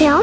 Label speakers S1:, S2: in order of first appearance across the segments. S1: 聊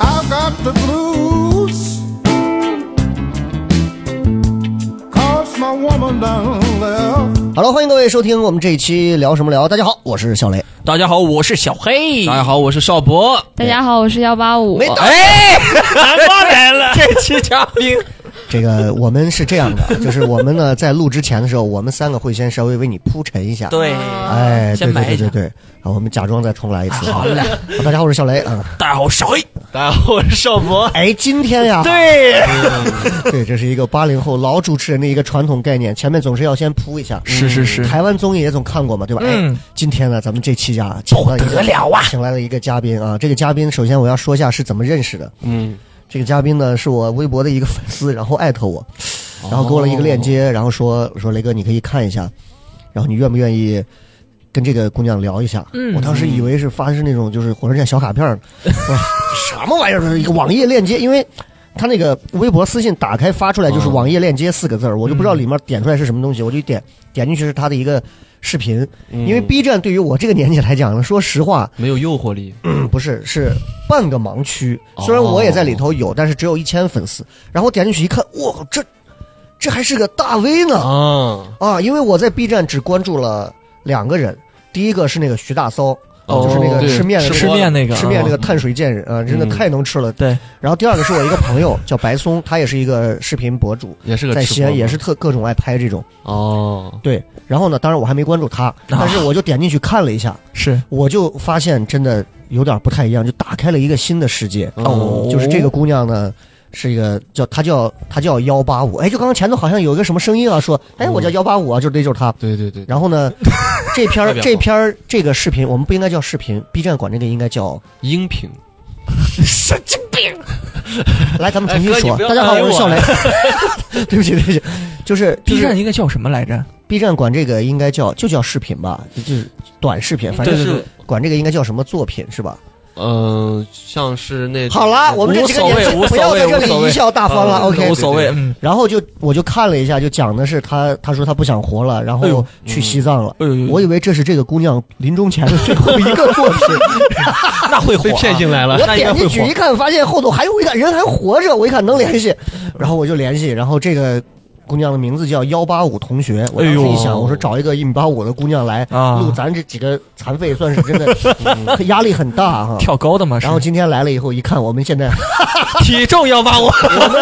S2: I've got the blues. Cause my woman done left.
S3: 好了，欢迎各位收听我们这一期聊什么聊。大家好，我是小雷。
S4: 大家好，我是小黑。
S5: 大家好，我是邵博。
S6: 大家好，我是幺八五。哦
S3: 没到
S4: 哎，南瓜来了， 这期嘉宾
S3: 这个我们是这样的，就是我们呢在录之前的时候，我们三个会先稍微为你铺陈一下。，
S4: 对，
S3: 哎，对
S4: 先
S3: 对
S4: 埋
S3: 对
S4: 一下
S3: 对对，好，我们假装再重来一次。好
S4: 好嘞，
S3: 大家好，我是小雷啊。
S4: 大家好，我是小黑。
S5: 大家好，我是邵博。
S3: 哎，今天呀，
S4: 对，
S3: 对，这是一个八零后老主持人的一个传统概念，前面总是要先铺一下。嗯
S5: 是是是，
S3: 台湾综艺也总看过嘛，对吧？
S4: 嗯
S3: 哎，今天呢，咱们这期啊，请到一
S4: 不得
S3: 个
S4: 了啊
S3: 请来了一个嘉宾啊。这个嘉宾，首先我要说一下是怎么认识的。
S5: 嗯，
S3: 这个嘉宾呢是我微博的一个粉丝，然后艾特我，然后给我了一个链接，然后说说雷哥你可以看一下，然后你愿不愿意跟这个姑娘聊一下？
S4: 嗯
S3: 我当时以为是发的是那种就是火车站小卡片儿，哇，什么玩意儿？一个网页链接，因为。他那个微博私信打开发出来就是“网页链接”四个字儿，我就不知道里面点出来是什么东西，我就点点进去是他的一个视频，因为 B 站对于我这个年纪来讲呢，说实话，
S5: 没有诱惑力。
S3: 不是，是半个盲区。
S5: 哦
S3: 虽然我也在里头有，但是只有一千粉丝。然后点进去一看，哇，这这还是个大 V 呢
S4: 嗯
S5: 啊，
S3: 啊！因为我在 B 站只关注了两个人，第一个是那个徐大骚，啊
S5: 哦
S3: 就是那个
S5: 对
S3: 吃面
S5: 吃
S4: 吃面那个，
S3: 吃面那个
S4: 啊
S3: 碳水贱人啊，真的
S5: 嗯
S3: 太能吃了。
S4: 对，
S3: 然后第二个是我一个朋友叫白松，他也是一个视频博 主，
S5: 也是个
S3: 在
S5: 吃
S3: 西安
S5: 播
S3: 也是特各种爱拍这种。
S5: 哦，
S3: 对，然后呢，当然我还没关注
S5: 啊
S3: 他，但是我就点进去看了一下，
S4: 是
S3: 我就发现真的有点不太一样，就打开了一个新的世界。嗯
S5: 哦
S3: 就是这个姑娘呢，是一个叫她叫她叫幺八五，哎，就刚刚前头好像有一个什么声音啊，说，
S5: 哦
S3: 哎，我叫幺八五啊，就那就是她。
S5: 对对对，
S3: 然后 呢，这篇
S5: 代
S3: 儿
S5: 表
S3: 这篇儿这个视频，我们不应该叫视频，B 站管这个应该叫。
S5: 音频
S4: 神经病。
S3: 来，咱们重新
S5: 哎哥你
S3: 说。
S5: 不要
S3: 大家好，
S5: 打
S3: 我
S5: 我
S3: 是笑雷。 对不起，对不起，就是就
S4: B
S3: 是
S4: 站应该叫什么来着？
S3: B 站管这个应该叫就叫视频吧，就是短视频，反正
S5: 对
S3: 是
S5: 对对
S3: 管这个应该叫什么作品是吧？
S5: 嗯，像是那
S3: 好啦，我们这几个
S4: 无所谓
S3: 年轻人
S4: 无
S3: 不
S4: 所
S3: 要
S4: 谓
S3: 在这
S4: 无所
S3: 里
S4: 谓
S3: 贻笑大方了
S5: 嗯
S3: ，OK
S4: 无。所谓，嗯，
S3: 然后就我就看了一下，就讲的是他，他说他不想活了，然
S4: 哎
S3: 后
S4: 呦
S3: 去西藏了。
S5: 哎呦呦
S3: 我以为这是这个姑娘临终前的最后一个 作品。
S4: 那会火啊
S5: 被骗进来了，
S3: 我
S5: 那应
S3: 点
S5: 该会
S3: 进去
S5: 火
S3: 一。看，发现后头还有一个人还活着，我一看能联系，然后我就联系，然后这个。姑娘的名字叫幺八五同学，我当时
S4: 哎呦
S3: 一想，我说找一个一米八五的姑娘来
S4: 啊
S3: 录咱这几个残废，算是真的嗯压力很大哈。
S4: 跳高的嘛，是
S3: 然后今天来了以后一看，我们现在
S4: 体重幺八五，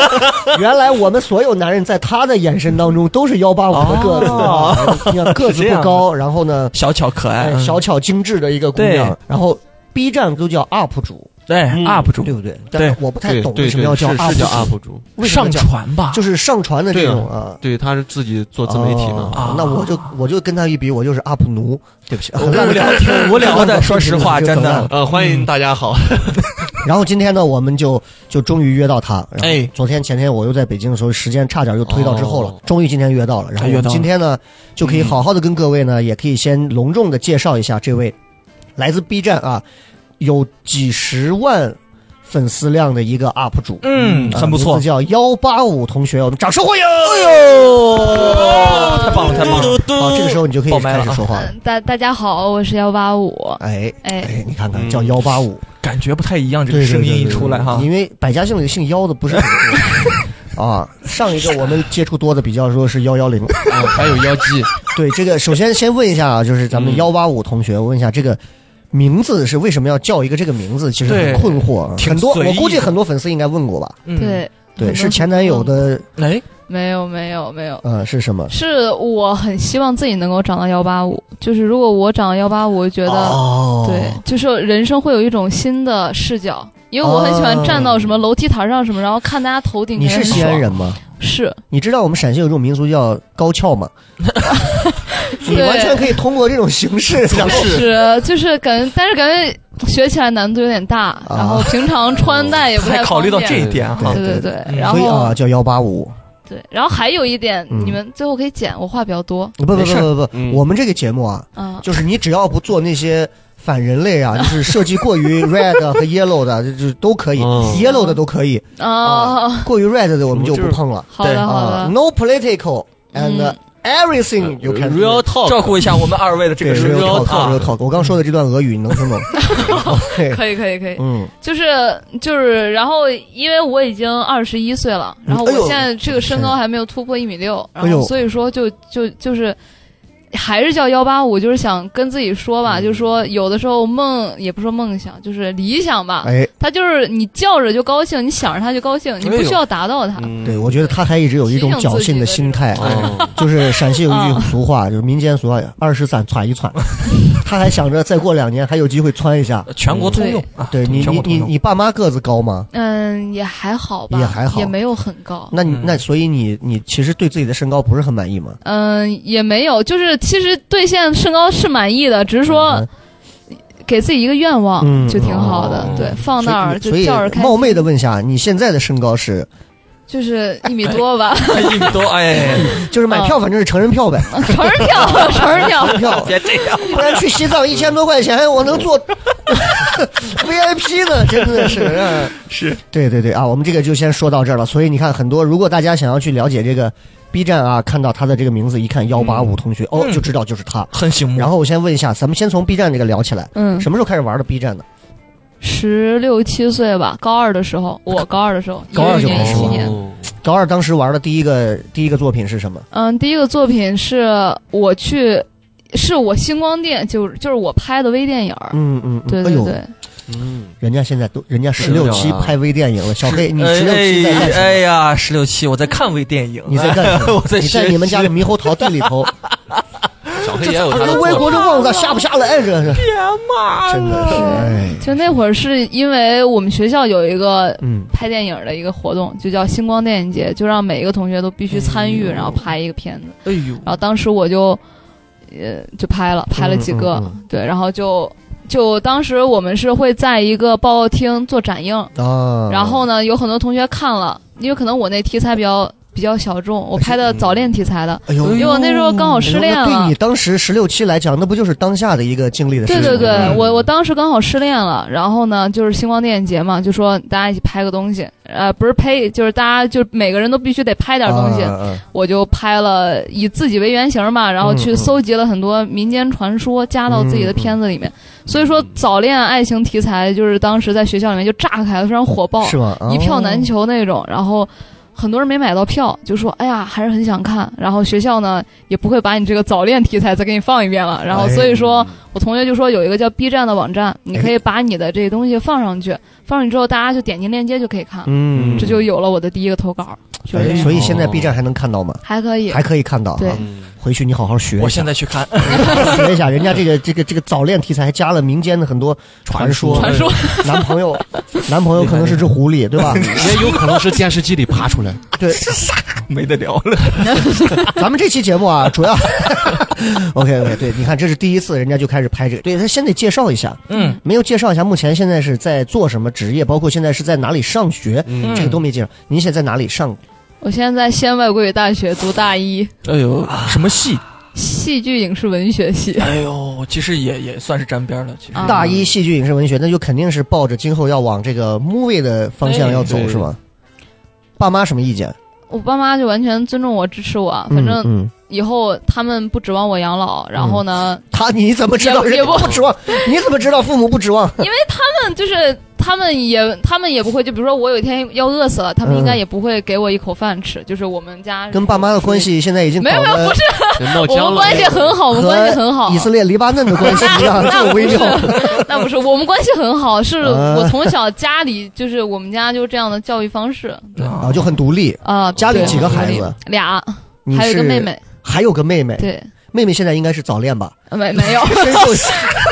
S3: 原来我们所有男人在他的眼神当中都是幺八五的个子
S4: 哦
S3: 啊，你看个子不高，然后呢，
S4: 小巧可爱，
S3: 哎
S4: 嗯
S3: 小巧精致的一个姑娘
S4: 对，
S3: 然后 B 站都叫 UP 主，
S4: 对
S5: 嗯
S4: UP 主
S3: 对不对？
S4: 对
S3: 但我不太
S5: 对
S3: 懂
S5: 对
S3: 为
S5: 对，
S3: 什么要
S5: 是
S3: 叫
S5: 是
S3: UP
S5: 叫
S3: 主，
S5: UP 主，
S3: 为什么
S4: 上
S3: 叫
S4: 传吧，
S3: 就是上传的这种啊。
S5: 对，他是自己做自媒体嘛。
S3: 哦
S4: 啊
S3: 那我就我就跟他一比，我就是 UP 奴，对不起，啊 很烂
S4: 无聊，挺无聊的。说实话，
S3: 就
S4: 真
S3: 很烂
S4: 的，
S5: 呃，欢迎大家好，
S3: 然后今天呢，我们就就终于约到他。然后
S4: 哎
S3: 昨天前天我又在北京的时候，时间差点又推到之后了，
S5: 哦
S3: 终于今天约到了。然后
S4: 哎
S3: 我
S4: 约
S3: 们
S4: 到了嗯
S3: 今天呢，就可以好好的跟各位呢，也可以先隆重的介绍一下这位来自 B 站啊，有几十万粉丝量的一个 UP 主，
S4: 嗯，
S3: 呃
S4: 很不
S3: 名
S4: 错哎
S3: 字。叫幺八五同学，我们掌声欢迎。
S4: 哦，太棒了，太棒了！
S3: 好、这个时候你就可以
S4: 爆麦
S3: 开
S4: 了啊
S3: 始说话了。
S6: 嗯大大家好，我是幺八五。
S3: 哎
S6: 哎，
S3: 哎，你看看
S5: 嗯
S3: 叫幺八五，
S4: 感觉不太一样，这
S3: 对
S4: 个
S3: 对
S4: 声
S3: 对
S4: 音一
S3: 对
S4: 出来哈
S3: 因，为百家姓里姓妖的不是很 多啊。上一个我们接触多的比较说是幺幺零，
S5: 嗯 还有妖姬，
S3: 对这个首先先问一下啊，就是咱们
S5: 嗯
S3: 幺八五同学，我问一下这个。名字是为什么要叫一个这个名字？其实很
S4: 对
S3: 困惑啊，
S4: 挺
S3: 很多
S4: 随意
S3: 我
S4: 的
S3: 估计很多粉丝应该问过吧？
S4: 嗯，
S6: 对
S3: 对，
S6: 嗯
S3: 是前男友的，
S4: 哎，
S6: 没有没有没有，
S3: 呃，是什么？
S6: 是我很希望自己能够长到幺八五。就是如果我长到幺八五，我觉得
S3: 哦，
S6: 对，就是人生会有一种新的视角。因为我很喜欢
S3: 哦
S6: 站到什么楼梯台上什么，然后看大家头顶。
S3: 你是
S6: 感觉很
S3: 西安
S6: 爽？
S3: 人吗？
S6: 是，
S3: 你知道我们陕西有种民俗叫高跷 吗？你
S6: 对
S3: 完全可以通过这种形式，然后
S6: 是，就是感觉，但是感觉学起来难度有点大，然
S3: 啊
S6: 后平常穿戴也不太
S4: 还考虑到这一点哈
S6: 方便。
S3: 对
S6: 对
S3: 对
S6: 对
S4: 嗯
S6: 对，然
S3: 所以啊，
S6: 后
S3: 叫幺八五。
S6: 对，然后还有一点，
S3: 嗯
S6: 你们最后可以剪，我话比较多，
S3: 不不不
S5: 没事
S3: 不不，
S5: 嗯
S3: 我们这个节目啊，
S6: 嗯，
S3: 就是你只要不做那些反人类 啊，就是设计过于 red 和 yellow 的，就是都可以、
S5: 嗯
S3: y e l l o w 的都可以，
S6: 哦，
S3: 过于 red 的我们就
S4: 我们
S3: 不
S4: 就是
S3: 碰了。
S6: 好的好
S3: 啊
S6: 的，
S3: ，no political and、
S6: 嗯
S3: everything you can
S5: real
S3: do。
S5: talk，
S4: 照顾一下我们二位的这
S3: 这个
S4: 个
S3: real talk real
S5: talk
S3: talk，我刚说的这段俄语你能 听懂？对，
S6: 可以可以可以，
S3: 嗯，
S6: 就是就是，然后因为我已经二十一岁了，然后我
S3: 哎呦
S6: 现在这个身高还没有突破一米六，然
S3: 哎呦
S6: 后所以说就就就是。还是叫幺八五，就是想跟自己说
S3: 嗯
S6: 吧，就是说有的时候梦也不说梦想，就是理想吧，
S3: 哎，
S6: 它就是你叫着就高兴，你想着它就高兴，你
S5: 哎
S6: 不
S5: 呦
S6: 需要达到它。
S5: 嗯哦
S3: 对，我觉得他还一直有一种侥幸的心态
S5: 这种
S3: 啊，就是陕西有一句俗话，就是民间俗话，二十三窜 一窜，他还想着再过两年还有机会窜一下。
S4: 全国通用啊，
S3: 对你
S4: 全国
S3: 你你
S4: 通用。
S3: 你爸妈个子高吗？
S6: 嗯，也还好吧，
S3: 也还好
S6: 没有很高。
S3: 那你
S4: 嗯
S3: 那所以你你其实对自己的身高不是很满意吗？
S6: 嗯，也没有，就是其实对现在身高是满意的，只是说
S3: 嗯
S6: 给自己一个愿望
S3: 嗯
S6: 就挺好的。
S5: 哦
S6: 对，放那儿就
S3: 所以
S6: 叫着
S3: 所以
S6: 开
S3: 冒
S6: 心，
S3: 昧的问一下，你现在的身高是？
S6: 就是一米多 吧，
S4: 一米多， 哎，
S3: 就是
S6: 嗯
S3: 买票反正是成人票呗，
S6: 成人票，成人票
S3: 成人票，
S4: 别这样，
S3: 不然去西藏一千多块钱我能坐 VIP 呢，真的是。嗯
S4: 是
S3: 对对对啊，我们这个就先说到这儿了。所以你看，很多如果大家想要去了解这个 B 站啊，看到他的这个名字一看幺八五同学，哦，
S4: 嗯
S3: 就知道就是他。
S4: 很醒目。
S3: 然后我先问一下，咱们先从 B 站这个聊起来，
S6: 嗯，
S3: 什么时候开始玩的 B 站的？
S6: 十六七岁吧，高二的时候，我高二的时候，
S3: 高二
S6: 一
S3: 就
S6: 六
S3: 开
S6: 年、
S3: 始
S6: 一
S3: 了
S6: 七年，
S3: 高二当时玩的第一个第一个作品是什么？
S6: 嗯，第一个作品是我去，是我星光电，就是就是我拍的微电影儿。
S3: 嗯嗯，嗯
S6: 对
S3: 哎
S6: 对
S3: 呦
S6: 对，
S5: 嗯，
S3: 人家现在都人家十六期
S5: 16啊
S3: 拍微电影了，小黑，你
S4: 哎
S3: 十六期在干什
S4: 哎
S3: 么？
S4: 呀，十六七，我在看微电影，
S3: 你在干什么？
S4: 我在
S3: 你在
S4: 学
S3: 你们家
S4: 习
S3: 的猕猴桃地里头，
S5: 小黑也有他的
S3: 那
S5: 作
S3: 外
S5: 用
S3: 国这旺 子下不下来？啊这是
S4: 别骂
S3: 真的是，哎，
S6: 就那会儿是因为我们学校有一个
S3: 嗯，
S6: 拍电影的一个活动，就叫星光电影节，就让每一个同学都必须参与，
S3: 嗯
S6: 然后拍一个片子。
S4: 哎呦，
S6: 然后当时我就，呃，就拍了，拍了几个，
S3: 嗯嗯
S6: 对，然后就就当时我们是会在一个报告厅做展映，
S3: 啊，
S6: 然后呢，有很多同学看了，因为可能我那题材比较比较小众，我拍的早恋题材的，
S3: 嗯哎呦，
S6: 因为我那时候刚好失恋
S3: 哎呦那对
S6: 了
S3: 你。当时十六期来讲，那不就是当下的一个经历的事
S6: 对
S3: 情吗？
S6: 对对，
S3: 嗯
S6: 我我当时刚好失恋了，然后呢，就是星光电影节嘛，就说大家一起拍个东西，呃，不是拍，就是大家就每个人都必须得拍点东西，
S3: 啊啊啊
S6: 我就拍了以自己为原型嘛，然后
S3: 嗯
S6: 去
S3: 嗯
S6: 搜集了很多民间传说，加到自己的片子里面。所以说，早恋爱情题材就是当时在学校里面就炸开了，非常火爆，
S3: 是吗？啊
S6: 哦一票难求那种。然后很多人没买到票，就说：“哎呀，还是很想看。”然后学校呢也不会把你这个早恋题材再给你放一遍了。然后所以
S3: 哎
S6: 说我同学就说有一个叫 B 站的网站，你可以把你的这些东西放上去，放上去之后大家就点进链接就可以看，
S3: 嗯，
S6: 这就有了我的第一个投稿，就是这
S3: 哎
S6: 样
S3: 所以现在 B 站还能看到吗？
S6: 还可以。
S3: 还可以看到，
S6: 对
S3: 啊
S5: 嗯
S3: 回去你好好学一下。
S4: 我现在去 看，
S3: 学一下，人家这个这个这个早恋题材还加了民间的很多传说，
S6: 传说
S3: 男朋 友，男朋友可能是只狐狸，对吧？
S5: 也有可能是电视机里嗯爬出来。
S3: 对，
S4: 没得聊了。
S3: 咱们这期节目啊，主要 OK OK，对，你看这是第一次，人家就开始拍这个，对他先得介绍一下，
S4: 嗯，
S3: 没有介绍一下，目前现在是在做什么职业，包括现在是在哪里上学，
S5: 嗯
S3: 这个都没介绍。您现在在哪里上？
S6: 我现在在西安外国语大学读大一，
S5: 哎呦，
S4: 什么戏？
S6: 戏剧影视文学系。
S4: 哎呦，其实也也算是沾边了。其实
S5: 嗯
S6: 啊
S3: 大一戏剧影视文学，那就肯定是抱着今后要往这个 movie 的方向要走，
S5: 对
S3: 是吗？爸妈什么意见？
S6: 我爸妈就完全尊重我、支持我，反正
S3: 嗯嗯嗯
S6: 以后他们不指望我养老，然后呢，
S3: 他你怎么知道
S6: 也
S3: 人
S6: 也
S3: 家
S6: 不
S3: 不指望？你怎么知道父母不指 望？
S6: 因为他们就是他们也他们也不会，就比如说我有一天要饿死了，他们应该也不会给我一口饭吃。就是我们家
S3: 跟爸妈的关系现在已经
S6: 没有没有，不是
S5: 得闹
S6: 我
S5: 僵
S6: 们
S5: 了。
S6: 关系很好，我
S3: 和
S6: 们关系很好
S3: 以。色列、黎巴嫩的关系一 样，这么微妙。
S6: 那不是我们关系 很好，是
S3: 啊
S6: 我从小家里就是我们家就这样的教育方式
S3: 啊，就很独立。
S6: 啊。
S3: 家里
S6: 对
S3: 几个孩
S6: 对
S3: 子
S6: 俩，
S3: 你
S6: 还有一个
S3: 是哎
S6: 妹，妹。
S3: 还有个妹妹，
S6: 对，呃
S3: 妹妹现在应该是早 恋吧？，
S6: 没没 有
S3: 深受，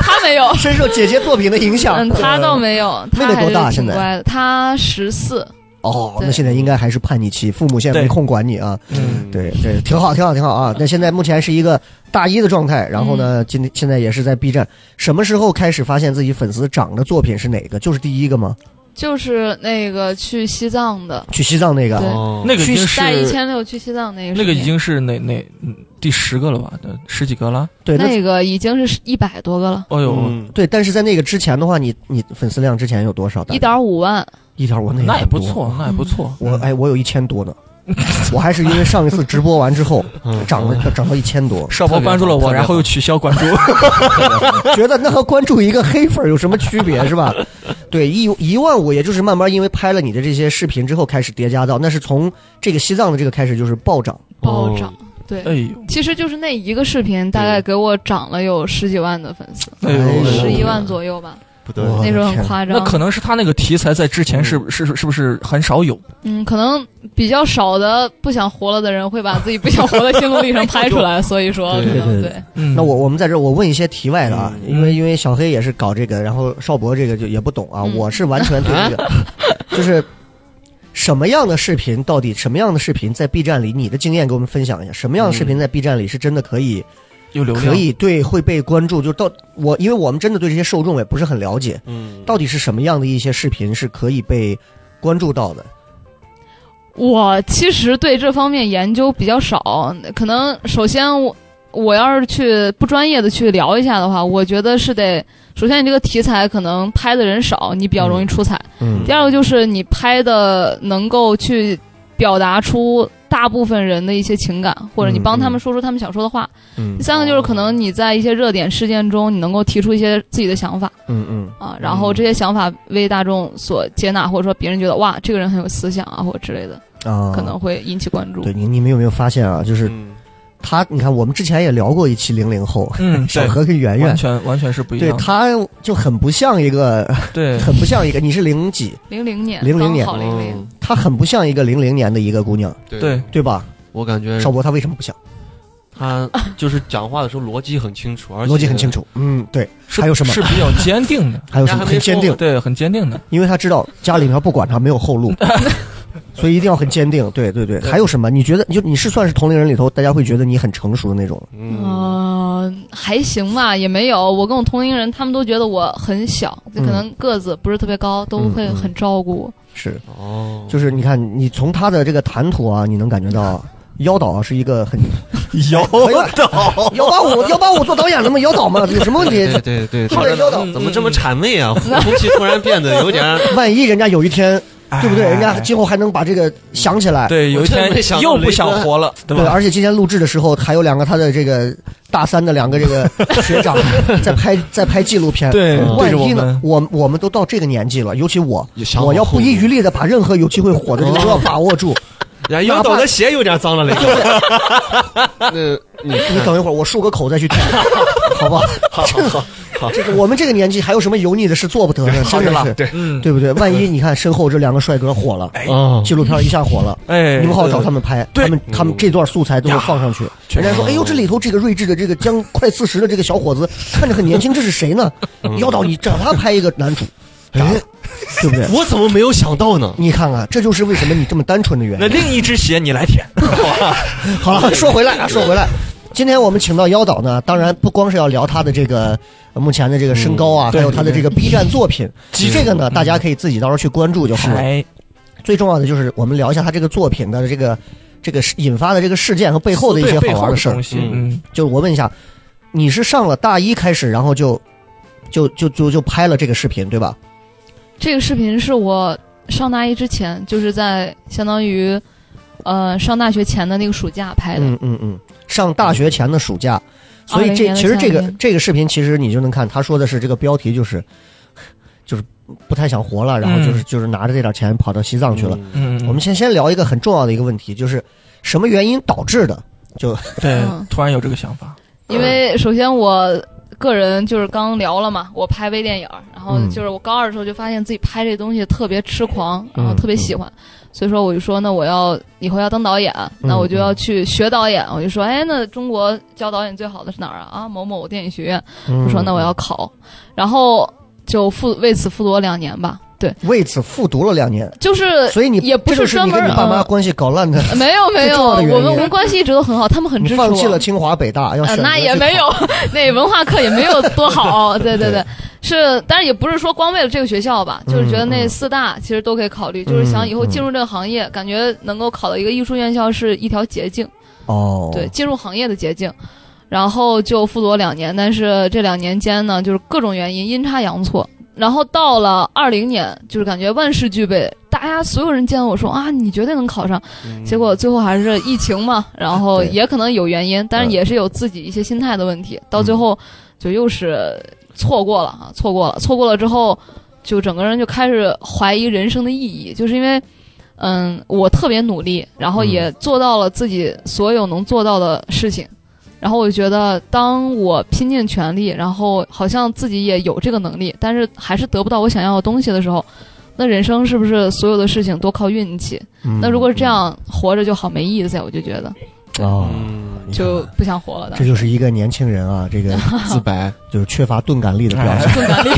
S6: 他没有嗯
S3: 深受姐姐作品的影响
S6: 嗯，。他倒没有，
S3: 呃妹
S6: 他
S3: 妹
S6: 还
S3: 多
S6: 是
S3: 大现
S6: 挺
S3: 在
S6: 乖的。他十四，
S3: 哦，
S6: 对
S3: 那现在应该还是叛逆期，父母现在没
S4: 对
S3: 空管你啊。
S4: 嗯，
S3: 对对，挺好，挺好，挺好
S6: 嗯
S3: 啊！那现在目前是一个大一的状态，然后呢，今天现在也是在 B 站。什么时候开始发现自己粉丝涨的作品是哪个？就是第一个吗？
S6: 就是那个去西藏的，
S3: 去西藏那个
S6: 对
S5: 哦
S4: 那个已经是
S6: 带一千六去西藏那个视频，
S4: 那个已经是哪哪嗯第十个了吧？呃十几个了？
S3: 对，那
S6: 那个已经是一百多个了，
S4: 哦呦，
S3: 嗯对，但是在那个之前的话，你你粉丝量之前有多少？
S6: 一点五万，
S3: 一点我那
S4: 那也
S3: 很
S4: 不
S3: 多
S4: 错，那也不错。
S3: 我哎，我有一千多呢，我还是因为上一次直播完之后
S5: 嗯
S3: 涨了涨到一千 多，
S4: 少博关注了
S5: 特别
S4: 我，
S5: 好
S4: 然后又取消关注。
S3: 觉得那和关注一个黑粉儿有什么区别是吧？对，一一万五，也就是慢慢因为拍了你的这些视频之后开始叠加到，那是从这个西藏的这个开始就是暴涨，
S6: 暴涨。对，
S7: 呃
S4: 哎呦，
S6: 其实就是那一个视频，大概给我涨了有十几万的粉丝，
S4: 哎
S7: 哦
S4: 呦，
S3: 哎呦
S6: 十一万左右吧，
S5: 不
S3: 我的
S6: 那时候很
S3: 天啊
S6: 夸张。
S4: 那可能是他那个题材在之前是是是是不是很少有？
S6: 嗯，可能比较少的不想活了的人会把自己不想活的心路历程拍出来，所以说
S5: 对
S6: 可能
S3: 对对
S6: 对，
S4: 嗯，
S3: 那我我们在这儿我问一些题外的啊，
S5: 嗯
S3: 因为因为小黑也是搞这个，然后邵博这个就也不懂啊，
S6: 嗯
S3: 我是完全对这个，就是什么样的视频到底什么样的视频在 B 站里，你的经验给我们分享一下，什么样的视频在 B 站里是真的可以、
S4: 有流量
S3: 可以对会被关注，就到我因为我们真的对这些受众也不是很了解，
S5: 嗯，
S3: 到底是什么样的一些视频是可以被关注到的？
S6: 我其实对这方面研究比较少，可能首先我我要是去不专业的去聊一下的话，我觉得是得首先你这个题材可能拍的人少，你比较容易出彩；
S3: 嗯
S6: 第二个就是你拍的能够去表达出大部分人的一些情感，或者你
S3: 嗯
S6: 帮他
S3: 嗯
S6: 们说出他们想说的话；
S3: 嗯
S6: 第三个就是可能你在一些热点事件中，你能够提出一些自己的想法。
S3: 嗯嗯，
S6: 啊，然后这些想法为大众所接纳，或者说别人觉得哇，这个人很有思想啊，或者之类的，
S3: 啊，
S6: 可能会引起关注。
S3: 对你你们有没有发现啊？
S5: 嗯
S3: 就是他，你看我们之前也聊过一期零零后，
S4: 嗯，
S3: 小
S4: 对，
S3: 何跟圆圆
S4: 完，全完全是不一
S3: 对
S4: 样的。
S3: 他就很不像一个，
S4: 对
S3: 很不像一个，你是零几，
S6: 零零年，
S3: 00
S6: 刚
S3: 年
S6: 好零零
S5: 嗯，
S3: 她很不像一个零零年的一个姑娘，
S5: 对
S4: 对，，
S3: 对吧？
S5: 我感觉
S3: 邵博她为什么不像？
S5: 他就是讲话的时候逻辑很清楚，而且
S3: 逻辑很清。楚，嗯，对，
S4: 是
S3: 还有什么，
S4: 是比较坚定的
S3: 还有什么
S5: 人家还
S3: 很
S5: 没
S3: 坚
S5: 说
S3: 定，
S4: 对，很坚定的。
S3: 因为她知道家里面不管她没有后 路，所以一定要很坚定。对对对，
S5: 对
S3: 还有什么？你觉得你就你是算是同龄人里头大家会觉得你很成熟的那种？
S5: 嗯，
S6: 呃，还行吧，也没有。我跟我同龄人，他们都觉得我很小，就可能个子不是特别高，都会
S3: 嗯嗯
S6: 很照顾我。
S3: 是，
S5: 哦，
S3: 就是你看你从她的这个谈吐啊，你能感觉到。妖导啊是一 个很
S4: 有
S3: 导幺八五幺八五做导演了吗？妖导吗？有什么问题？
S5: 对对对，
S3: 后来
S5: 对
S3: 妖导
S5: 怎么这么谄媚 啊？空气突然变得有点儿，
S3: 万一人家有一天，对不对？
S4: 哎
S3: 人家今后还能把这个想起来。
S4: 对，有一
S5: 哎我真
S4: 天
S5: 没想到
S4: 又不想活了，对
S3: 对
S4: 吧？
S3: 而且今天录制的时候，还有两个他的这个大三的两个这 个学长在拍在拍纪录片。
S4: 对
S5: 嗯
S4: 对
S3: 万
S4: 着我
S3: 一呢
S4: 们？，
S3: 我我们都到这个年纪了，尤其我
S5: 也想，好哦
S3: 我要不遗余力的把任何有机会火的这个都要把握住。
S5: 然后腰抖的鞋哎有点脏了嘞。 那你
S3: 你等一会儿，我漱个口再 去听，好不好？
S5: 好好好好，
S3: 这个我们这个年纪还有什么油腻的事做不得呢？
S5: 好
S3: 真
S5: 着
S3: 的
S5: 了，
S3: 是，
S5: 对，
S4: 嗯，
S3: 对不对？万一你看身后这两个帅哥火了，
S5: 哦
S3: 纪录片一下火了，
S4: 哎，
S3: 你们好找他们拍，
S4: 对
S3: 他们他们这段素材都会
S4: 呀
S3: 放上去。人家说：“哎呦，这里头这个睿智的这个将快四十的这个小伙子，看着很年轻，这是谁呢？
S4: 嗯
S3: 妖导，你找他拍一个男主，
S5: 哎，
S3: 对不对？
S5: 我怎么没有想到呢？
S3: 你看看，这就是为什么你这么单纯的原
S4: 那
S3: 因。
S4: 另一只鞋你来舔，
S3: 好了，说回来啊，说回来，今天我们请到妖导呢，当然不光是要聊他的这个呃目前的这个身高啊，
S4: 对
S3: 还有他的这个 B 站作品，
S4: 对嗯
S3: 这个呢，大家可以自己到时候去关注就好了。
S4: 还
S3: 最重要的就是我们聊一下他这个作品的这个这个引发的这个事件和背后的一些
S4: 对背
S3: 好
S4: 后
S3: 玩
S4: 的
S3: 事儿
S4: 东。西
S5: 嗯
S4: 嗯，
S3: 就是我问一下，你是上了大一开始，然后就就就就就拍了这个视频，对吧？
S6: 这个视频是我上大一之前，就是在相当于呃上大学前的那个暑假拍的。
S3: 嗯嗯嗯，上大学前的暑假，所以
S6: 20
S3: 这
S6: 年的
S3: 其实这
S6: 夏
S3: 个
S6: 天
S3: 这个视频，其实你就能看，他说的是这个标题就是 就是不太想活了，然后就是、就是拿着这点钱跑到西藏去了。
S4: 嗯，嗯
S3: 我们 先先聊一个很重要的一个问题，就是什么原因导致的？就
S4: 对
S6: 嗯
S4: 突然有这个想法，
S6: 因
S3: 嗯
S6: 为首先我个人就是刚聊了嘛，我拍微电影儿，然后
S3: 嗯
S6: 就是我高二的时候就发现自己拍这东西特别痴狂，然后
S3: 嗯
S6: 特别喜欢，所以说我就说那我要以后要当导演，
S3: 嗯
S6: 那我就要去学导演，我就说哎那中国教导演最好的是哪儿啊？啊某某电影学院，
S3: 嗯
S6: 我说那我要考，然后就复为此复读了两年吧。对，
S3: 为此复读了两年。
S6: 就是
S3: 所以你
S6: 呃也不
S3: 这就是
S6: 专
S3: 你
S6: 门
S3: 跟你爸妈
S6: 呃
S3: 关系搞烂的，
S6: 没有没
S3: 最
S6: 有，
S3: 重要的原因
S6: 我们我们关系一直都很好，他们 很
S3: 你
S6: 支持我。
S3: 放弃了清华北大，要
S6: 呃
S3: 选、择
S6: 那也
S3: 去
S6: 没有
S3: 考，
S6: 那文化课也没有多好，对对
S3: 对
S6: 对，是，但是也不是说光为了这个学校吧，就是
S3: 嗯
S6: 觉得那四大其实都可以考虑，就是想以后进入这个行业，感觉能够考到一个艺术院校是一条捷径，
S3: 哦，
S6: 对，，进入行业的捷径。然后就复读了两年，但是这两年间呢，就是各种原因阴差阳错。然后到了二零年，就是感觉万事俱备，大家所有人见我说啊，你绝对能考上。结果最后还是疫情嘛，然后
S3: 嗯对
S6: 也可能有原因，但是
S3: 嗯
S6: 也是有自己一些心态的问题。到最后就又是错过了啊，错过了，错过了之后，就整个人就开始怀疑人生的意义，就是因为。嗯，我特别努力，然后也做到了自己所有能做到的事情，然后我就觉得，当我拼尽全力，然后好像自己也有这个能力，但是还是得不到我想要的东西的时候，那人生是不是所有的事情都靠运气？
S3: 嗯
S6: 那如果是这，样活着就好没意思呀，我就觉得
S3: 哦，
S5: 嗯，
S3: 你看
S6: 就不想活了的
S3: 这。就是一个年轻人啊，这 个
S5: 自白，哎
S3: 就是缺乏钝感力的表现。
S6: 钝感力，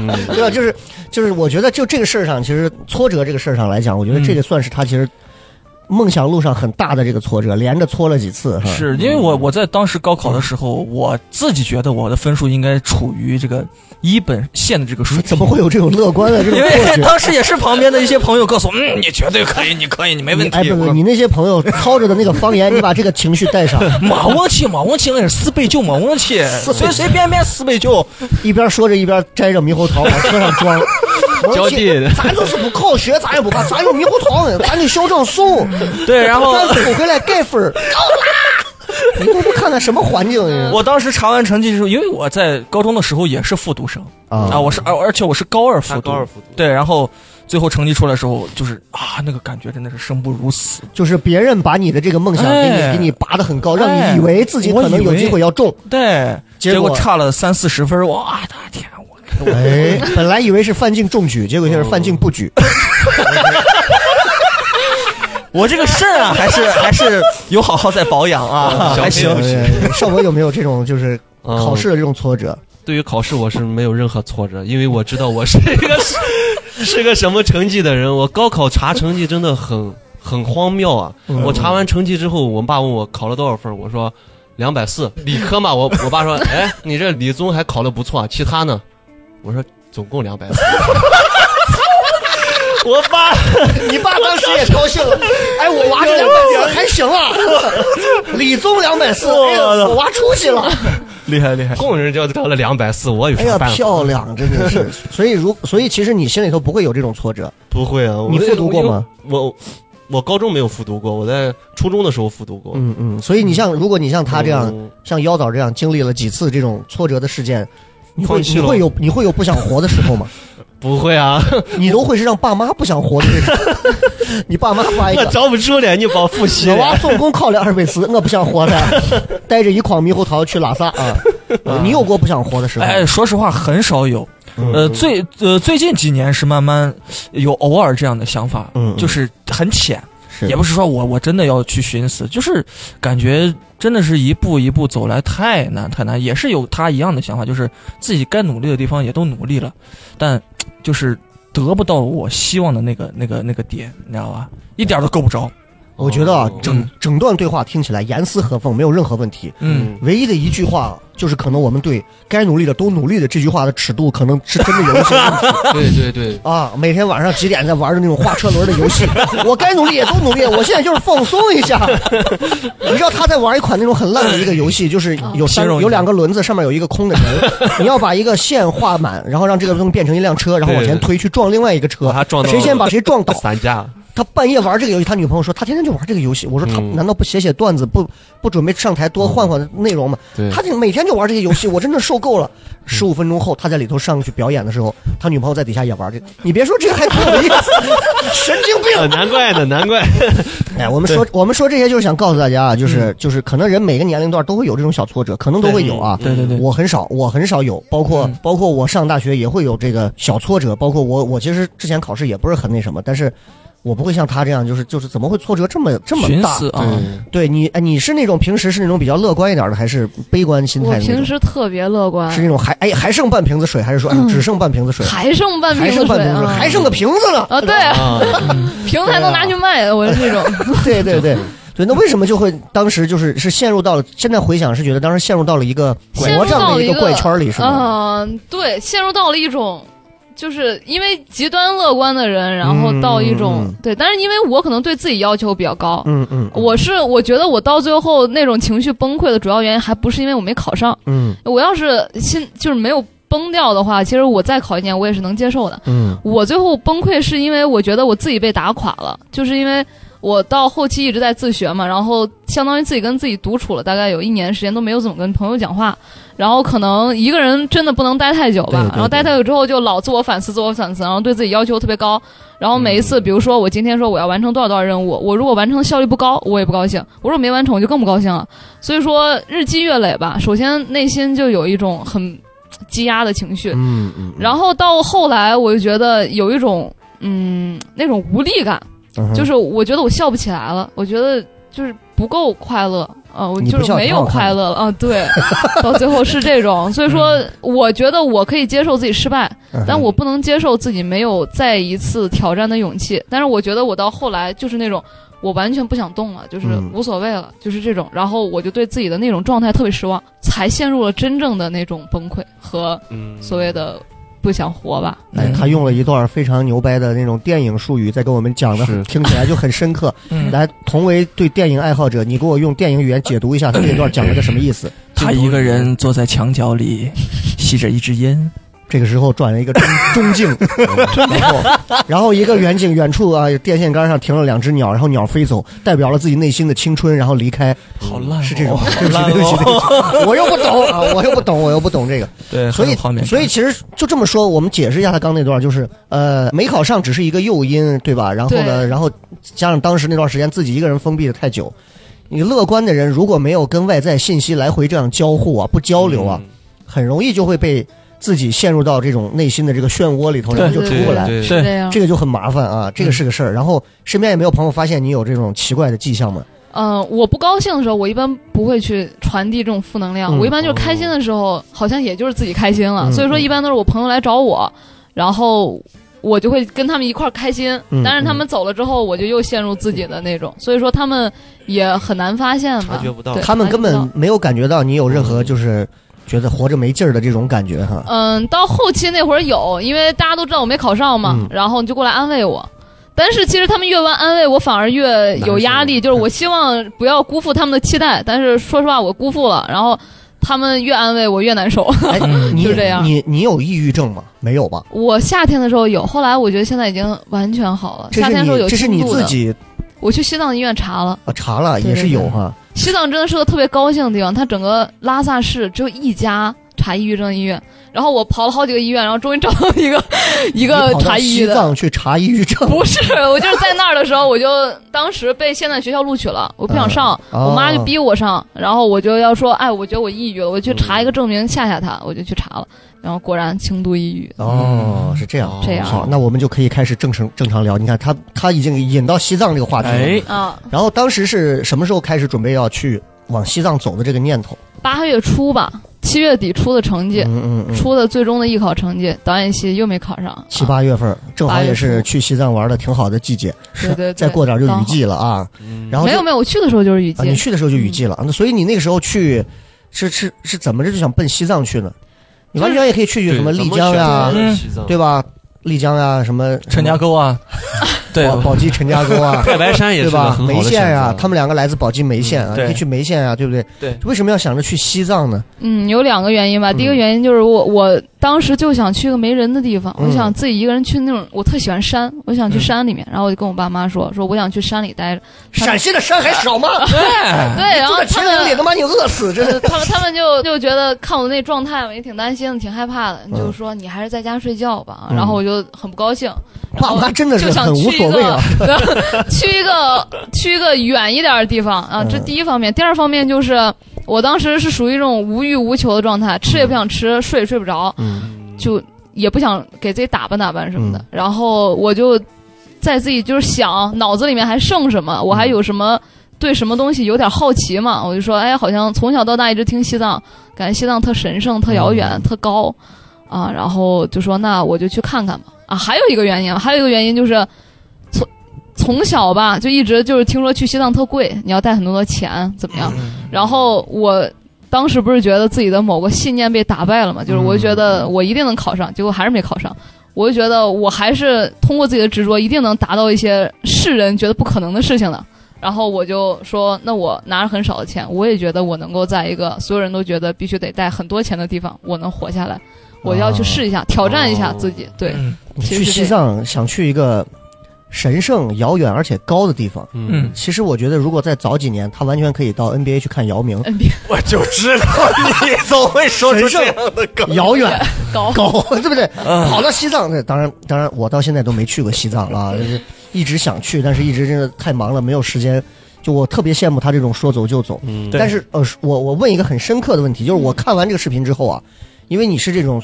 S5: 嗯，
S3: 对啊，就是就是，我觉得就这个事儿上，其实挫折这个事儿上来讲，我觉得这个算是他其实梦想路上很大的这个挫折，连着挫了几次。哈，
S7: 是因为我我在当时高考的时候，我自己觉得我的分数应该处于这个一本线的这个水平。
S3: 怎么会？有这种乐观的这种
S7: 因
S3: 错
S7: 为
S3: 觉？
S7: 当时也是旁边的一些朋友告诉我，嗯，你绝对可以，你可以，你没问
S3: 你哎，
S7: 题。
S3: 不
S7: 我
S3: 不，
S7: 说
S3: 你那些朋友操着的那个方言，你把这个情绪带上，
S7: 马忘记，马忘记，那是四倍就马忘记，
S3: 四倍
S7: 随随便便四倍就。
S5: 嗯
S3: 一边说着一边摘着猕猴 桃往车上装。
S5: 交际的
S3: 咱就是不考学，咱也不怕，咱有猕猴桃呢，咱有小证书，
S7: 对，然后
S3: 咱补回来盖分 儿。够啦！你都不看看什么环境
S7: 我当时查完成绩之后，因为我在高中的时候也是复读生啊，我是而而且我是高二复
S5: 他
S7: 读
S5: 啊高，二复读，
S7: 对，然后最后成绩出来的时候，就是啊，那个感觉真的是生不如死。
S3: 就是别人把你的这个梦想给你、
S7: 哎
S3: 给你拔得很高，让
S7: 哎
S3: 你以为自己可能有机会要 中。
S7: 对，
S3: 结
S7: 结
S3: 果
S7: 果差了三四十分儿，哇，大天，我
S3: 哎，本来以为是范进中举，结果现在是范进不举。
S7: 哦我这个肾 啊，还是还是有好好在保养 啊，还行
S5: 小。心
S3: 哎 少博有没有这种就是
S5: 嗯
S3: 考试的这种挫折？
S5: 对于考试我是没有任何挫折，因为我知道我是一个是是个什么成绩的人。我高考查成绩真的很很荒谬啊！
S3: 嗯
S5: 我查完成绩之后，我爸问我考了多少分儿，我说两百四。理科嘛，我我爸说，哎，你这理综还考得不错啊，其他呢？我说总共两百四。 我爸
S3: 你爸当时也高兴了，哎，我娃这两百四还行啊， 李宗两百四，哎呦，我娃出息了，
S7: 厉害 厉害，
S5: 供人家考了两百四，我有
S3: 哎
S5: 啥
S3: 呀，
S5: 办法？
S3: 漂亮，真的 是。所以如所以其实你心里头不会有这种挫折，
S5: 不会啊，我
S3: 你复读过吗？
S5: 我我高中没有复读过，我在初中的时候复读过。
S3: 嗯嗯。所以你像如果你像他这样，
S5: 嗯
S3: 像妖枣这样经历了几次这种挫折的事件。你会
S5: 放弃
S3: 你
S5: 了
S3: 会有你会有不想活的时候吗？
S5: 不会啊，
S3: 你都会是让爸妈不想活的那种。 你爸妈发一
S5: 我
S3: 个，
S5: 找不出来，你帮复 习
S3: 我。娃总共考了二百四，我不想活了，带着一筐猕猴桃去拉萨啊！你有过不想活的时候吗？
S7: 哎，说实话很少有，呃，
S5: 嗯
S7: 最呃最近几年是慢慢有偶尔这样的想法
S3: 嗯嗯，
S7: 就是很浅，
S3: 是
S7: 也不是说我我真的要去寻死，就是感觉真的是一步一步走来太难太难，也是有他一样的想法，就是自己该努力的地方也都努力了，但就是得不到我希望的那个那个那个点，你知道吧？一点儿都够不着。
S3: 我觉得啊
S5: 哦，
S3: 整整段对话听起来严丝合缝，没有任何问题。
S7: 嗯，
S3: 唯一的一句话就是，可能我们对“该努力的都努力的”这句话的尺度，可能是真的有一些问题
S5: 对嗯对对，
S3: 啊。每天晚上几点在玩的那种画车轮的游戏，我该努力也都努力，我现在就是放松一下。你知道他在玩一款那种很烂的一个游戏，就是有三
S7: 形容一下
S3: 有两个轮子，上面有一个空的人，你要把一个线画满，然后让这个东西变成一辆车，然后往前推去撞另外一个车
S5: 把它撞，到
S3: 谁先把谁撞倒，
S5: 散架，
S3: 他半夜玩这个游戏，他女朋友说他天天就玩这个游戏。我说他
S5: 嗯
S3: 难道不写写段子，不不准备上台多换换内容吗？
S5: 对嗯
S3: 他就每天就玩这个游戏，我真的受够了。十五分钟后，他在里头上去表演的时候，他女朋友在底下也玩这个。你别说这个还挺有意思， 神经病。
S5: 呃难怪呢，难怪。
S7: 嗯
S3: 哎，我们说我们说这些就是想告诉大家啊，就是就是可能人每个年龄段都会有这种小挫折，可能都会有啊。
S7: 对对对，嗯
S3: 我很少，我很少有，包括、包括我上大学也会有这个小挫折，包括我我其实之前考试也不是很那什么，但是我不会像他这样，就是就是怎么会挫折这么这么
S7: 寻
S3: 大？
S7: 死啊！
S5: 对，
S3: 对你，哎，你是那种平时是那种比较乐观一点的，还是悲观心
S6: 我
S3: 态的那种？
S6: 平时特别乐观，
S3: 是那种还哎还剩半瓶子水，还是说、哎、只剩半瓶子水？
S6: 还剩半瓶
S3: 还
S6: 子
S3: 剩半
S6: 水
S3: 瓶子水，嗯
S6: 啊！
S3: 还剩个瓶子了
S6: 啊，对啊，
S5: 啊，
S6: 瓶子还能拿去卖，我是这种。
S3: 对对对对，那为什么就会当时就是是陷入到了？现在回想是觉得当时陷入到了一个
S6: 陷
S3: 魔
S6: 入
S3: 障
S6: 到
S3: 的
S6: 了
S3: 一
S6: 一
S3: 个怪圈里，是吗？
S6: 嗯，对，陷入到了一种，就是因为极端乐观的人，然后到一种、
S3: 嗯嗯
S6: 对，但是因为我可能对自己要求比较高，
S3: 嗯嗯，
S6: 我是我觉得我到最后那种情绪崩溃的主要原因还不是因为我没考上，
S3: 嗯
S6: 我要是心就是没有崩掉的话，其实我再考一年我也是能接受的。
S3: 嗯
S6: 我最后崩溃是因为我觉得我自己被打垮了，就是因为我到后期一直在自学嘛，然后相当于自己跟自己独处了，大概有一年时间都没有怎么跟朋友讲话，然后可能一个人真的不能待太久吧，
S3: 对对对嗯
S6: 然后待太久之后就老自我反思、自我反思，然后对自己要求特别高，然后每一次，比如说我今天说我要完成多少多少任务，我如果完成的效率不高，我也不高兴；我如果没完成，我就更不高兴了。所以说日积月累吧，首先内心就有一种很积压的情绪，
S3: 嗯嗯，
S6: 然后到后来，我就觉得有一种嗯那种无力感，
S3: 后
S6: 就是我觉得我笑不起来了，我觉得就是不够快乐啊、我
S3: 你不
S6: 就
S3: 笑
S6: 是没
S3: 挺好
S6: 有
S3: 看的嗯
S6: 快乐了啊、 对，到最后是这种，所以说我觉得我可以接受自己失败，但我不能接受自己没有再一次挑战的勇气。但是我觉得我到后来就是那种。我完全不想动了，就是
S3: 嗯
S6: 无所谓了，就是这种。然后我就对自己的那种状态特别失望，才陷入了真正的那种崩溃和
S5: 嗯
S6: 所谓的不想活吧。
S3: 哎，他用了一段非常牛掰的那种电影术语，在跟我们讲的
S5: 是，
S3: 听起来就很深刻。
S7: 嗯
S3: 来，同为对电影爱好者，你给我用电影语言解读一下他这段讲了个什么意思？
S7: 他一个人坐在墙角里，吸着一 支烟，
S3: 这个时候转了一个中 中镜，然后然后一个远景，远处啊电线杆上停了两只鸟，然后鸟飞走，代表了自己内心的青春，然后离开，
S7: 哎好
S3: 哦
S7: 烂、哦
S3: 是这种。对不起，对不起，对不起， 我又不懂啊，我又不懂，我又不懂这个。
S7: 对，
S3: 所以
S7: 很有画面，感
S3: 所以其实就这么说，我们解释一下他刚那段，就是呃，没考上只是一个诱因，对吧？然后呢，
S6: 对
S3: 然后加上当时那段时间自己一个人封闭的太久，你乐观的人如果没有跟外在信息来回这样交互啊，不交流啊，很容易就会被自己陷入到这种内心的这个漩涡里头，然后就
S6: 对嗯
S3: 出
S5: 对
S3: 不来。
S5: 嗯对，
S7: 是
S6: 这样
S3: 这。个就很麻烦啊，这个是个事儿。然后身边也没有朋友发现你有这种奇怪的迹象吗？
S6: 嗯、我不高兴的时候，我一般不会去传递这种负能量，
S3: 嗯
S6: 我一般就是开心的时候，好像也就是自己开心了。
S3: 嗯
S6: 所以说，一般都是我朋友来找我，然后。我就会跟他们一块儿开心，
S3: 嗯
S6: 但是他们走了之后，我就又陷入自己的那种，所以说他们也很难发现吧，
S5: 察觉不到
S6: 对
S3: 他们
S6: 察觉
S3: 根
S6: 不到
S3: 本没有感觉到你有任何就是觉得活着没劲儿的这种感觉 哈。
S6: 嗯，到后期那会儿有，因为大家都知道我没考上嘛，
S3: 嗯
S6: 然后你就过来安慰我。但是其实他们越安安慰我，反而越有压力。就是我希望不要辜负他们的期待，但是说实话，我辜负了。然后他们越安慰我越难受。
S3: 哎，你
S6: 嗯就这样
S3: 你你有抑郁症吗？没有吧？
S6: 我夏天的时候有，后来我觉得现在已经完全好了。
S3: 这
S6: 夏
S3: 是
S6: 天的时候有
S3: 你这是
S6: 轻
S3: 你
S6: 度
S3: 自
S6: 的，
S3: 己
S6: 我去西藏医院查了，
S3: 啊查了
S6: 对
S3: 也是
S6: 对
S3: 有
S6: 对
S3: 哈。
S6: 西藏真的是个特别高兴的地方，它整个拉萨市只有一家查抑郁症医院。然后我跑了好几个医院，然后终于找到一个一
S3: 你
S6: 个
S3: 跑到
S6: 查抑郁
S3: 西
S6: 的。
S3: 藏去查抑郁 症，
S6: 不是，我就是在那儿的时候，我就当时被现在学校录取了，我不想上，
S3: 嗯
S6: 我妈
S3: 哦
S6: 就逼我上，然后我就要说，哎，我觉得我抑郁了，我去查一个证明吓吓她，我就去查了，然后果然轻度抑郁。
S3: 哦，是这样。
S6: 这样
S3: 好，那我们就可以开始正常正常聊。你看他他已经引到西藏这个话题嗯了。
S7: 哎，
S6: 啊，
S3: 然后当时是什么时候开始准备要去往西藏走的这个念头？
S6: 八月初吧，七月底出的成绩，
S3: 嗯嗯嗯，
S6: 出的最终的艺考成绩，导演系又没考上，啊
S3: 七八月份儿正好也
S6: 八
S3: 是
S6: 月初
S3: 去西藏玩的挺好的季节，
S6: 对对对
S3: 再过点儿就雨季了啊。
S5: 嗯
S3: 然后
S6: 没
S3: 就
S6: 有没有，我去的时候就是雨
S3: 啊，你
S6: 季，嗯
S3: 去的时候就雨季了，那所以你那个时候去是是是怎么着就想奔西藏去呢？你完全也可以去去什么丽江呀、
S5: 呀
S7: 嗯，
S5: 西藏
S3: 对吧？丽江啊，什么
S7: 陈家沟 啊，对，
S3: 宝宝鸡陈家沟啊，
S5: 太白 山也
S3: 对
S5: 是个
S3: 吧？
S5: 很好
S3: 梅
S5: 的
S3: 县
S5: 选
S3: 啊，
S5: 择
S3: 他们两个来自宝鸡梅县啊，
S7: 嗯
S3: 你
S7: 对
S3: 可以去梅县啊，对不对？
S7: 对，
S3: 为什么要想着去西藏呢？
S6: 嗯，有两个原因吧。
S3: 嗯
S6: 第一个原因就是我我当时就想去个没人的地方，
S3: 嗯
S6: 我想自己一个人去那种，我特喜欢山，我想去
S7: 嗯
S6: 山里面。然后我就跟我爸妈说，说我想去山里待着。他
S3: 陕西的山还少吗？
S6: 对，然后
S3: 这
S6: 他
S3: 前两
S6: 们
S3: 天得他妈你饿死，真
S6: 呃
S3: 的。
S6: 他们他们就就觉得看我那状态嘛，也挺担心的，挺害怕的，就说你还是在家睡觉吧。
S3: 嗯
S6: 然后我就很不高 兴，
S3: 爸妈真的是
S6: 哦就想
S3: 很无
S6: 去一
S3: 所
S6: 个
S3: 谓啊。
S6: 去一个去一个远一点的地方啊，这
S3: 嗯
S6: 第一方面。第二方面就是我当时是属于一种无欲无求的状态，吃也不想吃，睡也睡不着，
S3: 嗯
S6: 就也不想给自己打扮打扮什么的。
S3: 嗯
S6: 然后我就在自己就是想脑子里面还剩什么，我还有什么对什么东西有点好奇嘛，我就说，哎，好像从小到大一直听西藏，感觉西藏特神圣、特遥远、特高啊，然后就说那我就去看看吧。啊，还有一个原因，还有一个原因就是从从小吧就一直就是听说去西藏特贵，你要带很多的钱，怎么样？然后我当时不是觉得自己的某个信念被打败了嘛，就是我就觉
S3: 嗯
S6: 得我一定能考上，结果还是没考上。我就觉得我还是通过自己的执着，一定能达到一些世人觉得不可能的事情的。然后我就说，那我拿着很少的钱，我也觉得我能够在一个所有人都觉得必须得带很多钱的地方，我能活下来。我要去试一下，
S3: 哦
S6: 挑战一下自己。对，
S7: 嗯
S3: 你
S6: 其
S3: 去
S6: 实是，
S3: 西藏想去一个神圣、遥远而且高的地方，
S5: 嗯
S7: 嗯，
S3: 其实我觉得如果再早几年，他完全可以到 NBA 去看姚明
S6: NBA
S4: 我就知 道你总会说出这样的梗。
S3: 遥远
S6: 哎 高
S3: 高，对不对？跑到西藏，这当然，当然，我到现在都没去过西藏啊，就是一直想去，但是一直真的太忙了，没有时间。就我特别羡慕他这种说走就走，
S5: 嗯
S7: 对
S3: 但是呃，是我我问一个很深刻的问题，就是我看完这个视频之后啊，因为你是这种，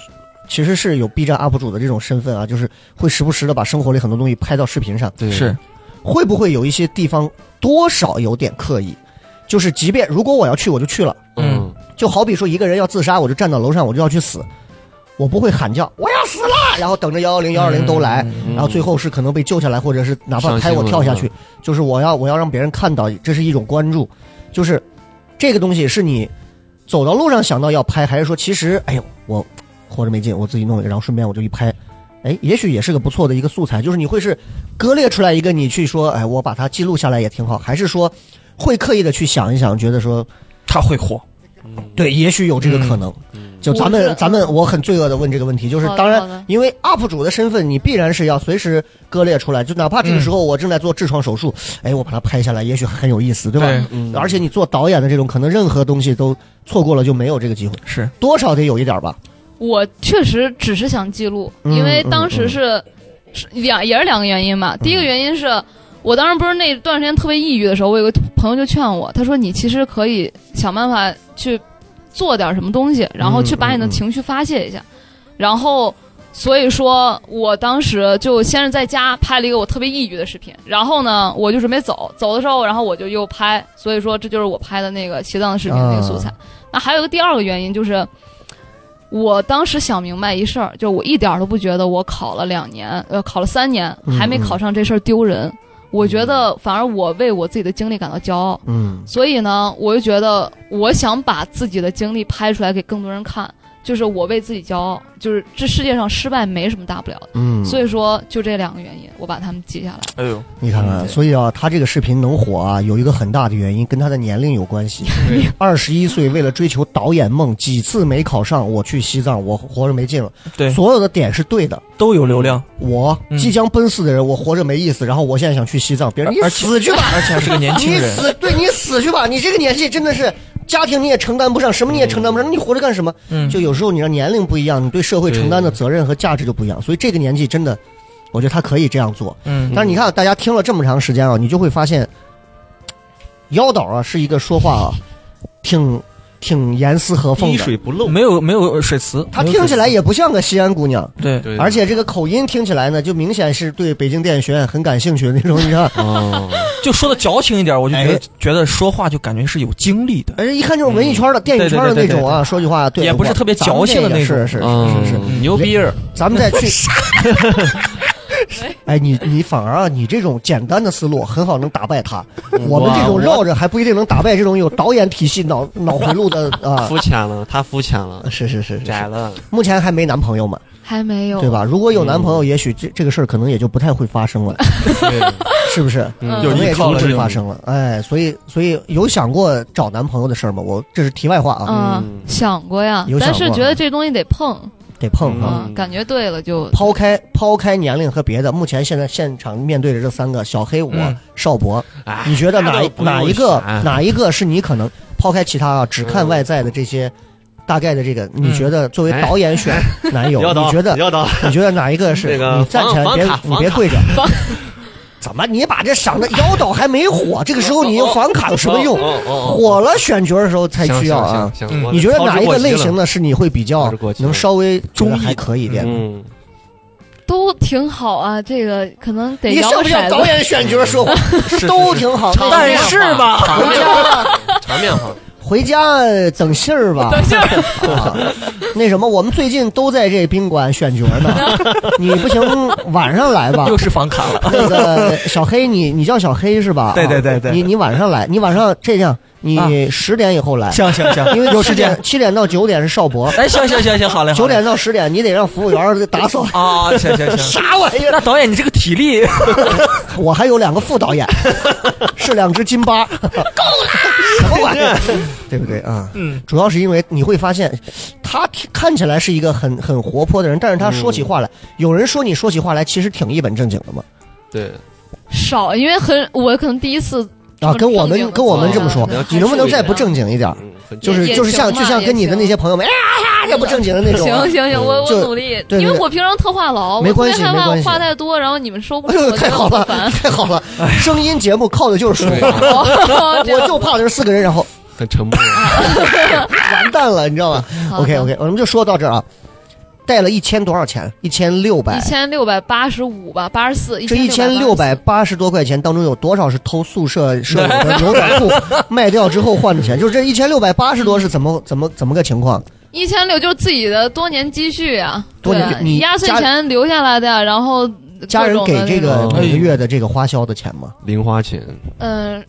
S3: 其实是有 B 站 UP 主的这种身份啊，就是会时不时的把生活里很多东西拍到视频上，
S5: 对
S7: 是
S3: 会不会有一些地方多少有点刻意？就是即便如果我要去，我就去了，
S5: 嗯
S3: 就好比说一个人要自杀，我就站到楼上，我就要去死，我不会喊叫我要死了，然后等着幺幺零幺二零都来，
S5: 嗯
S3: 然后最后是可能被救下来，或者是哪怕拍我跳下去，就是我要我要让别人看到，这是一种关注，就是这个东西是你走到路上想到要拍，还是说其实哎呦我活着没劲，我自己弄一个，然后顺便我就一拍。哎，也许也是个不错的一个素材，就是你会是割裂出来一个，你去说，哎，我把它记录下来也挺好，还是说会刻意的去想一想，觉得说
S7: 他会火，
S3: 对，也许有这个可能。就咱
S6: 我
S3: 们
S6: 是
S3: 咱们，我很罪恶的问这个问题，就是
S6: 好的
S3: 当
S6: 好的
S3: 然，因为 UP 主的身份，你必然是要随时割裂出来，就哪怕这个时候我正在做痔疮手术，哎，我把它拍下来，也许很有意思，对吧？
S7: 对
S5: 嗯
S3: 而且你做导演的这种，可能任何东西都错过了就没有这个机会，
S7: 是
S3: 多少得有一点吧。
S6: 我确实只是想记录，
S3: 嗯嗯
S6: 因为当时是是两也是两个原因吧。第一个原因是我当时不是那段时间特别抑郁的时候，我有个朋友就劝我，他说你其实可以想办法去做点什么东西，然后去把
S3: 嗯
S6: 你的情绪发泄一下。然后所以说我当时就先是在家拍了一个我特别抑郁的视频，然后呢我就准备走，走的时候然后我就又拍，所以说这就是我拍的那个西藏的视频的那个素材。那还有一个第二个原因就是。我当时想明白一事儿，就我一点儿都不觉得我考了两年，呃，考了三年
S3: 嗯
S6: 还没考上这事儿丢人。我觉得反而我为我自己的经历感到骄傲，
S3: 嗯，
S6: 所以呢，我就觉得我想把自己的经历拍出来给更多人看，就是我为自己骄傲，就是这世界上失败没什么大不了的。
S3: 嗯
S6: 所以说，就这两个原因，我把他们记下来。
S7: 哎呦，
S3: 你看
S6: 嗯
S3: 看，所以啊，他这个视频能火啊，有一个很大的原因跟他的年龄有关系。二十一岁，为了追求导演梦，几次没考上，我去西藏，我活着没劲了。
S7: 对，
S3: 所有的点是对的，
S7: 都有流量，
S3: 我
S7: 嗯
S3: 即将奔四的人，我活着没意思。然后我现在想去西藏，别人
S7: 而
S3: 嗯你
S7: 而且
S3: 死 去吧，
S7: 而且还是个年轻
S3: 你
S7: 人，
S3: 死，对你死去吧，你这个年纪真的是家庭你也承担不上，什么你也承担不上，你活着干什么？
S7: 嗯，
S3: 就有时候你让年龄不一样，你对社会承担的责任和价值就不一样。所以这个年纪真的，我觉得他可以这样做。
S7: 嗯
S3: 但是你看，大家听了这么长时间啊，你就会发现，妖导啊是一个说话啊，挺挺严丝合缝
S5: 滴
S3: 的。
S5: 水不漏，
S7: 没有没有水词，
S3: 她
S7: 没有水
S3: 听起来
S7: 词
S3: 也不像个西安姑娘，
S7: 对，
S5: 对，
S3: 而且这个口音听起来呢，就明显是对北京电影学院很感兴趣的那种，你
S7: 嗯
S3: 看，
S5: 哦，
S7: 就说的矫情一点，我就觉得、
S3: 哎
S7: 觉得说话就感觉是有经历的，
S3: 而且一看就是文艺圈的、电影圈的那种啊，说句话对，
S7: 也不是
S3: 我
S7: 特别矫情的那种
S3: 咱们这个是是是是是，
S5: 嗯牛逼
S7: 啊
S5: 儿，
S3: 咱们再 去。哎，你你反而啊，你这种简单的思路很好能打败他，
S7: 嗯
S5: 嗯
S3: 我们这种绕着还不一定能打败这种有导演体系脑脑回路的啊。
S5: 肤浅了，他肤浅 了，
S3: 是是是是
S5: 窄
S3: 是，
S5: 了，
S3: 目前还没男朋友嘛，
S6: 还没有，
S3: 对？吧？如果有男朋
S7: 嗯
S3: 友，也许这这个事儿可能也就不太会发生了，
S5: 对，
S3: 是不是？
S5: 嗯
S3: 可
S7: 有
S3: 能
S7: 依
S3: 也
S7: 靠
S3: 就
S7: 了
S3: 不
S7: 这
S3: 会
S7: 种
S3: 发生了。哎，所以所以有想过找男朋友的事儿吗？我这是题外话啊，
S6: 嗯，想过呀
S3: 有，想
S6: 但
S3: 过啊
S6: 是觉得这东西得碰，
S3: 得碰啊。
S6: 嗯，感觉对了就
S3: 抛开抛开年龄和别的，目前现在现场面对着这三个小黑我、
S7: 嗯
S3: 邵博，
S5: 哎
S3: 你觉得哪
S5: 那
S3: 一
S5: 都不用
S3: 哪一个
S5: 选
S3: 哪一个是你可能抛开其他啊，只看
S5: 嗯
S3: 外在的这些大概的这个，你
S7: 嗯
S3: 觉得作为
S5: 哎
S3: 导演选男友，
S5: 要
S3: 你
S5: 到
S3: 觉得
S5: 要到
S3: 你觉得哪一个是？
S5: 那个
S3: 你站起来
S5: 房
S3: 别
S5: 房卡
S3: 你别
S5: 房卡
S3: 跪着。 怎么？你把这想的妖导还没火，这个时候你用房卡有什么用？
S5: 哦哦哦
S3: 火了选角的时候才需要啊。
S5: 行
S7: 嗯
S5: 行行，
S3: 你觉得哪一个类型
S5: 的？
S3: 的是你会比较
S5: 操之过急了
S3: 能稍微中还可以一点？
S5: 嗯，
S6: 都挺好啊，这个可能得
S3: 你
S6: 摇
S3: 像
S6: 个
S3: 不像
S6: 骰
S3: 导
S6: 子。
S3: 演选角说话 都挺好，
S5: 场
S3: 但
S5: 面
S3: 是
S5: 化
S7: 是吧
S5: 场面化， 场面化，
S3: 回家等信儿吧。
S6: 等信儿，
S3: 啊那什么，我们最近都在这宾馆选角呢，你不行晚上来吧。
S7: 又是房卡 了。
S3: 那个小黑，你你叫小黑是吧？
S4: 对
S3: 啊
S4: 对对对
S3: 你你晚上来，你晚上这样，
S7: 啊
S3: 你十点以后来，
S4: 行行行，
S3: 因为
S4: 有
S3: 七
S4: 时
S3: 点
S4: 间。
S3: 七点到九点是邵博，
S7: 哎，行行行行，好嘞，好嘞
S3: 九点到十点你得让服务员打 扫。
S7: 啊，行行 行。
S3: 啥玩意儿？
S7: 那导演，你这个体力，
S3: 我还有两个副导演，是两只金巴，够了，什么玩意儿？对不对啊？
S7: 嗯，
S3: 主要是因为你会发现，他听看起来是一个很很活泼的人，但是他
S6: 嗯
S3: 说起话来，有人说你说起话来其实挺一本正经的嘛。
S5: 对，
S6: 少，因为很我可能第一次
S3: 啊，跟我
S6: 正经
S3: 们
S6: 地
S3: 跟我们这
S6: 做
S3: 么
S6: 啊
S3: 说
S6: 对还，
S3: 你能不能
S6: 是
S3: 再
S6: 这
S3: 不
S6: 样
S3: 正经一点？
S5: 嗯，很
S3: 啊就
S6: 也
S3: 是
S6: 也
S3: 就是像
S6: 行
S3: 就
S6: 吧
S3: 像
S6: 也
S3: 跟你的
S6: 行嗯
S3: 那些朋友们，哎呀呀，这不正经的那种。
S6: 行行行，我我
S3: 啊嗯就
S6: 努力，
S3: 对对
S6: 因为
S3: 对
S6: 我平常特话痨，我
S3: 没
S6: 特
S3: 关
S6: 别
S3: 系
S6: 害
S3: 没
S6: 怕
S3: 关
S6: 我
S3: 系
S6: 话太多，然后你们收不
S3: 哎
S6: 住，
S3: 呦，
S6: 我觉
S3: 太
S6: 得
S3: 好
S6: 很
S3: 了，
S6: 烦。哎
S3: 太好了！声音节目靠的就是说话，
S6: 我
S3: 我就怕就是四个人，然后
S5: 很沉 默。
S3: 完蛋了，你知道吗？OK OK，我们就说到这儿啊。带了一千多少钱？一千六百
S6: 一。千六百八十五吧，八十四，
S3: 这一千六百八十多块钱当中，有多少是偷宿舍舍友的牛仔裤卖掉之后换的钱？就是这一千六百八十多是怎么怎么怎么个情况？
S6: 一千六就是自己的多年积蓄呀，
S3: 多年
S6: 对啊
S3: 你
S6: 压岁
S3: 家
S6: 钱留下来的呀，然后
S3: 家人给这个
S6: 各种的那种
S5: 种
S3: 每个月的这个花销的钱吗？
S5: 零花钱，
S6: 嗯。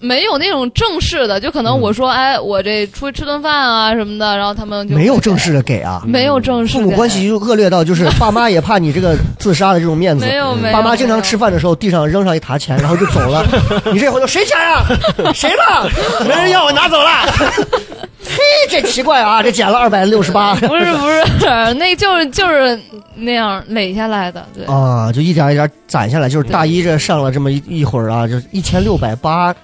S6: 没有那种正式的，就可能我
S3: 嗯
S6: 说，哎，我这出去吃顿饭啊什么的，然后他们就
S3: 没有
S6: 会
S3: 正式的给啊，
S6: 没有正式
S3: 父母
S6: 的
S3: 关系就恶劣到就是爸妈也怕你这个自杀的这种面子
S6: 没。有没有，
S3: 爸妈经常
S6: 没有
S3: 吃饭的时候，地上扔上一沓钱，然后就走 了。你这回头谁家呀？谁的？没人要，我拿走 了。嘿，这奇怪啊，这减了二百六十八
S6: 不是不是，那就是就是那样垒下来的，对，
S3: 啊，就一点一点攒下来。就是大一这上了这么一一会儿啊，就是一千六百八，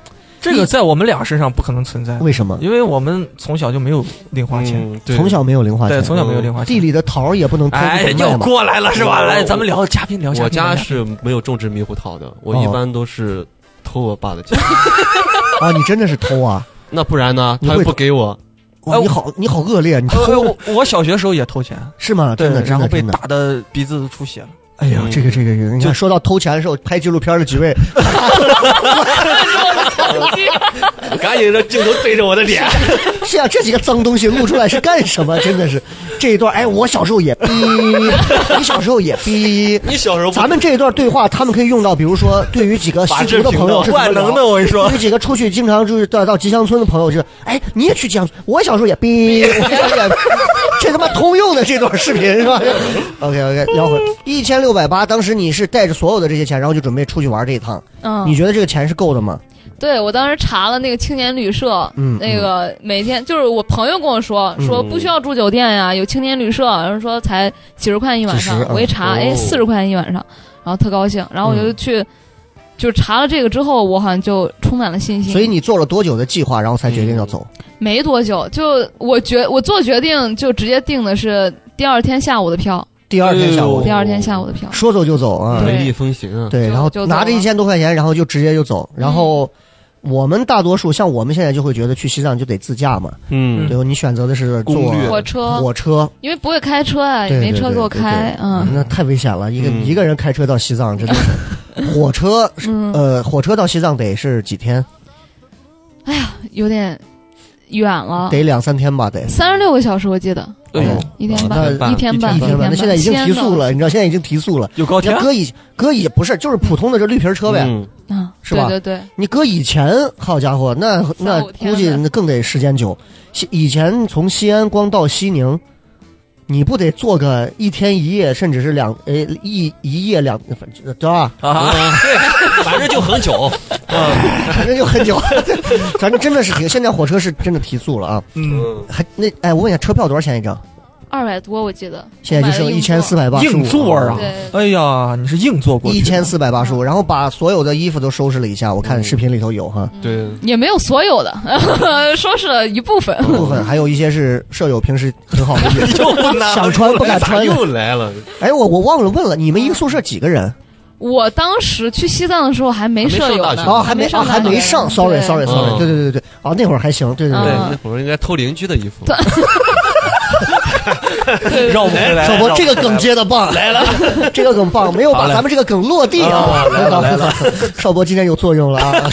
S7: 这个在我们俩身上不可能存在，
S3: 为什么？
S7: 因为我们从小就没有零花钱，
S5: 嗯对
S3: 从小没有零花
S7: 对，
S3: 钱，
S7: 从小没有零花钱
S3: 地。里的桃儿也不能偷着
S7: 哎，
S3: 卖
S7: 又
S3: 嘛。
S7: 过来了是吧？
S5: 我
S7: 来，咱们聊嘉宾，聊嘉
S5: 我
S7: 宾。
S5: 家
S7: 聊嘉宾
S5: 是没有种植猕猴桃的，我一
S3: 哦
S5: 般都是偷我爸的钱。
S3: 啊，你真的是偷啊！
S5: 那不然呢？
S3: 你
S5: 他
S3: 会
S5: 又不给我，
S3: 哇
S7: 哎
S3: 你好，你好恶 劣，你
S7: 呃
S3: 偷
S7: 我我小学时候也偷钱，
S3: 是吗？
S7: 对
S3: 啊真的，，真
S7: 然后
S3: 的，
S7: 被
S3: 真的。
S7: 打的鼻子都出血了。
S3: 哎呀，
S5: 嗯
S3: 这个这个人，你看说到偷钱的时候，拍纪录片的几 位，
S5: 赶紧让镜头对着我的脸。
S3: 是啊，这几个脏东西录出来是干什么？真的 是这一段，哎，我小时候 也逼，你小时候也逼。
S5: 你小时候不
S3: 咱们这一段对话，他们可以用到，比如说，对于几个吸毒的朋友是怎么
S7: 万
S3: 聊
S7: 能的，我跟你说
S3: 对于，几个出去经常就是到到吉祥村的朋友，就是，哎，你也去吉祥村？我小时候也逼， 我小时候也逼，这他妈通用的这段视频是 吧？OK OK，聊回一千六百八，当时你是带着所有的这些钱，然后就准备出去玩这一趟，
S6: 嗯，
S3: 你觉得这个钱是够的吗？
S6: 对我当时查了那个青年旅社，
S3: 嗯
S6: 那个每天就是我朋友跟我说，说不需要住酒店呀，有青年旅社，然后说才几十块钱一晚上
S3: 几十，
S6: 我一查，
S5: 嗯
S6: 哎，
S5: 哦
S6: 四十块钱一晚上，然后特高兴，然后我
S3: 嗯
S6: 就去，就查了这个之后，我好像就充满了信心。
S3: 所以你做了多久的计划，然后才决定要走？
S6: 没多久，就我决我做决定就直接定的是第二天下午的票，
S3: 第二天下午
S5: 哦
S6: 第，二天下午的票。
S3: 说走就走啊！
S6: 对
S5: 雷厉风行啊，
S3: 对，
S6: 就
S3: 然后
S6: 就走
S3: 拿着
S6: 了
S3: 一千多块钱，然后就直接就走。然后我们大多数像我们现在就会觉得去西藏就得自驾嘛，
S5: 嗯
S3: 对吧？你选择的是
S5: 攻
S3: 坐
S5: 略
S6: 火车，
S3: 火车，
S6: 因为不会开车呀，也
S3: 哦对
S6: 没
S3: 对
S6: 车
S3: 对
S6: 给我
S3: 对对
S6: 开，嗯，
S3: 那太危险了，一个
S5: 嗯
S3: 一个人开车到西藏真的是火车，
S6: 嗯
S3: 呃，火车到西藏得是几天？
S6: 有点远了，
S3: 得两三天吧，得。
S6: 三十六个小时我记得，
S7: 哎呦
S3: 哦
S6: 一天
S3: 那
S6: 半，一天半，
S3: 一天
S6: 半，
S3: 那现在已经提速了，
S6: 天
S3: 你知道现在已经提速了。
S7: 有高
S3: 你
S7: 铁啊
S3: 要，搁以搁以不是就是普通的这绿皮车呗，
S5: 嗯
S6: 呐嗯，
S3: 是吧
S6: 对对对，
S3: 你搁以前，好家伙，那那
S6: 三五天
S3: 估计
S6: 的
S3: 那更得时间久。西以前从西安光到西宁，你不得坐个一天一夜，甚至是两呃一一夜两，反正对吧？
S7: 啊，对，反正就很 久。
S3: 反正就很久， 反正真的是挺。现在火车是真的提速了啊！
S7: 嗯，
S5: 嗯，
S3: 还那哎，我问一下，车票多少钱一张？
S6: 二百多我记得，
S3: 现在就剩一千四
S6: 百，
S3: 百八十五。
S7: 硬座
S3: 哦
S7: 啊
S6: 对，
S7: 哎呀，你是硬坐过去
S3: 一
S7: 的，
S3: 千四百八十五，然后把所有的衣服都收拾了一下，我看视频里头有哈，
S5: 对，
S6: 也没有所有的， 说是一部分，
S3: 部分还有一些是舍友平时很好的衣服，
S7: 又拿
S3: 想穿不敢
S5: 咋
S3: 穿的。
S5: 又来了？
S3: 哎，我我忘了问了，你们一个宿舍几个人？
S6: 我当时去西藏的时候还没舍友
S5: 还没上大
S6: 呢，
S5: 学
S3: 哦，还没
S6: 上
S3: 啊，
S6: 大学
S3: 还
S6: 呢，
S3: 没上，sorry
S6: 对
S3: sorry
S5: 嗯
S3: 嗯 sorry，对对对对对，哦，那会儿还行，对对
S6: 嗯
S5: 对，那会儿应该偷邻居的衣服，
S7: 绕不回来。
S3: 小博这个梗接的棒，来了， 这个梗棒，没有
S7: 好
S3: 把
S7: 嘞
S3: 咱们这个梗落地啊！来 了来了，少博今天有作用了 啊！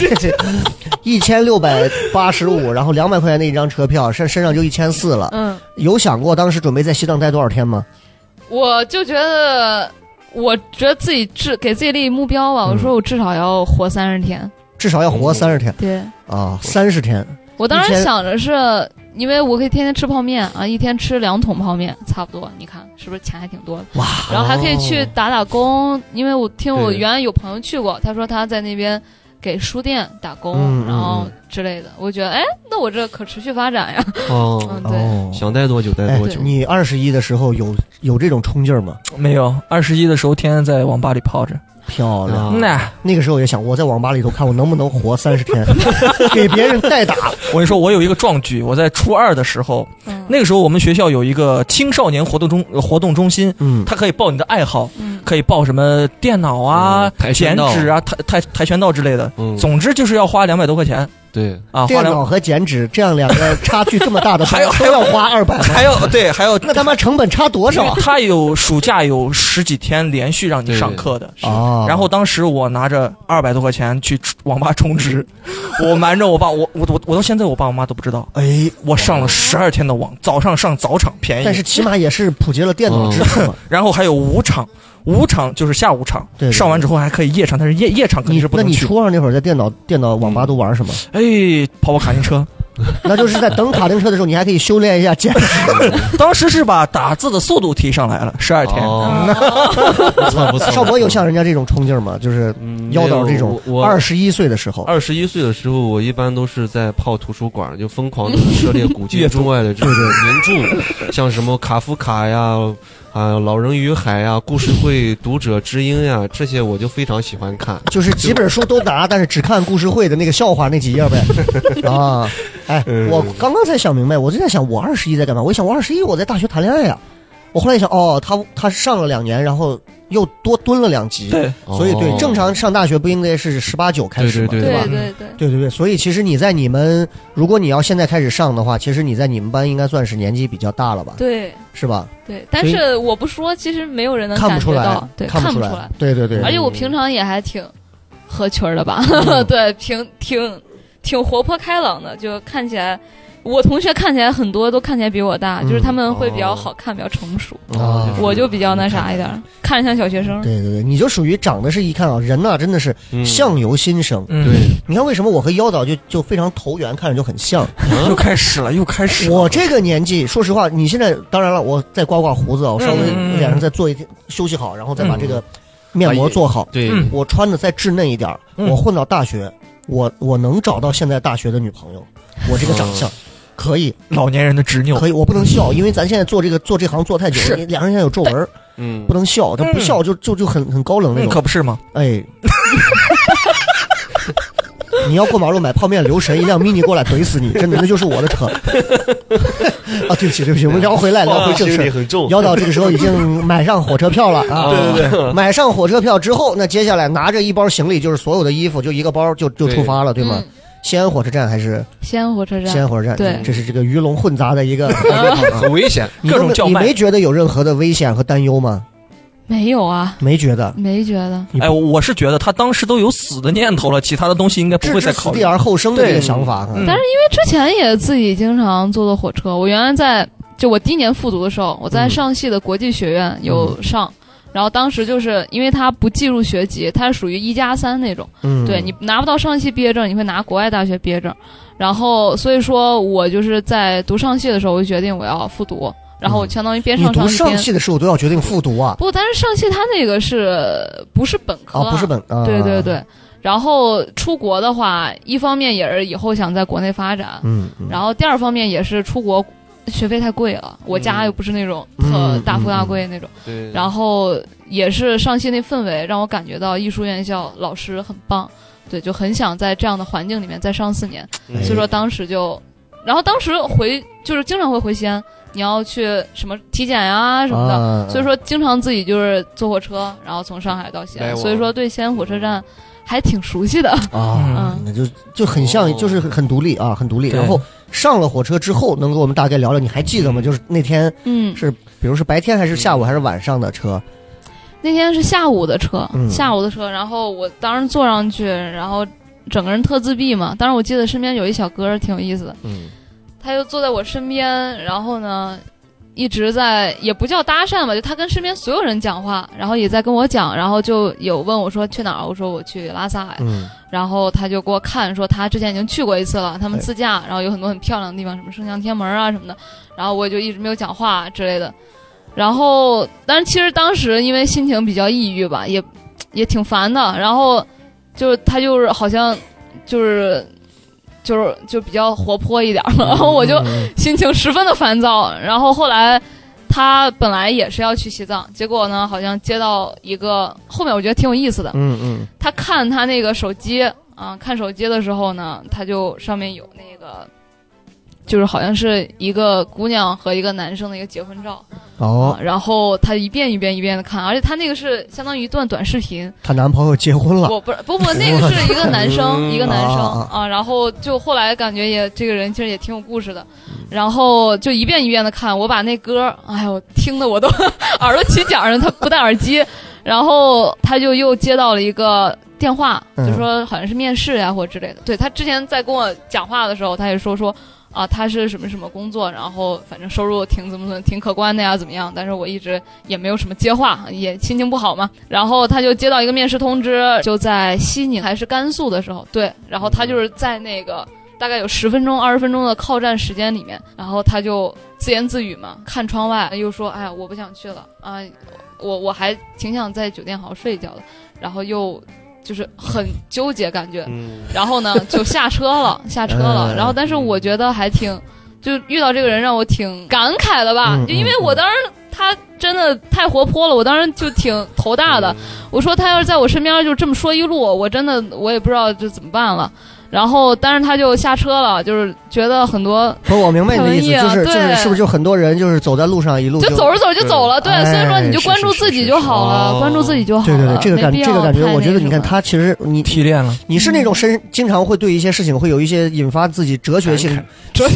S3: 一千六百八十五，然后两百块钱的一张车票，身身上就一千四了。
S6: 嗯，
S3: 有想过当时准备在西藏待多少天吗？
S6: 我就觉得，我觉得自己至给自己立目标
S3: 嗯
S6: 吧，我说我至少要活三十天。
S3: 至少要活三十天
S6: 对
S3: 啊，三十天。
S6: 我当
S3: 以前
S6: 时想着是。因为我可以天天吃泡面啊，一天吃两桶泡面差不多，你看是不是钱还挺多的？
S3: 哇！
S6: 然后还可以去打打工，因为我听我
S5: 对
S6: 原来有朋友去过，他说他在那边给书店打工，
S3: 嗯嗯
S6: 然后之类的。我觉得，哎，那我这可持续 发展呀。
S5: 哦
S6: 嗯，，对，
S3: 哦，哎
S5: 想待多久待多久。
S3: 你二十一的时候有有这种冲劲儿吗？
S7: 没有，二十一的时候天天在网吧里泡着。
S3: 漂亮。
S5: 啊
S7: 那
S3: 那个时候我也想，我在网吧里头看我能不能活三十天， 给别人代打。
S7: 我跟你说，我有一个壮举，我在初二的时候，
S6: 嗯
S7: 那个时候我们学校有一个青少年活动中呃活动中心，
S3: 嗯，
S7: 它可以报你的爱好，
S6: 嗯，
S7: 可以报什么电脑啊
S5: 嗯、跆
S7: 剪
S5: 拳道
S7: 纸啊、跆跆跆拳道之类的。
S5: 嗯，
S7: 总之就是要花两百多块钱
S5: 对，
S7: 啊，花
S3: 电
S7: 两
S3: 脑和剪纸这样两个差距这么大的，
S7: 还有
S3: 都要花二百吗？
S7: 还要对还要
S3: 那他妈成本差多少
S7: 因为他有暑假有十几天连续让你上课的。
S3: 啊
S7: 然后当时我拿着二百多块钱去网吧充 值，我瞒着我爸，我我我我到现在我爸我妈都不知道，
S3: 哎，
S7: 我上了十二天的网，早上上早场便宜，
S3: 但是起码也是普及了电脑知识嘛。
S7: 然后还有午场，午场就是下午场，
S3: 对对对
S7: 上完之后还可以夜场，但是夜夜场肯
S3: 你
S7: 嗯定是不
S3: 那
S7: 能
S3: 你
S7: 去。
S3: 初二那会儿在电脑电脑网吧都玩什么？
S7: 哎，跑跑卡 丁车，
S3: 那就是在等卡丁车的时候，你还可以修炼一下剪纸。
S7: 当时是把打字的速度提上来了，十二 天。
S5: 哦，不错不错。
S3: 少博有像人家这种冲劲儿吗？就是
S5: 嗯
S3: 妖导这种
S5: 没有我
S3: 二十一岁的时候，
S5: 二十一岁的时候，我一般都是在泡图书馆，就疯狂的涉猎古今
S7: 阅读
S5: 中外的这种名著，像什么卡夫卡呀、啊《老人与海》呀、《故事会》《读者之音》呀，这些我就非常喜欢看。
S3: 就是几本书都拿，但是只看故事会的那个笑话那几页呗。 啊，哎，
S5: 嗯
S3: 我刚刚才想明白，我就在想我二十一在干嘛？我一想我二十一我在大学谈恋爱呀、我后来一想，哦，他他上了两年，然后又多蹲了两级，
S7: 对，
S3: 所以对
S5: 哦
S3: 正常上大学不应该是十八九开始嘛，
S5: 对
S3: 吧
S6: 对？
S5: 吧
S6: 对对，
S3: 对对对，所以其实你在你们，如果你要现在开始上的话，其实你在你们班应该算是年纪比较大了吧，
S6: 对
S3: 是吧？
S6: 对，但是我不说，其实没有人能
S3: 看不
S6: 感
S3: 出
S6: 觉
S3: 来
S6: 到，，对，
S3: 看
S6: 看
S3: 出
S6: 出
S3: 来，，对对对
S6: 而，且我平常也还挺合群儿的吧，
S3: 嗯
S6: 对，挺挺挺活泼开朗的，就看起来。我同学看起来很多都看起来比我大，
S3: 嗯
S6: 就是他们会比较
S5: 哦
S6: 好看，比较成熟。
S3: 啊
S5: 是
S6: 我就比较那啥一点儿，看着像小学生。
S3: 对对对，你就属于长得是一看啊，人呐、真的是
S5: 嗯
S3: 相由心生。
S7: 嗯
S5: 对，
S3: 你看为什么我和妖导就就非常投缘，看着就很像。
S7: 又开始了，又开始了。
S3: 我这个年纪，说实话，你现在当然了，我再刮刮胡子啊，我稍微
S7: 嗯嗯嗯
S3: 脸上再做一点休息好，然后再把
S7: 嗯
S3: 这个面膜做好，
S5: 对，
S7: 嗯
S3: 我穿的再稚嫩一点儿，
S7: 嗯
S3: 我混到大学，我我能找到现在大学的女朋友，
S7: 嗯
S3: 我这个长
S7: 哦
S3: 相。可以，
S7: 老年人的执拗
S3: 可，以，我不能笑，因为咱现在做这个做这行做太久
S7: 是
S3: 了，你脸上现在有皱纹，
S5: 嗯
S3: 不，能笑，他不笑就就就很很高冷那
S7: 嗯
S3: 种。
S7: 可不是吗？
S3: 哎， 你要过马路买泡面留神，一辆 mini 过来怼死你，真的，那就是我的车。 啊，对不起，对不起，我们聊回来，聊回正事儿。啊
S5: 很重
S3: 妖导这个时候已经买上火车票了啊！
S5: 对对
S7: 嗯
S5: 对，
S3: 买上火车票之后，那接下来拿着一包行李，就是所有的衣服，就一个包就就
S5: 对
S3: 出发了，对吗
S6: 嗯？？
S3: 西安火车站还
S7: 啊
S3: 是
S6: 西安火车
S3: 西安
S6: 站，
S3: 火车站？
S6: 对
S3: 这是这个鱼龙混杂的一 个 一个地方啊
S5: 很 危险。
S3: 你
S7: 各
S3: 都
S7: 种
S3: 没
S7: 叫
S3: 你
S7: 卖
S3: 没觉得有任何的危险和担忧吗？
S6: 没有啊，
S3: 没觉得，
S6: 没觉得。
S3: 你
S7: 哎，我我是觉得他当时都有死的念头了，其他的东西应该不
S3: 置
S7: 会
S3: 之
S7: 再
S3: 死
S7: 考
S3: 地
S7: 虑。
S3: 而后生的这个
S7: 对
S3: 想法啊。
S7: 嗯
S6: 但是因为之前也自己经常坐坐火车，我原来在就我第一年复读的时候，我在上戏的国际学院有上。然后当时就是因为它不计入学籍，它是属于一加三那种，
S3: 嗯，
S6: 对你拿不到上戏毕业证，你会拿国外大学毕业证。然后所以说我就是在读上戏的时候，我就决定我要复读，然后我相当于边
S3: 嗯你
S6: 上
S3: 读
S6: 上戏
S3: 上
S6: 边
S3: 戏的时候都要决定复读啊，
S6: 不，但是上戏它那个是不是本科
S3: 啊，不是本啊，
S6: 对对，对。然后出国的话，一方面也是以后想在国内发展，
S3: 嗯，嗯
S6: 然后第二方面也是出国学费太贵了，我家
S5: 嗯
S6: 又不是那种
S3: 嗯
S6: 特大
S3: 嗯
S6: 富大
S3: 嗯
S6: 贵那种。
S5: 对，
S6: 然后也是上戏那氛围让我感觉到艺术院校老师很棒，对，就很想在这样的环境里面再上四年。
S5: 嗯
S6: 所以说当时就，然后当时回就是经常会回西安，你要去什么体检呀、什么的，
S3: 啊
S6: 所以说经常自己就是坐火车，然后从上海到西
S5: 来
S6: 安，
S5: 往
S6: 所以说对西安火车站还挺熟悉的。
S3: 啊
S6: 嗯，
S3: 那就就很像
S5: 哦，
S3: 就是很独立啊，很独立。
S7: 对
S3: 然后上了火车之后，能给我们大概聊聊？你还记得吗？就是那天，
S6: 嗯，
S3: 是比如是白天还是下午还是晚上的车？
S6: 那天是下午的车，
S3: 嗯
S6: 下午的车，然后我当时坐上去，然后整个人特自闭嘛。当时我记得身边有一小哥挺有意思的，
S5: 嗯，
S6: 他就坐在我身边，然后呢，一直在也不叫搭讪吧，就他跟身边所有人讲话，然后也在跟我讲，然后就有问我说去哪儿，啊我说我去拉萨呀，
S3: 嗯，
S6: 然后他就给我看说他之前已经去过一次了，他们
S3: 哎
S6: 自驾，然后有很多很漂亮的地方，什么圣象天门啊什么的，然后我就一直没有讲话之类的，然后但是其实当时因为心情比较抑郁吧，也也挺烦的，然后就是他就是好像就是。就是就比较活泼一点儿嘛， 然后我
S3: 嗯
S6: 就心情十分的烦躁。然后后来他本来也是要去西藏，结果呢，好像接到一个后面我觉得挺有意思的，
S3: 嗯嗯
S6: 他看他那个手机啊，看手机的时候呢，他就上面有那个。就是好像是一个姑娘和一个男生的一个结婚照、
S3: 哦
S6: 啊，，然后他一遍一遍一遍的看，而且他那个是相当于一段短视频，
S3: 她男朋友结婚了，
S6: 我不是不不，那个是一个男生，
S5: 嗯
S6: 一个男生
S3: 啊
S6: 啊。然后就后来感觉也这个人其实也挺有故事的，
S3: 嗯
S6: 然后就一遍一遍的看，我把那歌，哎呦，听的我都 耳朵起茧了，他不戴耳机，然后他就又接到了一个。电话
S3: 嗯
S6: 就说好像是面试呀、或者之类的。对他之前在跟我讲话的时候，他也说说啊，他是什么什么工作，然后反正收入挺怎么怎么挺可观的呀，怎么样？但是我一直也没有什么接话，也心情不好嘛。然后他就接到一个面试通知，就在西宁还是甘肃的时候，对，然后他就是在那个。大概有十分钟、二十分钟的靠站时间里面，然后他就自言自语嘛，看窗外，又说：“哎呀，我不想去了啊，我我还挺想在酒店好好睡一觉的。”然后又就是很纠结，感觉，
S5: 嗯
S6: 然后呢就下车 了，下车了。
S3: 嗯
S6: 然后，但是我觉得还挺，就遇到这个人让我挺感慨的吧，
S3: 嗯
S6: 就因为我当时他真的太活泼了，我当时就挺头大的。
S3: 嗯
S6: 我说他要是在我身边就这么说一路，我真的我也不知道这怎么办了。然后，但是他就下车了，就是觉得很多
S3: 不是我明白你的意思，
S6: 同意啊
S3: 就是就是
S6: 对
S3: 是不是就很多人就是走在路上一路
S6: 就走着走着就
S5: 对
S6: 走了，对，
S3: 哎
S6: 所以说你就是关
S3: 是
S6: 注
S3: 是
S6: 自己
S3: 是
S6: 就好了，
S5: 哦
S6: 关注自己就好
S3: 对对对
S6: 了，，
S3: 这个感
S6: 没必要
S3: 这个感觉，
S6: 太
S3: 我
S6: 那
S3: 觉得
S6: 什
S3: 你看
S6: 么嗯
S3: 他其实你
S7: 提炼了，
S3: 你是那种身经常会对一些事情会有一些引发自己哲学性
S7: 感
S3: 哲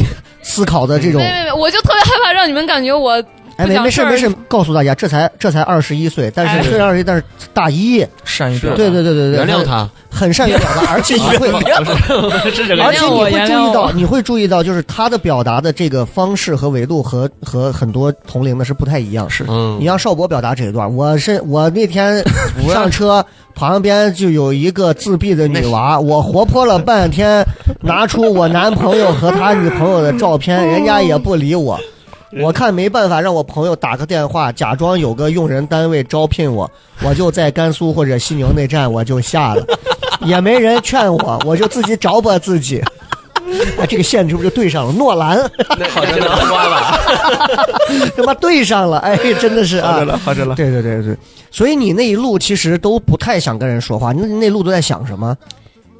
S3: 思考的这种
S6: 没。没没，我就特别害怕让你们感觉我
S3: 哎，没
S6: 嗯不讲
S3: 没事
S6: 事儿
S3: 没事，告诉大家，这才这才二十一岁，但
S6: 哎
S3: 是虽然二十一，但是大一，
S7: 善于
S5: 是
S7: 表达。
S3: 对对对对对，
S5: 原谅他，
S3: 很善于表 达，而且你会，
S5: 不是这个
S6: 谅
S3: 而
S5: 意
S3: 且
S5: 思。
S3: 你
S6: 我
S3: 会
S6: 原
S3: 注
S6: 谅
S3: 意到，
S6: 我
S3: 你会注意到，就是他的表达的这个方式和维度和和很多同龄的是不太一样。
S7: 是
S5: 嗯，
S3: 你让邵博表达这一段，我是我那天上车旁边就有一个自闭的女娃，我活泼了半天，拿出我男朋友和他女朋友的照片，人家也不理我。我看没办法，让我朋友打个电话，假装有个用人单位招聘我，我就在甘肃或者西宁那站我就下了，也没人劝我，我就自己找吧自己。啊，这个线是不是就对上了？诺兰
S5: 那好像南瓜吧，
S3: 他妈对上了，哎，真的是啊。
S7: 了，好着了。
S3: 对对对对，所以你那一路其实都不太想跟人说话，那那路都在想什么？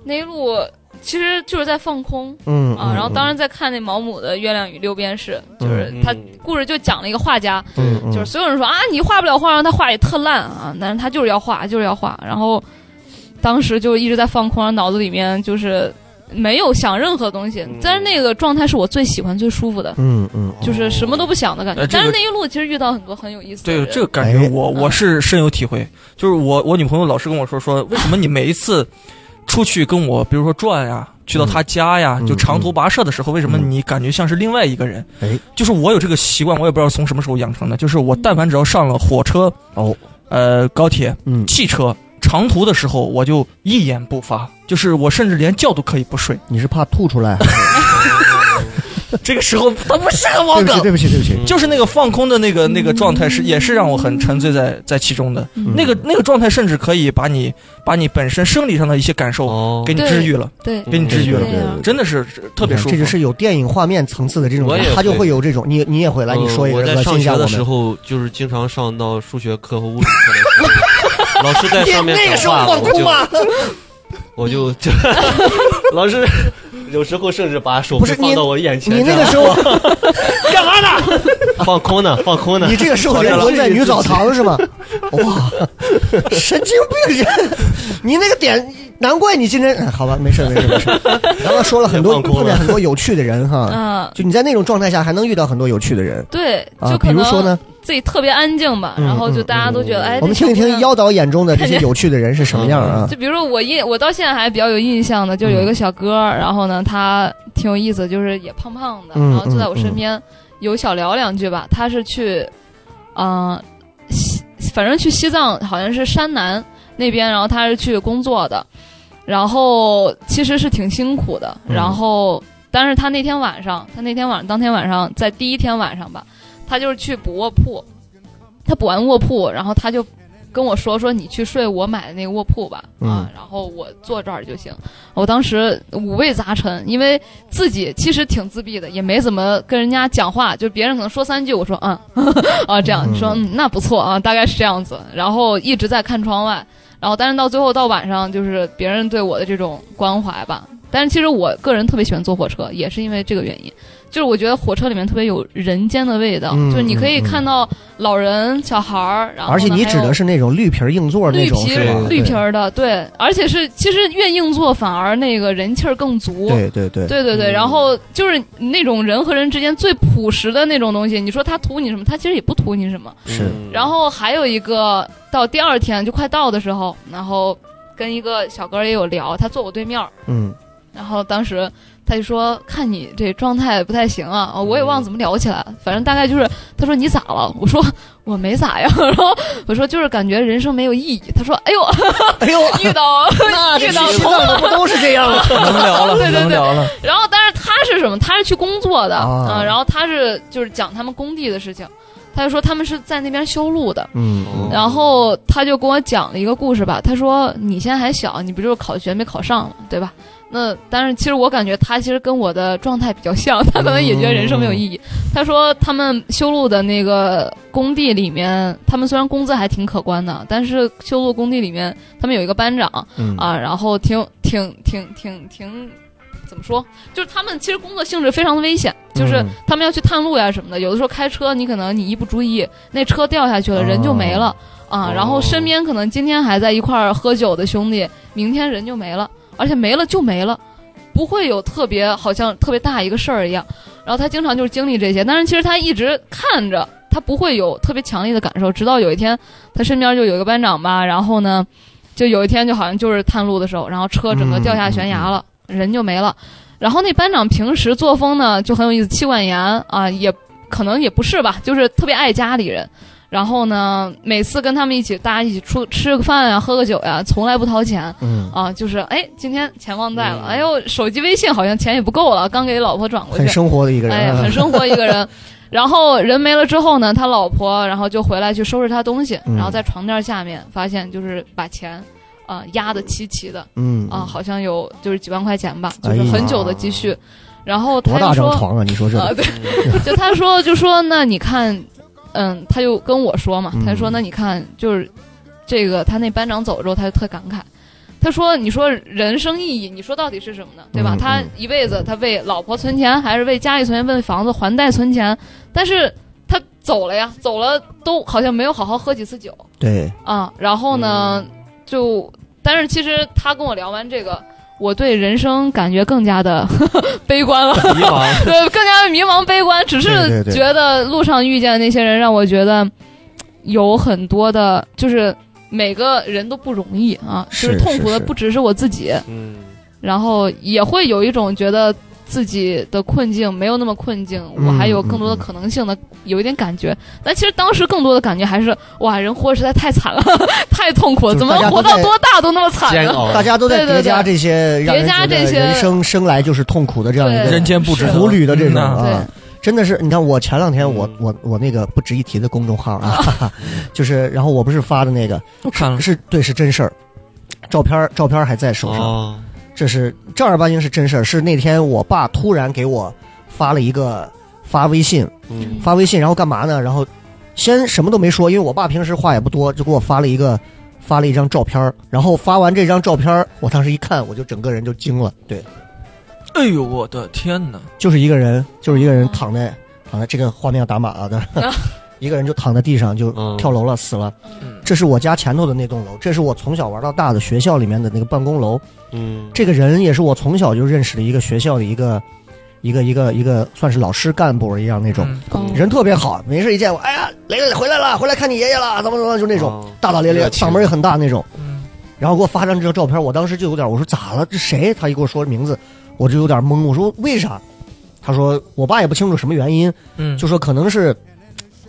S6: 那一路其实就是在放空
S3: 嗯
S6: 啊，
S3: 嗯
S6: 然后当时在看那毛姆的《月亮与六便士》，就是
S5: 嗯
S6: 他故事就讲了一个画家，
S3: 嗯嗯
S6: 就是所有人说啊你画不了画，然后他画也特烂啊，但是他就是要画，就是要画，然后当时就一直在放空，然后脑子里面就是没有想任何东西
S5: 嗯，
S6: 但是那个状态是我最喜欢、最舒服的，
S3: 嗯嗯，
S6: 就是什么都不想的感觉
S7: 呃。这个
S6: 但是那一路其实遇到很多很有意思的
S7: 对
S6: 人，
S7: 这个感觉
S3: 哎
S7: 我，我是深有体会。就是我，我女朋友老是跟我说说，为什么你每一次出去跟我，比如说转呀、去到她家呀，
S3: 嗯
S7: 就长途跋涉的时候，为什么你感觉像是另外一个人？
S3: 哎，
S7: 就是我有这个习惯，我也不知道从什么时候养成的。就是我但凡只要上了火车、
S3: 哦，
S7: 呃高铁、
S3: 嗯，
S7: 汽车长途的时候，我就一言不发，就是我甚至连觉都可以不睡。
S3: 你是怕吐出 来？
S7: 这个时候它不是个
S3: 对
S7: 网
S3: 不起
S7: 梗，
S3: 对不起对不
S5: 嗯
S3: 起，
S7: 就是那个放空的那个那个状态是也是让我很沉醉在在其中的。
S6: 嗯
S7: 那个那个状态甚至可以把你把你本身生理上的一些感受
S5: 哦
S7: 给你治愈了，
S6: 对嗯
S7: 给你治愈了
S6: 对啊对对，
S7: 真的是是特别舒服。
S3: 这就是有电影画面层次的这种
S5: 我也，
S3: 他就
S5: 会
S3: 会有这种，你你也会来，你说一个，
S5: 呃我在
S3: 恶心
S5: 上
S3: 一
S5: 学
S3: 下
S5: 的
S3: 我
S5: 时
S3: 们。
S5: 候，就是经常上到数学课和物理 课的时候，老师在上面
S3: 那个时
S5: 讲
S3: 候
S5: 话，
S3: 放
S5: 我
S3: 空
S5: 就
S3: 吗？
S5: 我就老师有时候甚至把手
S3: 不
S5: 臂
S3: 是
S5: 放
S3: 你
S5: 到我眼前，
S3: 你那个时候，
S5: 干嘛呢？放空呢，放空 呢。嗯
S3: 你这个时候灵魂在女澡堂是吗？哇，神经病人！你那个点，难怪你今天哎好吧，没事没事没 事。刚刚说了很多
S5: 别放空了
S3: 碰见很多有趣的人哈，
S6: 嗯，
S3: 就你在那种状态下还能遇到很多有趣的人
S6: 对，
S3: 啊，
S6: 就
S3: 比
S6: 可
S3: 如说
S6: 能
S3: 呢，
S6: 自己特别安静吧，
S3: 嗯
S6: 然后就大家都觉得，哎，
S3: 我们
S6: 这嗯
S3: 听
S6: 小
S3: 一
S6: 姑
S3: 听
S6: 娘
S3: 妖导眼中的 这些有趣的人是什么样啊？
S6: 就比如说我印，我到现在还比较有印象的，就有一个小哥儿，然后呢，他挺有意思，就是也胖胖的，
S3: 嗯
S6: 然后坐在我身边，有小聊两句吧。他是去，嗯、西，反正去西藏好像是山南那边，然后他是去工作的，然后其实是挺辛苦的，
S3: 嗯
S6: 然后但是他那天晚上，他那天晚当天晚上，在第一天晚上吧，他就是去补卧铺，他补完卧铺，然后他就跟我说说你去睡我买的那个卧铺吧，啊，然后我坐这儿就行。我当时五味杂陈，因为自己其实挺自闭的，也没怎么跟人家讲话，就别人可能说三句，我说嗯 啊这样，你说嗯那不错啊，大概是这样子，然后一直在看窗外。然后，但是到最后到晚上，就是别人对我的这种关怀吧。但是其实我个人特别喜欢坐火车，也是因为这个原因。就是我觉得火车里面特别有人间的味道，
S3: 嗯
S6: 就是你可以
S3: 嗯嗯
S6: 看到老人、小孩儿，然后
S3: 而且
S6: 呢
S3: 你
S6: 嗯还
S3: 指
S6: 有
S3: 的是那种绿皮儿硬座那
S6: 绿
S3: 种
S6: 皮
S3: 是吧？
S6: 绿皮儿的，对，而且是其实越硬座反而那个人气儿更足。
S3: 对对对对，
S6: 对对对然后就是那种人和人之间最朴实的那种东西，你说他图你什么？他其实也不图你什么。
S3: 是
S5: 嗯
S6: 然后还有一个，到第二天就快到的时候，然后跟一个小哥儿也有聊，他坐我对面儿，
S3: 嗯，
S6: 然后当时他就说：“看你这状态不太行啊。”哦我也忘了怎么聊起来了，反正大概就是他说：“你咋了？”我说：“我没咋呀。”然后我说：“就是感觉人生没有意义。”他说：“哎呦，
S3: 哎 呦，
S6: 遇到。
S3: 那这
S6: 遇到
S3: 西藏的不都是这样吗？
S7: 能 聊了，
S6: 对对对
S7: 能聊了。”
S6: 然后，但是他是什么？他是去工作的
S3: 啊
S6: 嗯然后他是就是讲他们工地的事情，他就说他们是在那边修路的。
S3: 嗯
S5: 嗯
S6: 然后他就跟我讲了一个故事吧，他说你现在还小，你不就是考学没考上嘛，对吧？那但是其实我感觉他其实跟我的状态比较像，他可能也觉得人生没有意义。他说他们修路的那个工地里面，他们虽然工资还挺可观的，但是修路工地里面他们有一个班长
S3: 嗯
S6: 啊，然后挺挺挺挺挺怎么说，就是他们其实工作性质非常的危险，就是
S3: 嗯
S6: 他们要去探路呀什么的，有的时候开车你可能你一不注意，那车掉下去了，人就没了
S3: 哦
S6: 啊。然后身边可能今天还在一块儿喝酒的兄弟，明天人就没了，而且没了就没了，不会有特别好像特别大一个事儿一样。然后他经常就是经历这些，但是其实他一直看着，他不会有特别强烈的感受，直到有一天他身边就有一个班长吧，然后呢，就有一天就好像就是探路的时候，然后车整个掉下悬崖了，人就没了。然后那班长平时作风呢就很有意思，妻管严啊，也可能也不是吧，就是特别爱家里人。然后呢，每次跟他们一起，大家一起出吃个饭呀、啊喝个酒呀、从来不掏钱
S3: 嗯，
S6: 啊，就是哎，今天钱忘带了，
S5: 嗯
S6: 哎呦，手机微信好像钱也不够了，刚给老婆转过去
S3: 很，生活的一个人
S6: 哎，
S3: 啊
S6: 很，生活一个 人。然后人没了之后呢，他老婆然后就回来去收拾他东西，
S3: 嗯
S6: 然后在床垫下面发现就是把钱啊、压的齐齐的
S3: 嗯
S6: 啊、好像有就是几万块钱吧，就
S3: 哎
S6: 是
S3: 呀
S6: 很久的积蓄。然后他
S3: 多
S6: 又
S3: 大张
S6: 说
S3: 床啊？你说这
S6: 啊，对，就他说就说那你看，嗯，他就跟我说嘛，
S3: 嗯
S6: 他就说那你看就是这个他那班长走之后，他就特感慨。他说：“你说人生意义，你说到底是什么呢？对吧？
S3: 嗯
S6: 他
S3: 嗯
S6: 一辈子，他为老婆存钱，还是为家里存钱，为房子还贷存钱？但是他走了呀，走了都好像没有好好喝几次酒
S3: 对，
S6: 啊。然后呢，
S3: 嗯
S6: 就但是其实他跟我聊完这个，我对人生感觉更加的 悲观了。
S5: 以往
S6: 对，更加迷茫悲观，
S3: 对
S6: 只是
S3: 对对
S6: 觉得路上遇见的那些人，让我觉得有很多的，就是每个人都不容易啊，就是痛苦
S3: 是是
S6: 的不只是我自己，
S5: 嗯，
S6: 然后也会有一种觉得自己的困境没有那么困境，
S3: 嗯
S6: 我还有更多的可能性的，有一点感觉。但其实当时更多的感觉还是，哇，人活着实在太惨了， 太痛苦了，
S3: 就是
S6: 怎么
S3: 大家都
S6: 活到
S3: 在
S6: 多大都那么惨啊
S5: 煎
S6: 呢？
S5: 熬，
S3: 大家都在叠加这些，让人
S6: 叠加
S3: 觉得
S6: 这些
S3: 人生生来就是痛苦的这样一
S6: 对
S3: 个
S7: 人间不值
S3: 苦旅的这种
S7: 嗯呐
S6: 对
S3: 啊。真的是，你看我前两天我
S5: 嗯
S3: 我我那个不值一提的公众号啊，哈
S6: 哦
S3: 哈 就是然后我不是发的那个
S7: 我看了，
S3: 是对是真事儿，照片儿照片儿还在手上，
S5: 哦
S3: 这是正儿八经是真事儿，是那天我爸突然给我发了一个发微信，
S5: 嗯
S3: 发微信，然后干嘛呢？然后先什么都没说，因为我爸平时话也不多，就给我发了一个发了一张照片儿然后发完这张照片儿我当时一看，我就整个人就惊了，对，
S7: 哎呦我的天哪！
S3: 就是一个人，就是一个人躺在躺在这个画面要打码啊，但是 一个人就躺在地上就
S5: 嗯
S3: 跳楼了，死了
S7: 嗯。
S3: 这是我家前头的那栋楼，这是我从小玩到大的学校里面的那个办公楼。
S5: 嗯，
S3: 这个人也是我从小就认识的一个学校的一个一个一个一个算是老师干部一样那种，
S7: 嗯
S6: 哦
S3: 人特别好，没事一见我，哎呀，雷雷回来了，回来看你爷爷了，怎么怎么就那种
S5: 哦
S3: 大大咧咧，
S5: 热情
S3: 嗓门也很大那种。
S7: 嗯
S3: 然后给我发张这张照片，我当时就有点，我说咋了？这谁？他一给我说名字，我就有点懵，我说为啥？他说我爸也不清楚什么原因，
S7: 嗯，
S3: 就说可能是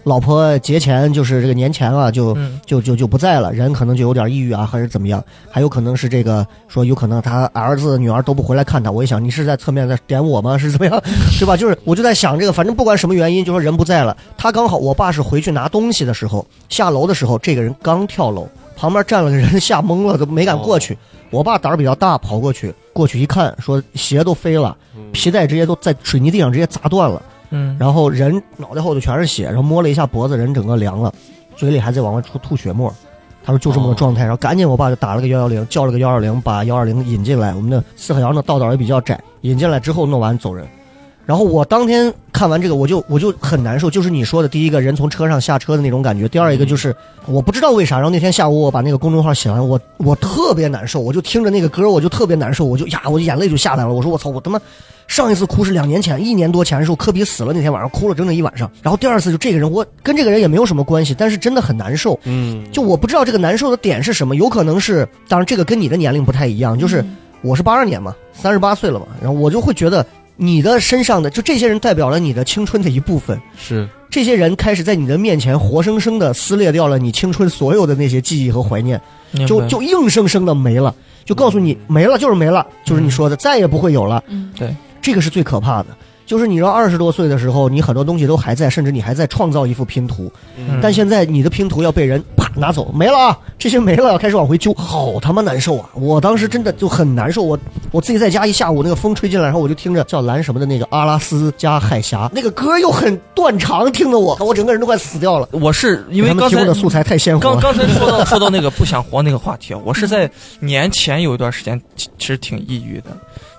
S3: 老婆节前就是这个年前啊就。
S7: 嗯
S3: 就就就不在了，人可能就有点抑郁啊，还是怎么样？还有可能是这个说，有可能他儿子女儿都不回来看他。我一想，你是在侧面在点我吗？是 怎么样，对吧？就是我就在想这个，反正不管什么原因，就说人不在了。他刚好，我爸是回去拿东西的时候，下楼的时候，这个人刚跳楼，旁边站了个人， 吓懵了，都没敢过去。我爸胆儿比较大，跑过去，过去一看，说鞋都飞了，
S5: 嗯
S3: 皮带直接都在水泥地上直接砸断了。
S7: 嗯，
S3: 然后人脑袋后头全是血，然后摸了一下脖子，人整个凉了，嘴里还在往外出吐血沫。他说就这么个状态，然后赶紧我爸就打了个幺幺零，叫了个幺二零，把幺二零引进来。我们的四合窑那道道也比较窄，引进来之后弄完走人。然后我当天看完这个，我就我就很难受，就是你说的第一个人从车上下车的那种感觉，第二一个就是我不知道为啥，然后那天下午我把那个公众号写完，我我特别难受，我就听着那个歌，我就特别难受，我就呀，我就眼泪就下来了，我说我操，我他妈上一次哭是两年前，一年多前的时候，科比死了那天晚上哭了整整一晚上。然后第二次就这个人，我跟这个人也没有什么关系，但是真的很难受。
S5: 嗯，
S3: 就我不知道这个难受的点是什么，有可能是，当然这个跟你的年龄不太一样，就是我是八二年嘛，三十八岁了嘛，然后我就会觉得你的身上的就这些人代表了你的青春的一部分，
S5: 是
S3: 这些人开始在你的面前活生生的撕裂掉了你青春所有的那些记忆和怀念。
S7: 明
S3: 就
S7: 白嗯
S3: 就硬生生的没了，就告诉你没了就是没了，就是你说的再也不会有了。
S6: 嗯
S7: 对，
S3: 这个是最可怕的。就是你到二十多岁的时候，你很多东西都还在，甚至你还在创造一幅拼图，
S7: 嗯
S3: 但现在你的拼图要被人啪拿走，没了啊，这些没了，要开始往回揪，好他妈难受啊！我当时真的就很难受，我我自己在家一下午，那个风吹进来，然后我就听着叫蓝什么的那个阿拉斯加海峡那个歌又很断肠，听得我我整个人都快死掉了，
S7: 我是因为
S3: 给他们
S7: 刚
S3: 提
S7: 才
S3: 供的素材太鲜活
S7: 刚
S3: 了。
S7: 刚才说到 说到那个不想活那个话题， 啊，我是在年前有一段时间其其实挺抑郁的，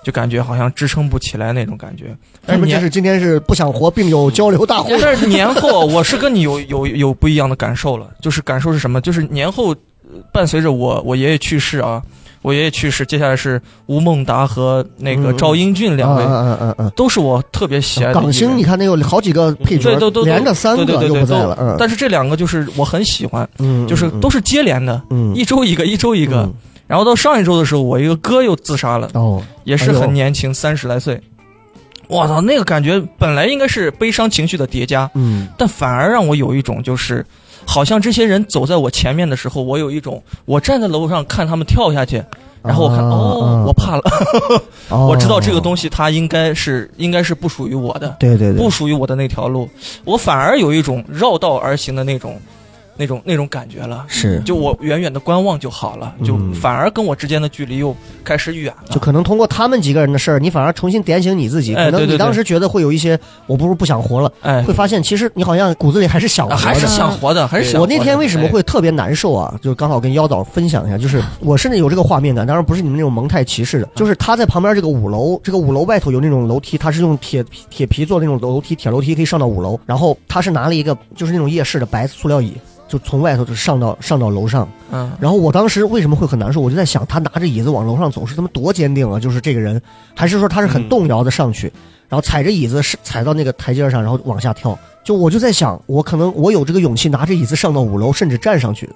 S7: 就感觉好像支撑不起来那种感觉。但
S3: 咱们
S7: 是
S3: 这
S7: 年
S3: 是今天是不想活病友交流大会，
S7: 但是年后，我是跟你有有有不一样的感受了。就是感受是什么？就是年后，呃伴随着我我爷爷去世啊，我爷爷去世，接下来是吴孟达和那个
S3: 嗯
S7: 赵英俊两位，
S3: 嗯嗯嗯
S7: 都是我特别喜爱
S3: 嗯。
S7: 的
S3: 港
S7: 艺
S3: 星，
S7: 人
S3: 你看那有好几个配角，
S7: 对都都都
S3: 连着三
S7: 对对
S3: 个
S7: 对
S3: 就
S7: 对
S3: 不在了，嗯，
S7: 但是这两个就是我很喜欢，
S3: 嗯
S7: 就是都
S3: 是
S7: 是接连的，
S3: 嗯
S7: 一周一个，一周一个。然后到上一周的时候，我一个哥又自杀了，
S3: 哦，
S7: 也是
S3: 哎呦
S7: 很年轻，三十来岁。我操，那个感觉本来应该是悲伤情绪的叠加，
S3: 嗯
S7: 但反而让我有一种就是，好像这些人走在我前面的时候，我有一种我站在楼上看他们跳下去，然后我看、
S3: 啊
S7: 哦
S3: 啊，
S7: 我怕了，
S3: 哦
S7: 我知道这个东西它应该是应该是不属于我的，
S3: 对对对，
S7: 不属于我的那条路，我反而有一种绕道而行的那种，那种那种感觉了。
S3: 是
S7: 就我远远的观望就好了，就
S3: 嗯
S7: 反而跟我之间的距离又开始远了。
S3: 就可能通过他们几个人的事儿，你反而重新点醒你自己，
S7: 哎
S3: 可能
S7: 对
S3: 你
S7: 对对
S3: 当时觉得会有一些，我不是不想活了，
S7: 哎，
S3: 会发现其实你好像骨子里还是想活
S7: 啊
S3: 的，
S7: 还是想活的，还是想
S3: 我
S7: 活的。
S3: 那天为什么
S7: 哎
S3: 会特别难受啊？就是刚好跟妖导分享一下，就是我甚至有这个画面感，当然不是你们那种蒙太奇式
S7: 嗯
S3: 的，就是他在旁边这个五楼，这个五楼外头有那种楼梯，它是用铁铁皮做的那种楼梯，铁楼梯可以上到五楼，然后他是拿了一个就是那种夜市的白塑料椅。就从外头就上到上到楼上，
S7: 嗯
S3: 然后我当时为什么会很难受？我就在想，他拿着椅子往楼上走是他妈多坚定啊！就是这个人，还是说他是很动摇的上去，
S7: 嗯
S3: 然后踩着椅子是踩到那个台阶上，然后往下跳。就我就在想，我可能我有这个勇气拿着椅子上到五楼，甚至站上去，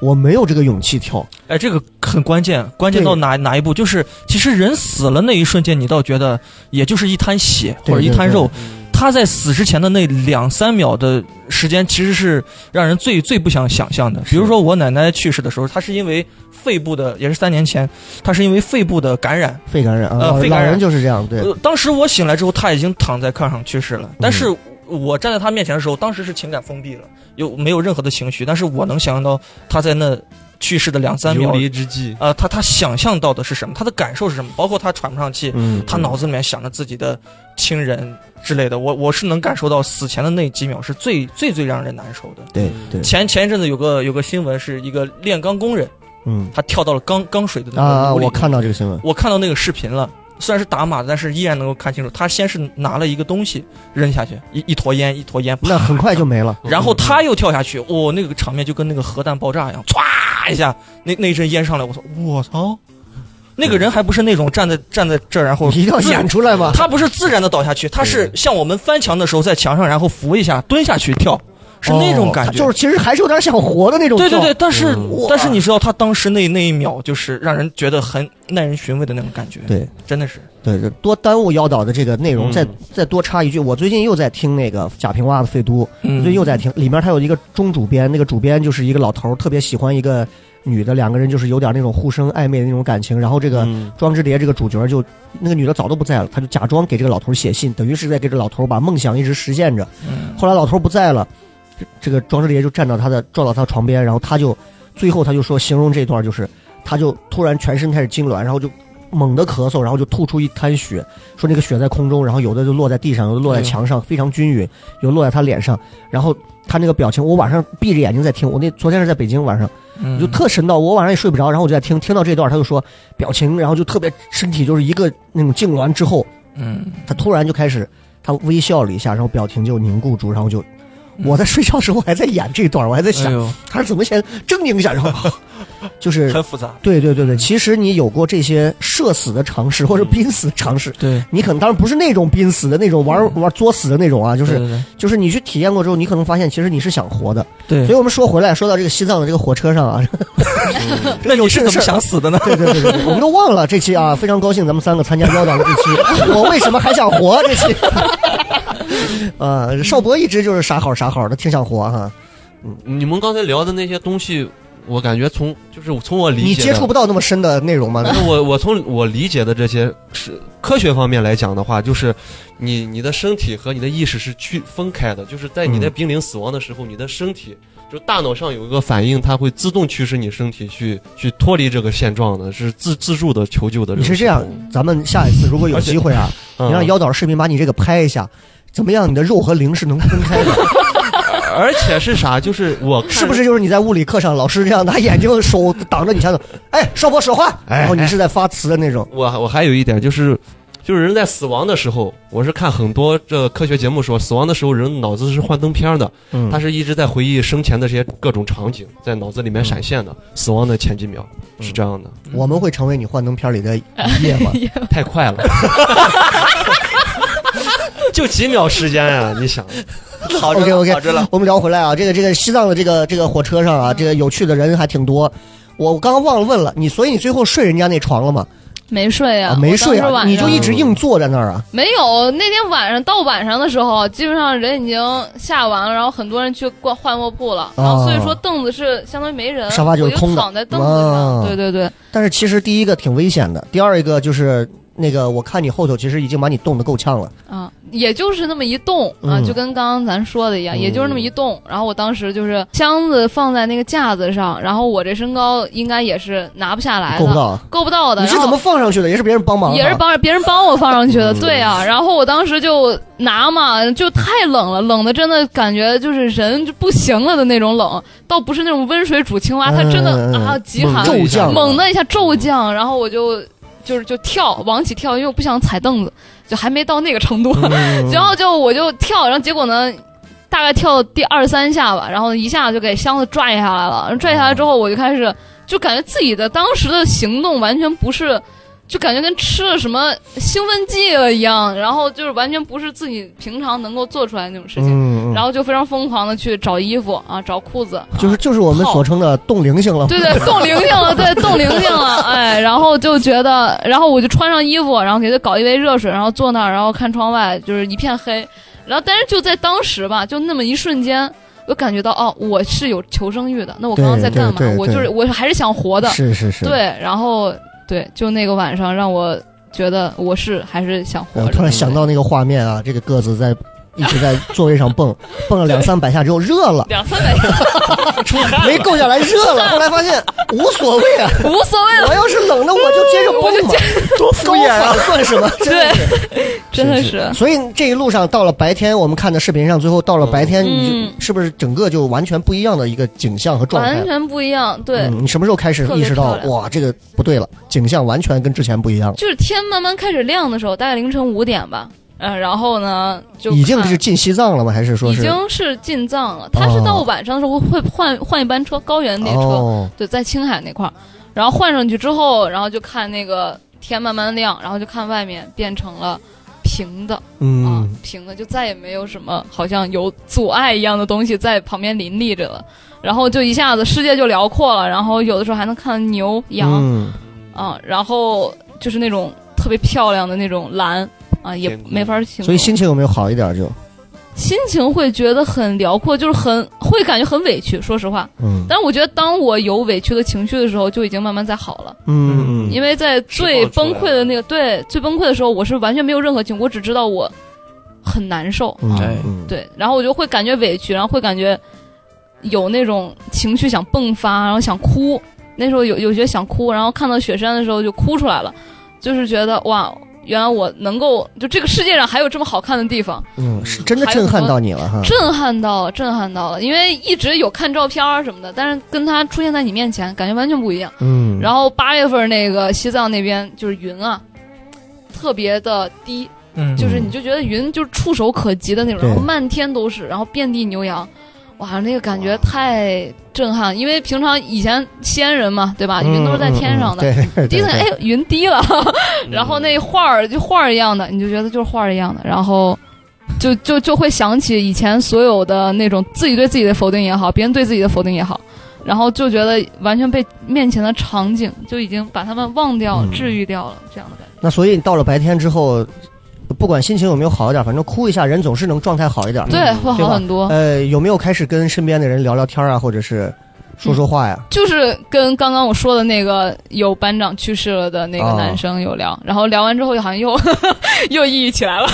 S3: 我没有这个勇气跳。
S7: 哎，这个很关键，关键
S3: 对
S7: 到哪哪一步？就是其实人死了那一瞬间，你倒觉得也就是一滩血
S3: 对
S7: 或者一
S3: 对
S7: 滩
S3: 对
S7: 肉。
S5: 嗯
S7: 他在死之前的那两三秒的时间，其实是让人最最不想想象的。比如说我奶奶去世的时候，她是因为肺部的，也是三年前，她是因为肺部的感染。
S3: 肺感染啊，
S7: 呃
S3: 老
S7: 肺感
S3: 老
S7: 染
S3: 人就是这样，对，嗯
S7: 呃，当时我醒来之后，她已经躺在炕上去世了。但是我站在她面前的时候，当时是情感封闭了，有没有任何的情绪？但是我能想象到她在那去世的两三秒
S5: 游离之际，
S7: 呃，他他想象到的是什么，他的感受是什么，包括他喘不上气，
S3: 嗯，
S7: 他脑子里面想着自己的亲人之类的，我我是能感受到死前的那几秒是最最最让人难受的。
S3: 对对，
S7: 前前一阵子有个有个新闻，是一个炼钢工人，
S3: 嗯
S7: 他跳到了钢钢水的那
S3: 啊，
S7: 个炉里
S3: 我
S7: 面
S3: 看到这个新闻，
S7: 我看到那个视频了，虽然是打码的，但是依然能够看清楚。他先是拿了一个东西扔下去，一一坨烟，一坨烟，啪
S3: 那很快就没了。
S7: 然
S5: 嗯
S7: 后他又跳下去，我、那个场面就跟那个核弹爆炸一样，唰一下，那那一阵烟上来，我操，我操！那个人还不是那种站在站在这儿，然后
S3: 一定要演出来嘛！
S7: 他不是自然的倒下去，他是像我们翻墙的时候在墙上，然后扶一下，蹲下去跳，是那种感
S3: 哦
S7: 觉。
S3: 就是其实还是有点想活的那种。嗯
S7: 对对对，，但是、
S3: 哇
S7: 但是你知道他当时那那一秒，就是让人觉得很耐人寻味的那种感觉。
S3: 对，
S7: 真的是
S3: 对对，多耽误妖导的这个内容，
S5: 嗯
S3: 再再多插一句，我最近又在听那个贾平凹的《废都》，
S7: 嗯
S3: 我最近又在听，里面他有一个中主编，那个主编就是一个老头儿，特别喜欢一个女的，两个人就是有点那种互生暧昧的那种感情，然后这个。
S5: 嗯
S3: 庄之蝶这个主角就，那个女的早都不在了，他就假装给这个老头写信，等于是在给这老头把梦想一直实现着。
S7: 嗯
S3: 后来老头不在了，这这个庄之蝶就站到他的撞到他床边，然后他就最后他就说形容这段就是，他就突然全身开始痉挛，然后就猛地咳嗽，然后就吐出一滩血，说那个血在空中，然后有的就落在地上，有的落在墙上，非常均匀，有的落在他脸上，然后他那个表情，我晚上闭着眼睛在听，我那昨天是在北京晚上。
S7: 嗯，
S3: 就特神到我晚上也睡不着，然后我就在听，听到这段他就说表情，然后就特别身体就是一个那种痉挛之后，
S7: 嗯，
S3: 他突然就开始他微笑了一下，然后表情就凝固住，然后就
S7: 嗯
S3: 我在睡觉时候还在演这段，我还在
S7: 哎
S3: 想、
S7: 呦，
S3: 他是怎么先狰狞一下，然 后就是
S7: 很复杂。
S3: 对对对对，其实你有过这些社死的尝
S7: 嗯
S3: 试或者濒死的尝试。
S7: 对，
S3: 你可能当然不是那种濒死的那种玩
S7: 嗯
S3: 玩作死的那种啊，就
S7: 就是对
S3: 就是你去体验过之后，你可能发现其实你是想活的。
S7: 对
S3: 所以我们说回来，说到这个西藏的这个火车上啊，
S7: 那你是
S3: 这个
S7: 怎
S3: 事儿
S7: 么想死的 呢？
S3: 对对对对对，我们都忘了这期啊，非常高兴咱们三个参加妖党的这期，我为什么还想活这期？ 呃，邵博一直就是傻好傻好的，挺想活哈。
S5: 你们刚才聊的那些东西，我感觉从就是从我理
S3: 你
S5: 解
S3: 接
S5: 的
S3: 触不到那么深的内容吗？
S5: 但是我我从我理解的这些是科学方面来讲的话，就是你你的身体和你的意识是区分开的，就是在你在濒临死亡的时候，你的身体就大脑上有一个反应，它会自动驱使你身体去去脱离这个现状的，是自自助的求救的种
S3: 你
S5: 系统。
S3: 是这样，咱们下一次如果有机会啊，
S5: 嗯，
S3: 你让妖导视频把你这个拍一下，怎么样？你的肉和灵是能分开的，
S5: 而且是啥？就是我看
S3: 是不是？就是你在物理课上，老师这样拿眼睛手挡着你前头，哎，邵博说话，
S5: 哎
S3: 然后你是在发词的那种。
S5: 我我还有一点就是，就是人在死亡的时候，我是看很多这科学节目说，死亡的时候人脑子是幻灯片的，
S3: 嗯
S5: 他是一直在回忆生前的这些各种场景，在脑子里面闪现的。
S3: 嗯
S5: 死亡的前几秒是这样的，
S3: 我们会成为你幻灯片里的一页吗？
S5: 太快了， 就几秒时间呀、你想，
S7: 好
S3: OK OK，
S7: 好着了。
S3: 我们聊回来啊，这个这个西藏的这个这个火车上啊，这个有趣的人还挺多。我刚刚忘了问了你，所以你最后睡人家那床了吗？
S6: 没睡呀、
S3: 啊，没睡
S6: 我当
S3: 啊，
S6: 时晚
S3: 你就
S6: 上
S3: 一直硬坐在那儿啊。
S6: 没有。那天晚上到晚上的时候，基本上人已经下完了，然后很多人去逛换卧铺了，然后所以说凳子是相当于没人，
S3: 啊沙发就是
S6: 我
S3: 空的
S6: 躺在凳子
S3: 啊
S6: 上。对对对，
S3: 但是其实第一个挺危险的，第二一个就是那个，我看你后头其实已经把你冻得够呛了。
S6: 啊，也就是那么一动啊，
S3: 嗯
S6: 就跟刚刚咱说的一样，
S5: 嗯
S6: 也就是那么一动。然后我当时就是箱子放在那个架子上，然后我这身高应该也是拿不下来的，
S3: 够不到，
S6: 够不到的。
S3: 你是
S6: 然后
S3: 怎么放上去的？也是别人帮忙、啊，
S6: 也是帮别人帮我放上去的，
S5: 嗯
S6: 对啊。然后我当时就拿嘛，就太冷了，冷的真的感觉就是人就不行了的那种冷，倒不是那种温水煮青蛙，它真
S3: 嗯嗯
S6: 的
S3: 嗯
S6: 啊极寒，
S3: 骤降，
S6: 猛的一下骤降，然后我就就是就跳往起跳，因为我不想踩凳子，就还没到那个程度，
S3: 嗯。
S6: 然后就我就跳，然后结果呢，大概跳到第二三下吧，然后一下就给箱子拽下来了。拽下来之后，我就开始就感觉自己的当时的行动完全不是，就感觉跟吃了什么兴奋剂了一样，然后就是完全不是自己平常能够做出来的那种事情。
S3: 嗯，嗯
S6: 然后就非常疯狂的去找衣服啊，找裤子，啊
S3: 就是就是我们所称的冻龄性了。
S6: 对对，冻龄性了，对，冻龄性了，哎，然后就觉得，然后我就穿上衣服，然后给他搞一杯热水，然后坐那儿，然后看窗外，就是一片黑，然后但是就在当时吧，就那么一瞬间。我感觉到哦，我是有求生欲的。那我刚刚在干嘛
S3: 对对？对
S6: 我就
S3: 对
S6: 是我还是想活的。
S3: 是是是，
S6: 对，然后对，就那个晚上让我觉得我是还是想活
S3: 我
S6: 着。
S3: 突然想到那个画面啊，这个个子在一直在座位上 蹦，蹦了两三百下之后热了，
S6: 两三百下
S5: 出汗了
S3: 没够下来热了，后来发现无所谓 啊，
S6: 无所谓了，
S3: 我要是冷的我就接着蹦嘛，多敷衍啊，算什么？真的是
S6: 真的是。
S3: 所以这一路上到了白天，我们看的视频上，最后到了白天，你就是不是整个就完全不一样的一个景象和状态
S6: 嗯完？全不一样，对，
S3: 嗯，你什么时候开始
S6: 特别
S3: 意识到
S6: 漂亮
S3: 哇，这个不对了，景象完全跟之前不一样了，
S6: 就是天慢慢开始亮的时候，大概凌晨五点吧，嗯、然后呢就
S3: 已经
S6: 看
S3: 是进西藏了吗？还是说
S6: 已
S3: 是
S6: 经是进藏了，他是
S3: 哦
S6: 到晚上的时候会换换一班车，高原那车，
S3: 哦，
S6: 对，在青海那块儿，然后换上去之后，然后就看那个天慢慢亮，然后就看外面变成了平的、啊
S3: 嗯，，
S6: 平的，就再也没有什么好像有阻碍一样的东西在旁边林立着了，然后就一下子世界就辽阔了，然后有的时候还能看到牛羊、
S3: 嗯，
S6: 啊，然后就是那种特别漂亮的那种蓝啊，也
S5: 天空
S6: 没法形容，
S3: 所以心情有没有好一点？就
S6: 心情会觉得很辽阔，就是很会感觉很委屈，说实话。
S3: 嗯
S6: 但是我觉得，当我有委屈的情绪的时候，就已经慢慢在好了。
S3: 嗯嗯，
S6: 因为在最
S5: 释放
S6: 崩
S5: 出来
S6: 溃的那个，对，最崩溃的时候，我是完全没有任何情绪，我只知道我很难受，
S3: 嗯
S7: 哎
S3: 嗯
S6: 对，然后我就会感觉委屈，然后会感觉有那种情绪想迸发，然后想哭。那时候有有些想哭，然后看到雪山的时候就哭出来了，就是觉得哇，原来我能够就这个世界上还有这么好看的地方，
S3: 嗯，是真的震撼到你了哈。
S6: 震撼到了，震撼到了，因为一直有看照片儿什么的，但是跟它出现在你面前，感觉完全不一样。
S3: 嗯，
S6: 然后八月份那个西藏那边就是云啊，特别的低，
S7: 嗯，
S6: 就是你就觉得云就是触手可及的那种，
S3: 对
S6: 然后漫天都是，然后遍地牛羊，哇，那个感觉太震撼！因为平常以前西安人嘛，对吧？云都是在天上的，
S3: 嗯，嗯嗯对，
S6: 第一次
S3: 对嗯
S6: 哎
S3: 对，
S6: 云低了， 然后那画儿就画儿一样的，你就觉得就是画儿一样的，然后。就就就会想起以前所有的那种自己对自己的否定也好，别人对自己的否定也好，然后就觉得完全被面前的场景就已经把他们忘掉、
S3: 嗯
S6: 治愈掉了，这样的感觉。
S3: 那所以你到了白天之后，不管心情有没有好一点，反正哭一下，人总是能状态好一点。
S6: 对，哦会
S3: 嗯对吧
S6: 好很多。
S3: 呃，有没有开始跟身边的人聊聊天啊，或者是说说话呀？
S6: 就是跟刚刚我说的那个有班长去世了的那个男生有聊，然后聊完之后好像又 又抑郁起来了，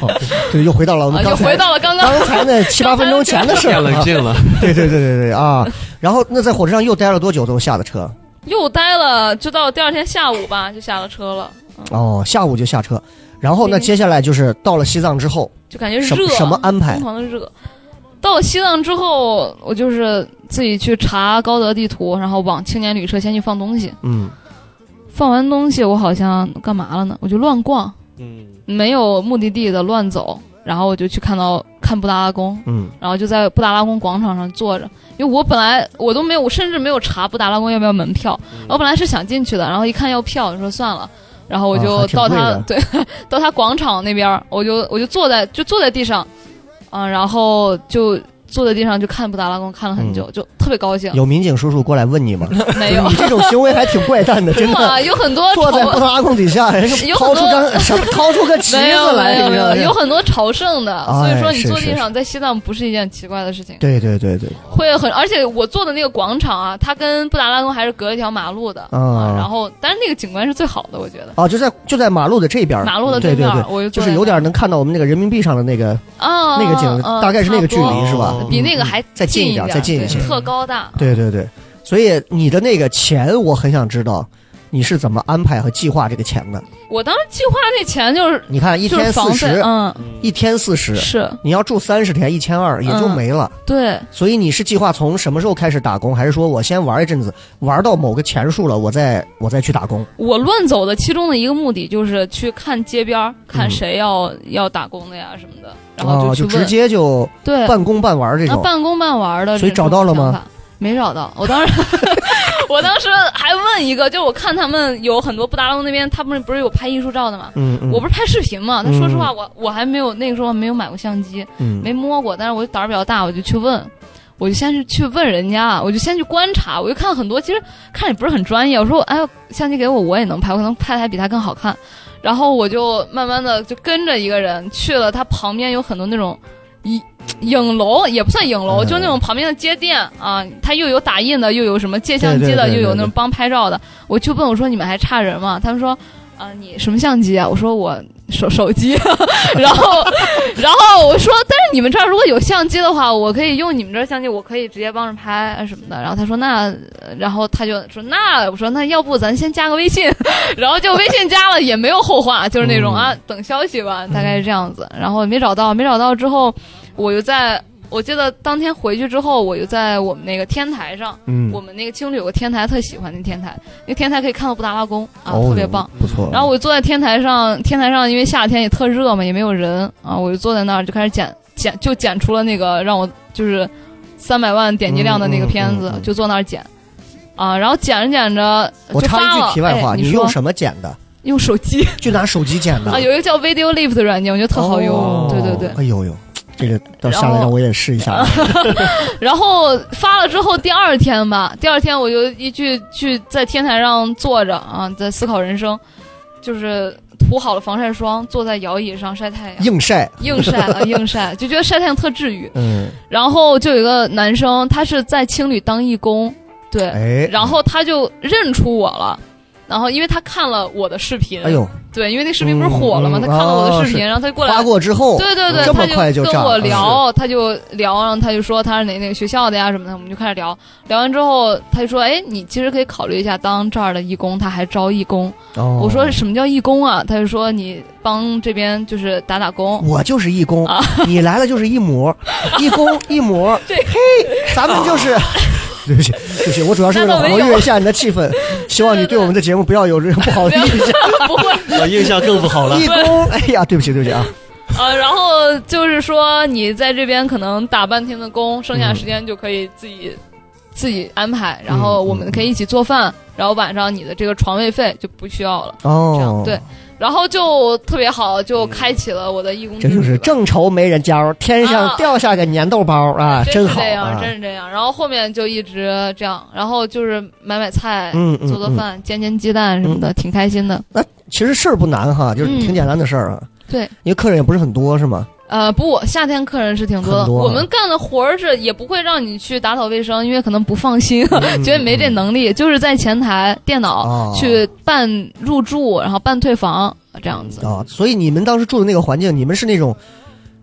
S3: 哦对，又回到了我
S6: 嗯啊
S3: 们
S6: 又
S3: 刚才、
S6: 回到了刚 刚
S3: 刚才 那七八分钟前的事
S5: 太
S3: 儿、
S5: 冷
S3: 啊。
S5: 静 了，
S3: 对对对对对啊！然后那在火车上又待了多久？都下的车
S6: 又待了，就到第二天下午吧，就下了车了，
S3: 哦，下午就下车。然后那接下来就是到了西藏之后，
S6: 就感觉
S3: 什
S6: 热，
S3: 什么哎安排
S6: 疯狂的热。到了西藏之后，我就是自己去查高德地图，然后往青年旅社先去放东西。
S3: 嗯，
S6: 放完东西，我好像干嘛了呢？我就乱逛，
S5: 嗯，
S6: 没有目的地的乱走。然后我就去看到看布达拉宫，
S3: 嗯，
S6: 然后就在布达拉宫广场上坐着，因为我本来我都没有，我甚至没有查布达拉宫要不要门票，
S3: 嗯
S6: 我本来是想进去的，然后一看要票，我说算了，然后我
S3: 啊
S6: 就
S3: 还挺
S6: 到
S3: 贵
S6: 他、
S3: 的
S6: 对 到他广场那边儿，我就我就坐在就坐在地上，啊，然后就坐在地上就看布达拉宫看了很久，就特别高兴，
S3: 嗯有民警叔叔过来问你吗？
S6: 没有
S3: 你这种行为还挺怪 诞的，真的。
S6: 哇，有很多
S3: 坐在
S6: 朝
S3: 布达拉宫底 下，人家
S6: 有
S3: 掏
S6: 很
S3: 出
S6: 多
S3: 张什么，掏出个旗
S6: 没有
S3: 子来，
S6: 没有
S3: 你
S6: 没
S3: 知道
S6: 有
S3: 吗
S6: 有很多朝圣的，所
S3: 哎
S6: 以说你
S3: 是
S6: 坐
S3: 是
S6: 地
S3: 是
S6: 上在西藏不是一件奇怪的事情。
S3: 对对对对，
S6: 会很，而且我坐的那个广场啊，它跟布达拉宫还是隔一条马路的、
S3: 啊
S6: 啊。然后，但是那个景观是最好的，我觉得。
S3: 哦，就在就在马路的这边儿，
S6: 马路的
S3: 啊对对
S6: 面儿，
S3: 对，
S6: 我就
S3: 就
S6: 坐
S3: 是
S6: 在
S3: 有
S6: 那儿
S3: 点能看到我们那个人民币上的那个
S6: 啊，
S3: 那个景
S6: 啊，
S3: 大概是那个距
S6: 差不多
S3: 离是吧
S5: 哦？
S6: 比那个还
S3: 再近
S6: 近
S3: 一点再近一
S6: 对
S3: 些
S6: 特高大。
S3: 对对对，所以你的那个钱，我很想知道你是怎么安排和计划这个钱的。
S6: 我当时计划那钱就是
S3: 你看一
S6: 就是
S3: 天
S6: 房
S3: 四
S6: 费，
S3: 十，
S6: 嗯，
S3: 一天四十，
S6: 是
S3: 你要住三十天，一千二也就
S6: 嗯
S3: 没了。
S6: 对，
S3: 所以你是计划从什么时候开始打工，还是说我先玩一阵子，玩到某个钱数了，我再我再去打工？
S6: 我乱走的其中的一个目的就是去看街边儿，看谁要、要打工的呀什么的，然后
S3: 嗯哦，
S6: 去
S3: 就
S6: 问，
S3: 直接就
S6: 对，
S3: 半工半玩这
S6: 那
S3: 种。
S6: 半工半玩的这种想法，
S3: 所以找到了吗
S6: 没找到，我当时， 我当时还问一个，就是我看他们有很多布达拉宫那边，他们不是有拍艺术照的吗？
S3: 嗯嗯，
S6: 我不是拍视频嘛，但说实话，我我还没有那个时候没有买过相机，
S3: 嗯
S6: 没摸过，但是我胆儿比较大，我就去问，我就先是去问人家，我就先去观察，我就看很多，其实看也不是很专业。我说，哎，相机给我，我也能拍，我可能拍的还比他更好看。然后我就慢慢的就跟着一个人去了，他旁边有很多那种影影楼，也不算影楼，
S3: 嗯
S6: 就那种旁边的街店啊，他又有打印的，又有什么借相
S3: 对对
S6: 机的，
S3: 对对
S6: 又有那
S3: 对
S6: 种帮拍照的。我去问我说你们还差人吗？他们说。啊，你什么相机啊？我说我手手机，然后然后我说，但是你们这儿如果有相机的话，我可以用你们这儿相机，我可以直接帮着拍啊什么的。然后他说那，呃然后他就说那，我说那要不咱先加个微信， 然后就微信加了，也没有后话，就是那种啊等消息吧，大概是这样子。然后没找到，没找到之后，我又在。我记得当天回去之后，我就在我们那个天台上，
S3: 嗯
S6: 我，们那个青旅有个天台，特喜欢那天台，那天台可以看到布达拉宫啊，
S3: 哦
S6: 特别棒。，
S3: 不错。
S6: 然后我坐在天台上，天台上因为夏天也特热嘛，也没有人啊，我就坐在那儿就开始剪剪，就剪出了那个让我就是三百万点击量的那个片
S3: 嗯
S6: 子，
S3: 嗯嗯嗯
S6: 就坐那儿剪啊，然后剪着剪着
S3: 我
S6: 就
S3: 插
S6: 发
S3: 一
S6: 了。
S3: 句题外话，
S6: 哎、
S3: 你
S6: 你
S3: 用
S6: 说
S3: 什么剪的？
S6: 用手机
S3: 就拿手机剪的
S6: 啊，有一个叫 Video Lift 的软件，我觉得特好用，
S3: 哦
S6: 对对对。
S3: 哎呦呦，这个到下
S6: 然
S3: 来
S6: 后
S3: 让我也试一 下。
S6: 然后发了之后，第二天吧，第二天我就一去去在天台上坐着啊，在思考人生，就是涂好了防晒霜，坐在摇椅上晒太阳，
S3: 硬晒，
S6: 硬晒 啊硬晒，就觉得晒太阳特治愈。
S3: 嗯，
S6: 然后就有一个男生，他是在青旅当义工，对，
S3: 哎，
S6: 然后他就认出我了。然后，因为他看了我的视频，
S3: 哎呦，
S6: 对，因为那视频不是火了吗？
S3: 嗯
S6: 他看了我
S3: 哦
S6: 的视频，然后他就过来
S3: 发过之后，
S6: 对对对，
S3: 这么快
S6: 他就
S3: 这
S6: 跟
S3: 样
S6: 我
S3: 了
S6: 聊，他就聊，然后他就说他是哪哪个学校的呀什么的，我们就开始聊。聊完之后，他就说：“哎，你其实可以考虑一下当这儿的义工，他还招义工。
S3: 是哦
S6: 我说：“什么叫义工啊？”他就说：“你帮这边就是打打工。
S3: 我就是义工，
S6: 啊
S3: 你来了就是义 母，义工义母，
S6: 对
S3: 嘿，咱们就是。 对不起，对不起，我主要是为了
S6: 哦那倒没
S3: 活
S6: 有
S3: 跃一下你的 气氛，希望你对我们的节目不要有这种不好的
S6: 不要
S3: 印象。
S6: 不会
S5: 我印象更不好 了。
S3: 义工，哎呀，对不起，对不起啊，
S6: 啊，然后就是说你在这边可能打半天的工，
S3: 嗯
S6: 剩下时间就可以自己、自己安排，然后
S3: 嗯
S6: 我们可以一起做饭，然后晚上你的这个床位费就不需要了。这
S3: 哦
S6: 样，对，然后就特别好，就开启了我的义工之
S3: 这
S6: 旅吧。
S3: 就是正愁没人教，天上
S6: 啊
S3: 掉下个粘豆包啊，
S6: 真是
S3: 好
S6: 这样，
S3: 啊，
S6: 真是这样。然后后面就一直这样，然后就是买买菜，
S3: 嗯嗯
S6: 做做
S3: 嗯
S6: 饭，煎煎鸡蛋什么的，挺开心的。
S3: 其实事儿不难哈，就是
S6: 嗯
S3: 挺简单的事儿啊。
S6: 对，
S3: 因为客人也不是很多，是 吗？
S6: 呃，不，夏天客人是挺多的。
S3: 很多啊
S6: 我们干的活儿是也不会让你去打扫卫生，因为可能不放心，啊
S3: 嗯
S6: 觉得没这能力，就是在前台电
S3: 哦
S6: 脑去办入住，然后办退房这样子。
S3: 啊，所以你们当时住的那个环境，你们是那种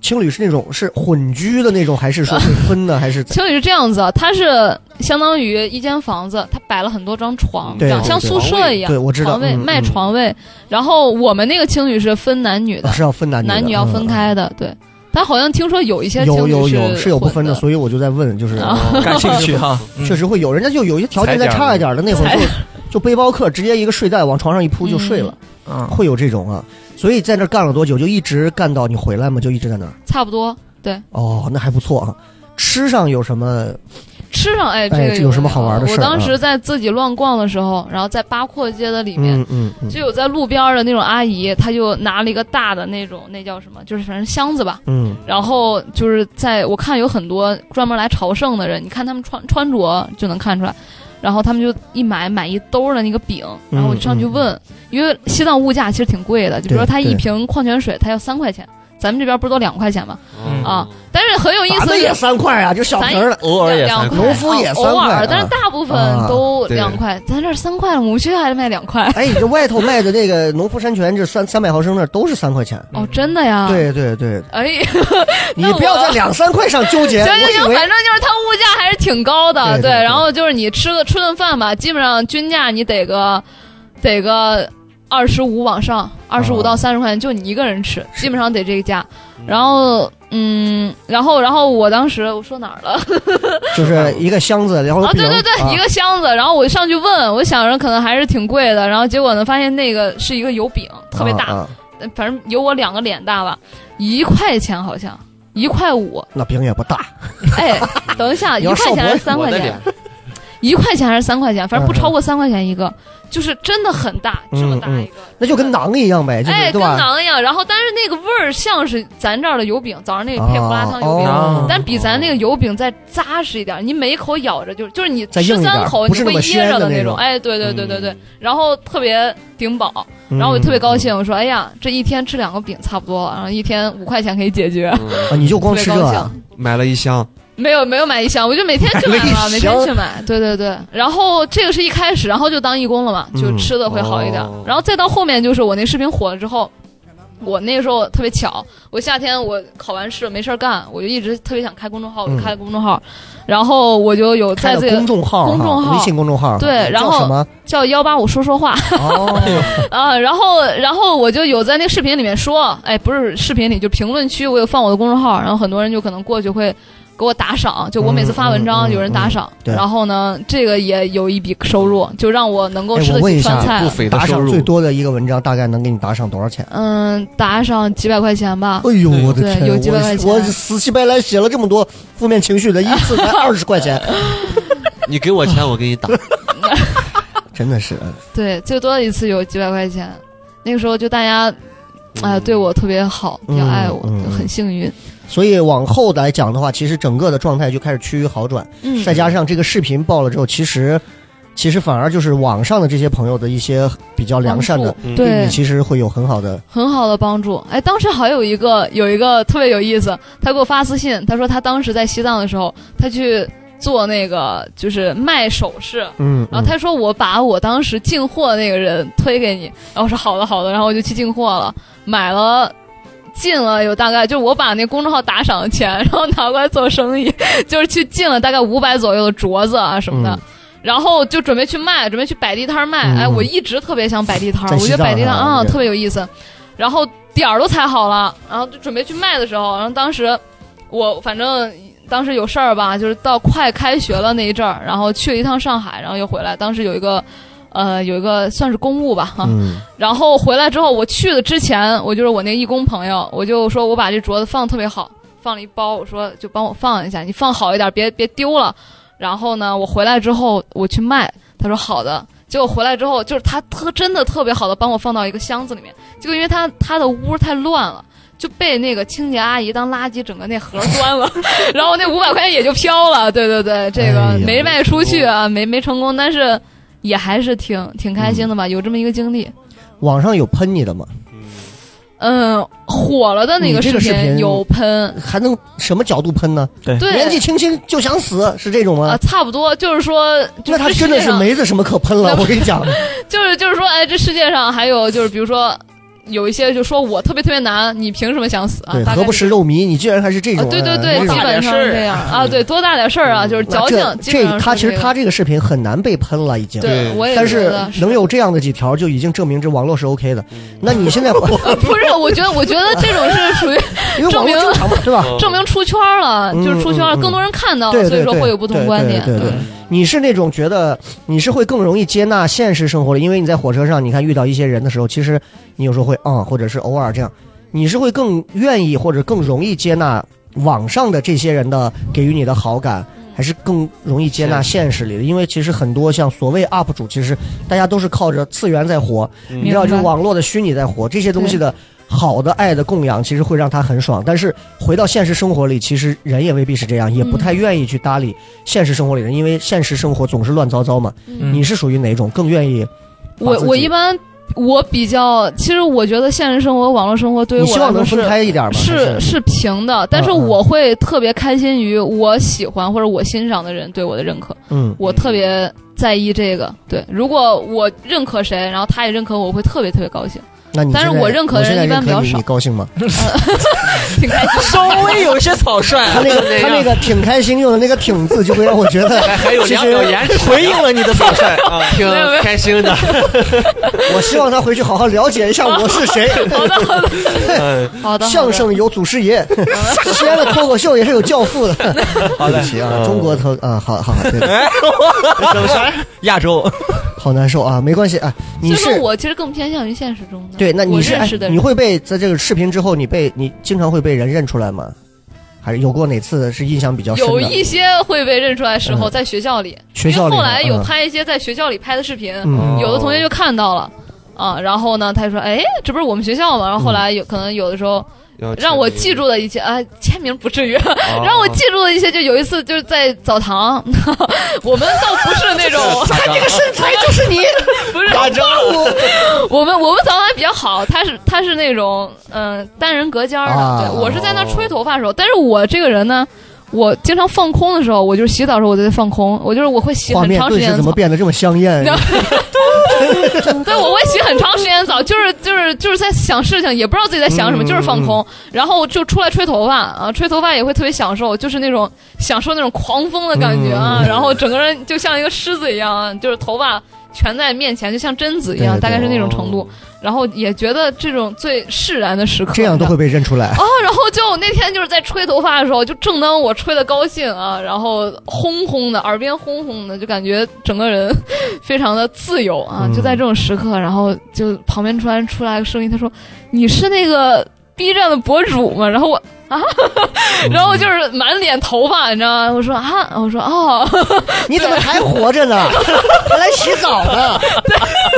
S3: 情侣是那种是混居的那种，还是说是分的，还是
S6: 情侣是这样子啊，它是相当于一间房子，它摆了很多张床，
S3: 对
S6: 这样
S3: 对
S6: 像
S3: 对
S6: 宿舍一样
S3: 对，，我知道
S6: 床位
S3: 嗯
S6: 卖
S3: 嗯
S6: 床位。然后我们那个情侣是分男女的
S3: 啊，是要分男女的？
S6: 男女要分开的，对。但好像听说有一些
S3: 嗯。
S6: 情
S3: 有
S6: 侣
S3: 有有
S6: 是
S3: 有不分
S6: 的，啊
S3: 所以我就在问，就是
S7: 感兴趣 哈，
S3: 确实会有人家就有一些条件再差一点的，那会儿就就背包客直接一个睡袋往床上一铺就睡了，
S6: 嗯
S7: 啊，
S3: 会有这种啊。所以在那儿干了多久？就一直干到你回来嘛，就一直在那儿。
S6: 差不多。对，
S3: 哦，那还不错啊。吃上有什么？
S6: 吃上哎，
S3: 哎
S6: 个
S3: 这有什么好玩的
S6: 我
S3: 事儿啊
S6: 当时在自己乱逛的时候，然后在八廓街的里面，
S3: 嗯嗯嗯，
S6: 就有在路边儿的那种阿姨，她就拿了一个大的那种，那叫什么？就是反正箱子吧，
S3: 嗯
S6: 然后就是在我看有很多专门来朝圣的人，你看他们穿穿着就能看出来。然后他们就一买买一兜儿的那个饼，然后我就上去问，因为西藏物价其实挺贵的，就比如
S3: 嗯
S6: 说
S3: 对
S6: 他一
S3: 对
S6: 瓶矿泉水，他要三块钱，咱们这边不是都两块钱吗？
S7: 嗯
S6: 啊，但是很有意
S3: 咱
S6: 思
S3: 们
S6: 是，
S3: 也三块啊，就小瓶儿的。
S5: 偶尔也
S6: 两
S5: 三
S6: 块，
S5: 块，
S3: 农夫也
S6: 啊
S3: 三块
S6: 偶
S3: 啊
S6: 尔，但是大部分
S3: 啊
S6: 都
S5: 对
S6: 两块，咱这儿三块了，我们学校还卖两块。
S3: 哎，你这外头卖的那个农夫山泉，这三三百毫升那都是三块钱。
S6: 哦，真的呀？，
S3: 嗯对对对，
S6: 哎。
S3: 你
S6: 那我
S3: 不要在两三块上纠结。
S6: 行行
S3: 我以
S6: 行，
S3: 为
S6: 反正就是它物价还是挺高的，
S3: 对对对
S6: 然后就是你吃个吃顿饭吧，基本上均价你得个得个二十五往上，二
S3: 哦
S6: 十五到三十块钱，就你一个人吃，基本上得这个价。然后嗯，然后然后我当时我说哪儿了？
S3: 就是一个箱子，然后
S6: 啊，
S3: 饼
S6: 对对对，
S3: 啊
S6: 一个箱子。然后我上去问，我想着可能还是挺贵的，然后结果呢，发现那个是一个油饼，特别大，
S3: 啊啊
S6: 呃反正有我两个脸大吧，一块钱好像。一块五，
S3: 那饼也不大，
S6: 哎，等一 下，
S3: 你
S6: 一
S3: 要
S6: 块
S3: 上
S6: 钱
S3: 博
S6: 还是三
S5: 我
S6: 块
S5: 的
S6: 钱
S5: 脸？
S6: 一块钱还是三块钱，反正不
S3: 嗯
S6: 超过三块钱一个，就是真的很大，
S3: 嗯
S6: 这么大一个，
S3: 那就跟馕一样呗，就是、
S6: 哎，
S3: 对
S6: 跟
S3: 吧？
S6: 馕一样。然后，但是那个味儿像是咱这儿的油饼，早上那个配胡辣汤油饼，
S3: 啊哦
S6: 但比咱那个油饼再扎实一点。你每一口咬着就就是你
S3: 再硬
S6: 吃
S3: 一点
S6: 三口
S3: 不
S6: 你
S3: 是那
S6: 会
S3: 么
S6: 噎着
S3: 鲜的那
S6: 那
S3: 种
S6: 哎，对对对对对，然后特别顶饱，
S3: 嗯
S6: 然后我就特别高兴，我说哎呀，这一天吃两个饼差不多了，然后一天五块钱可以解决，
S5: 嗯
S3: 啊！你就光
S6: 特别
S3: 吃这
S6: 高
S3: 个啊
S6: 兴。
S5: 买了一箱，
S6: 没有没有买一箱，我就每天去 买
S3: 买了一
S6: 了，每天
S3: 箱
S6: 去买。对对对，然后这个是一开始，然后就当义工了嘛，就
S3: 嗯
S6: 吃的会好一点。
S5: 哦
S6: 然后再到后面就是我那视频火了之后。我那个时候特别巧，我夏天我考完试没事儿干，我就一直特别想开公众号，我就
S3: 嗯
S6: 开了公众号，然后我就有
S3: 开
S6: 在
S3: 了
S6: 自己
S3: 公
S6: 的
S3: 众号哈，
S6: 公众号
S3: 微信公众号，
S6: 对然后
S3: 叫什么？
S6: 叫幺八五说说话，
S7: 哎
S3: 哦，
S6: 啊，然后然后我就有在那视频里面说，哎，不是视频里，就评论区我有放我的公众号，然后很多人就可能过去会给我打赏，就我每次发文章
S3: 嗯嗯嗯
S6: 有人打赏，
S3: 对
S6: 然后呢，这个也有一笔收入，就让我能够
S3: 哎
S6: 吃
S3: 我
S6: 得
S3: 问一
S6: 起
S3: 下
S6: 饭菜
S5: 不
S6: 了。
S5: 菲的
S3: 打
S5: 收
S3: 赏最
S5: 入，
S3: 多的一个文章大概能给你打赏多少钱？
S6: 嗯，打赏几百块钱吧。
S3: 哎呦，
S5: 对
S3: 我的
S6: 对
S3: 天！
S6: 有几百块钱
S3: 我我死乞白赖写了这么多负面情绪的，一次 才二十块钱，
S5: 你给我钱，我给你打。
S3: 真的是。
S6: 对，最多一次有几百块钱。那个时候就大家 哎、对我特别好，比较
S3: 嗯
S6: 爱我，
S3: 嗯
S6: 就很幸运。
S3: 所以往后来讲的话，其实整个的状态就开始趋于好转，
S6: 嗯，
S3: 再加上这个视频爆了之后，其实其实反而就是网上的这些朋友的一些比较良善的
S6: 帮助，
S5: 嗯
S6: 对
S3: 你其实会有很好的。
S6: 很好的帮助。哎，当时还有一个有一个特别有意思，他给我发私信，他说他当时在西藏的时候，他去做那个就是卖首饰。
S3: 嗯，
S6: 然后他说：“我把我当时进货的那个人推给你。”然后我说：“好的，好的。”然后我就去进货了，买了，进了有大概就是我把那公众号打赏的钱，然后拿过来做生意， 就是去进了大概五百左右的镯子啊什么的，
S3: 嗯
S6: 然后就准备去卖，准备去摆地摊儿卖。
S3: 嗯
S6: 哎，我一直特别想摆地摊儿，
S3: 在
S6: 我
S3: 西
S6: 觉得摆地
S3: 藏
S6: 摊
S3: 啊
S6: 啊、
S3: 对
S6: 特别有意思。然后点儿都踩好了，然后就准备去卖的时候，然后当时我反正当时有事儿吧，就是到快开学了那一阵儿，然后去了一趟上海，然后又回来。当时有一个，呃，有一个算是公务吧哈。
S3: 嗯
S6: 然后回来之后，我去的之前，我就是我那义工朋友，我就说我把这镯子放得特别好，放了一包，我说就帮我放一下，你放好一点，别别丢了。然后呢，我回来之后我去卖，他说好的。结果回来之后，就是他特真的特别好的帮我放到一个箱子里面，结果因为他他的屋太乱了。就被那个清洁阿姨当垃圾，整个那盒端了， 然后那五百块钱也就飘了。对对对，这
S3: 哎
S6: 个
S3: 呀
S6: 没卖出去啊，没没成功，但是也还是挺挺开心的吧，有这么一个经历。
S3: 网上有喷你的吗？
S6: 嗯，火了的
S3: 嗯
S6: 那
S3: 你这个
S6: 视
S3: 视频
S6: 有喷，
S3: 还能什么角度喷呢？
S6: 对，
S3: 年纪轻轻就想死，是这种
S6: 啊、
S3: 吗？
S6: 差不多就是说，就
S3: 呃那他
S6: 这世
S3: 真的
S6: 界
S3: 是
S6: 上，
S3: 没子什么可喷了，我跟你 讲，
S6: 啊就是就是说，哎，这世界上还有就是，比如说有一些就说我特别特别难，你凭什么想死啊
S3: 对，？
S6: 大
S3: 何
S6: 概
S3: 不
S6: 是
S3: 食肉糜？你居然还是这
S6: 啊
S3: 种，人，
S6: 对对对，
S3: 哎
S6: 基
S3: 呦
S4: 大
S6: 本
S4: 点
S6: 上
S4: 事
S6: 是
S4: 儿
S6: 这样啊，对，多大点事儿啊，就是
S3: 那
S6: 矫情
S3: 这。
S6: 基本上
S3: 这他
S6: 是
S3: 其实
S6: 这
S3: 他
S6: 样
S3: 这个视频很难被喷了，已经。
S6: 对，我也
S3: 但
S6: 觉
S3: 是
S6: 得嗯
S3: 能有这样的几条，就已经证明这网络是 OK 的。那你现在，
S6: 呃不是？我觉得我觉得这种是属于
S3: 因 为网络正常嘛，
S5: 哦
S3: 对吧？
S6: 啊证明出圈了，
S3: 嗯
S6: 就是出圈了，
S3: 嗯嗯
S6: 更多人看到
S3: 对
S6: 了，
S3: 对
S6: 哦所以说
S3: 对
S6: 会有不同
S3: 对
S6: 观
S3: 对
S6: 点。嗯
S3: 对对你是那种觉得你是会更容易接纳现实生活的，因为你在火车上，你看遇到一些人的时候，其实你有时候会啊、嗯或者是偶尔这样，你是会更愿意或者更容易接纳网上的这些人的给予你的好感，
S6: 嗯
S3: 还是更容易接纳现实里的？因为其实很多像所谓 UP 主，其实大家都是靠着次元在活，
S5: 嗯
S3: 你知道，
S6: 明
S3: 就
S6: 白
S3: 是网络的虚拟在活，这些东西的好的爱的供养，其实会让他很爽。但是回到现实生活里，其实人也未必是这样，也不
S6: 嗯
S3: 太愿意去搭理现实生活里的人，因为现实生活总是乱糟糟嘛。
S6: 嗯
S3: 你是属于哪种？更愿意把
S6: 我
S3: 自己
S6: 我一般我比较，其实我觉得现实生活、网络生活对于
S3: 你
S6: 我
S3: 希
S6: 来
S3: 望
S6: 说
S3: 能分
S6: 是
S3: 开一点吗？
S6: 是
S3: 还是
S6: 是平的，但
S3: 嗯
S6: 是
S3: 嗯
S6: 我会特别开心于我喜欢或者我欣赏的人对我的认可，
S3: 嗯，
S6: 我特别在意这个。对，如果我认可谁，然后他也认可我，我会特别特别 高兴，
S3: 那你
S6: 但是
S3: 现在
S6: 我认可的人
S3: 现在
S6: 一般
S3: 认可
S6: 比较
S3: 你
S6: 少
S3: 你高 兴吗？
S6: 挺开心。
S7: 稍微有一些草率，啊
S3: 他 那个他那个挺开心用的那个挺字，就会让我觉得
S4: 还还有
S3: 其
S4: 两
S3: 实
S4: 秒延 迟，
S7: 回应了你的草 率。
S5: 啊，挺开心的。
S3: 我希望他回去好好了解一下我是谁。
S6: 好
S5: 嗯
S6: 的，好的
S3: 相声有祖师爷， 西安的脱口秀也是有教父的。对不起啊，
S5: 嗯
S3: 中国脱啊，好好好，对，
S7: 什么？哎 亚洲？
S3: 好难受啊，没关系啊，
S6: 所
S3: 你
S6: 以说
S3: 是
S6: 我其实更偏向于现实中的。
S3: 对，那你
S6: 我
S3: 是
S6: 认
S3: 哎
S6: 识的，
S3: 你
S6: 人，
S3: 会被在这个视频之后，你被你经常会被人认出来吗？还是有过哪次是印象比较深
S6: 有
S3: 的？嗯
S6: 一些会被认出来的时候，在学校里，
S3: 学校
S6: 因
S3: 里吗
S6: 为后来有
S3: 嗯
S6: 拍一些在学校里拍的视频，
S5: 哦
S3: 嗯
S6: 有的同学就看到了。啊，然后呢，他就说：“哎，这不是我们学校吗？”然
S3: 嗯
S6: 后后来有可能有的时候
S3: 哦
S6: 让我记住的一些啊，签名不至于，
S5: 哦
S6: 让我记住的一些就有一次就是在澡堂， 我们倒不是那种，
S4: 看这个
S3: 身材就是你，
S6: 不是
S4: 夸张了，
S6: 我们我们澡堂还比较好，他是他是那种嗯、单人隔间儿的，
S3: 啊哦
S6: 对我是在那吹头发的时候，但是我这个人呢，我经常放空的时候，我就是洗澡的时候我就在放空，我就是我会洗
S3: 画
S6: 很
S3: 面
S6: 长时
S3: 顿
S6: 间
S3: 时
S6: 的
S3: 怎么
S6: 澡。
S3: 变得这么香 艳？
S6: 然后 对，我会洗很长时间的澡，就是就是就是在想事情，也不知道自己在想什么，
S3: 嗯
S6: 就是放空。然后就出来吹头发啊，吹头发也会特别享受，就是那种享受那种狂风的感觉啊，
S3: 嗯
S6: 然后整个人就像一个狮子一样，就是头发全在面前，就像贞子一样，
S3: 对对
S6: 大概是那种程度。然后也觉得这种最释然的时刻，
S3: 这样都
S6: 你知道
S3: 会被认出来。
S6: 哦，然后就那天就是在吹头发的时候，就正当我吹的高兴啊，然后轰轰的，耳边轰轰的，就感觉整个人非常的自由啊。
S3: 嗯
S6: 就在这种时刻，然后就旁边突然出来个声音，他说：“你是那个 B 站的博主吗？”然后我。啊，
S3: 嗯
S6: 然后就是满脸头发，你知道吗？我说啊，我说哦，
S3: 你怎么还活着呢？还来洗澡呢？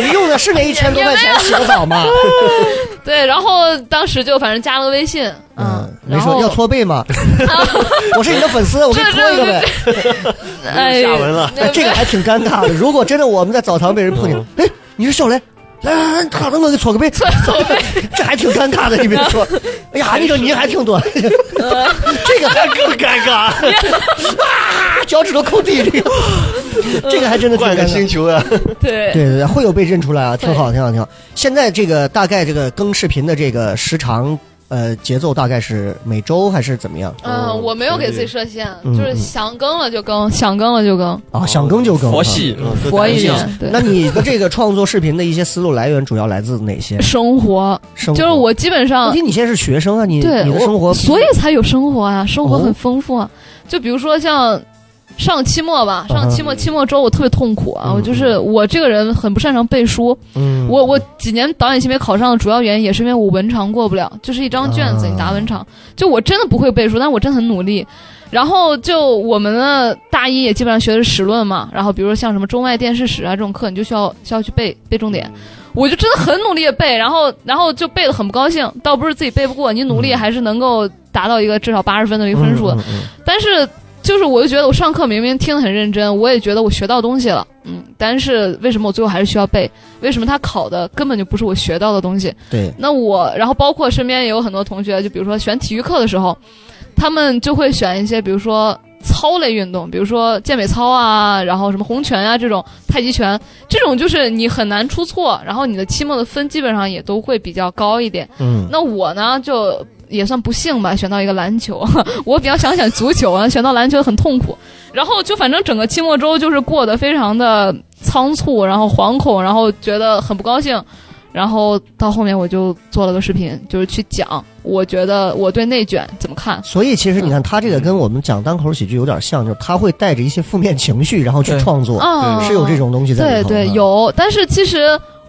S3: 你用的是那一千多块钱洗个澡 吗？
S6: 对，然后当时就反正加了个微信，嗯，
S3: 没
S6: 然后
S3: 说要搓背 吗？我是你的粉丝，我给你搓一个呗。
S6: 哎，
S4: 下文了
S3: 哎，这个还挺尴尬的。如果真的我们在澡堂被人碰见，哎，你是小雷，来来来，躺着我给搓个背，
S6: 嗯搓 搓背，嗯
S3: 这还挺尴尬的。你别说，哎呀，你这泥还挺多，这个还更尴尬，啊，脚趾头抠地，这个
S6: 嗯
S3: 这个还真的挺
S5: 换
S3: 尴
S5: 个
S3: 尬
S5: 星。球啊！
S6: 对
S3: 对对对，会有被认出来啊，挺
S6: 对
S3: 好，挺好，挺好。现在这个大概这个更视频的这个时长，呃，节奏大概是每周还是怎么样
S6: 嗯，我没有给自己设限，
S3: 嗯
S6: 就是想更了就更，想更了就更，
S3: 啊？想更就更啊，
S4: 佛系，
S5: 嗯对
S6: 佛
S5: 感
S6: 一
S5: 性
S6: 点。对
S3: 那，你的这个创作视频的一些思路来源主要来自哪些？
S6: 生活
S3: 生活
S6: 就是我基本
S3: 问
S6: 上
S3: 题你现在是学生啊，你
S6: 对
S3: 你的
S6: 我
S3: 生活，
S6: 所以才有生活啊，生活
S3: 哦
S6: 很丰富啊。就比如说像上期末吧，
S3: 嗯
S6: 上期末期末周我特别痛苦啊，
S3: 嗯
S6: 我就是我这个人很不擅长背书，
S3: 嗯，
S6: 我我几年导演系没考上的主要原因也是因为我文场过不了，就是一张卷子
S3: 啊
S6: 你答文场，就我真的不会背书，但我真的很努力。然后就我们的大一也基本上学的是史论嘛，然后比如说像什么中外电视史啊这种课，你就需要需要去背背重点。我就真的很努力的背，然后然后就背的很不高兴，倒不是自己背不过，你努力还是能够达到一个至少八十分的一个分数的。
S3: 嗯嗯
S6: 但是就是我就觉得我上课明明听得很认真，我也觉得我学到东西了，嗯，但是为什么我最后还是需要背？为什么他考的根本就不是我学到的东西？
S3: 嗯对，
S6: 那我，然后包括身边也有很多同学，就比如说选体育课的时候，他们就会选一些，比如说。操类运动，比如说健美操啊，然后什么红拳啊这种，太极拳这种，就是你很难出错，然后你的期末的分基本上也都会比较高一点。
S3: 嗯，
S6: 那我呢，就也算不幸吧，选到一个篮球。 我比较想选足球啊，选到篮球很痛苦。然后就反正整个期末周就是过得非常的仓促，然后惶恐，然后觉得很不高兴。然后到后面我就做了个视频，就是去讲我觉得我对内卷怎么看。
S3: 所以其实你看他这个跟我们讲单口喜剧有点像，就是他会带着一些负面情绪，然后去
S7: 对
S3: 创作，
S6: 啊，
S3: 哦是有这种东西在
S6: 对
S3: 里头的。
S6: 对有，但是其实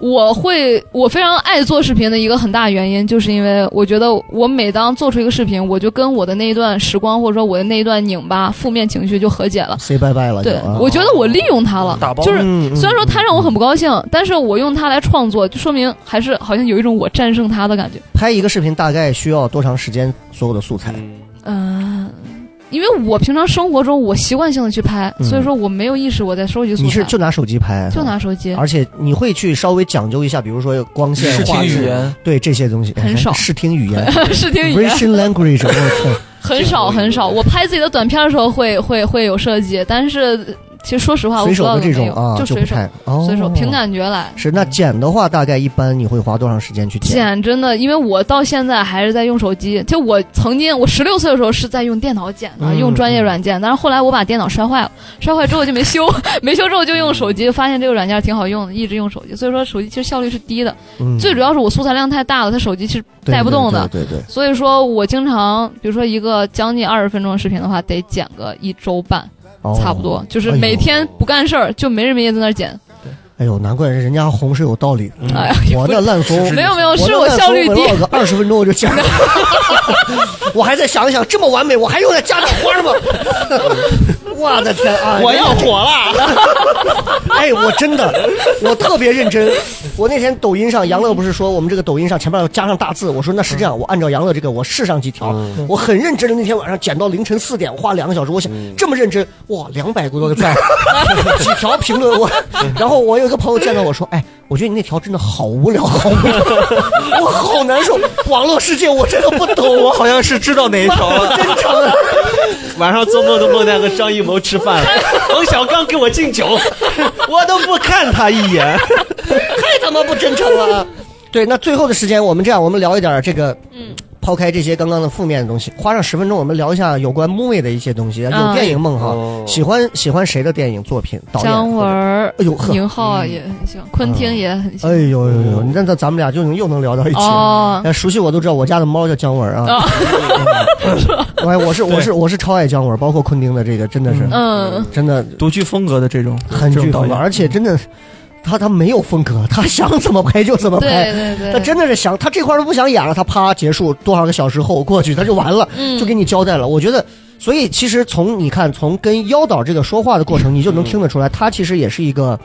S6: 我会我非常爱做视频的一个很大原因，就是因为我觉得我每当做出一个视频，我就跟我的那一段时光或者说我的那一段拧巴负面情绪就和解了。
S3: say bye bye 了就
S6: 对
S3: 啊，，
S6: 我觉得我利用它了
S7: 打，包
S6: 就是
S3: 嗯嗯
S6: 虽然说它让我很不高兴，但是我用它来创作，就说明还是好像有一种我战胜它的感觉。
S3: 拍一个视频大概需要多长时间？所有的素材，
S5: 嗯
S6: 嗯、因为我平常生活中我习惯性的去拍，
S3: 嗯
S6: 所以说我没有意识我在收集素
S3: 你是
S6: 材，
S3: 就拿手机拍，啊
S6: 就拿手机。
S3: 而且你会去稍微讲究一下，比如说光线、
S7: 视
S3: 画
S7: 听
S3: 质
S7: 语言，
S3: 对这些东西哎
S6: 很少
S3: 视听语言
S6: 视听语言
S3: vision language，我
S6: 很少很少，我拍自己的短片的时候会会会有设计，但是其实说实话，
S3: 操，
S6: 我
S3: 随
S6: 不知
S3: 手
S6: 道
S3: 的这
S6: 有没
S3: 种
S6: 有，
S3: 啊
S6: 就
S3: 不
S6: 随手
S3: 太哦，
S6: 随手凭感觉来。
S3: 是那剪的话，大概一般你会花多长时间去剪？
S6: 剪真的，因为我到现在还是在用手机。就我曾经，我十六岁的时候是在用电脑剪的，
S3: 嗯
S6: 用专业软件。但是后来我把电脑摔坏了，摔坏之后就没 修，没修之后就用手机，发现这个软件挺好用的，一直用手机。所以说手机其实效率是低的，
S3: 嗯
S6: 最主要是我素材量太大了，它手机是
S3: 对
S6: 带不动的。
S3: 对对对对
S6: 所以说我经常，比如说一个将近二十分钟的视频的话，得剪个一周半。
S3: 哦
S6: 差不多，就是每天不干事儿，就没日没夜在那儿剪。
S3: 哎呦，难怪人家红是有道理的，嗯
S6: 哎呀，
S3: 我那烂怂
S6: 没有没有，
S3: 我
S6: 是
S3: 那
S6: 我
S3: 烂
S6: 效率
S3: 怂
S6: 低
S3: 我。唠个二十分钟我就 剪了，我还在想一想，这么完美，我还用得加点花 吗？我的天啊！
S4: 我要火 了，
S3: 哎，我真的，我特别认真。我那天抖音上，杨乐不是说我们这个抖音上前面要加上大字，我说那是这样，我按照杨乐这个，我试上几条。我很认真的那天晚上剪到凌晨四点，我花两个小时，我想这么认真，哇，两百多个赞， 几条评论，我。然后我有一个朋友见到我说，哎，我觉得你那条真的好无聊，好无聊， 我好难受。网络世界我真的不懂，我好
S4: 好像是知道哪一条了，
S3: 真诚啊。
S5: 晚上做梦都梦见和张艺谋吃饭，冯小刚给我敬酒，我都不看他一眼，
S3: 太他妈不真诚啊了。 对，那最后的时间，我们这样，我们聊一点这个，嗯，抛开这些刚刚的负面的东西，花上十分钟，我们聊一下有关 movie 的一些东西。有
S6: 啊
S3: 电影梦哈，
S5: 哦
S3: 喜欢喜欢谁的电影作品？导演？
S6: 姜文儿、
S3: 哎呦呵嗯
S6: 宁浩也很喜欢，昆汀也很喜
S3: 哎呦
S6: 欢。
S3: 呦呦呦！你看，咱咱们俩就能又能聊到一起。
S6: 哦，
S3: 哎熟悉我都知道，我家的猫叫姜文啊。
S6: 啊
S3: 哎，我是我是我是超爱姜文，包括昆汀的这个，真的是、
S6: 嗯，
S3: 真的
S7: 独具风格的这种
S3: 很
S7: 这
S3: 具
S7: 种
S3: 风格，
S7: 导演，
S3: 而且真的，他他没有风格，他想怎么拍就怎么拍。
S6: 对对对，
S3: 他真的是想，他嗯这块儿都不想演了，他啪结束，多少个小时后过去，他就完了，
S6: 嗯
S3: 就给你交代了。我觉得，所以其实从你看，从跟妖导这个说话的过程，你就能听得出来，他其实也是一个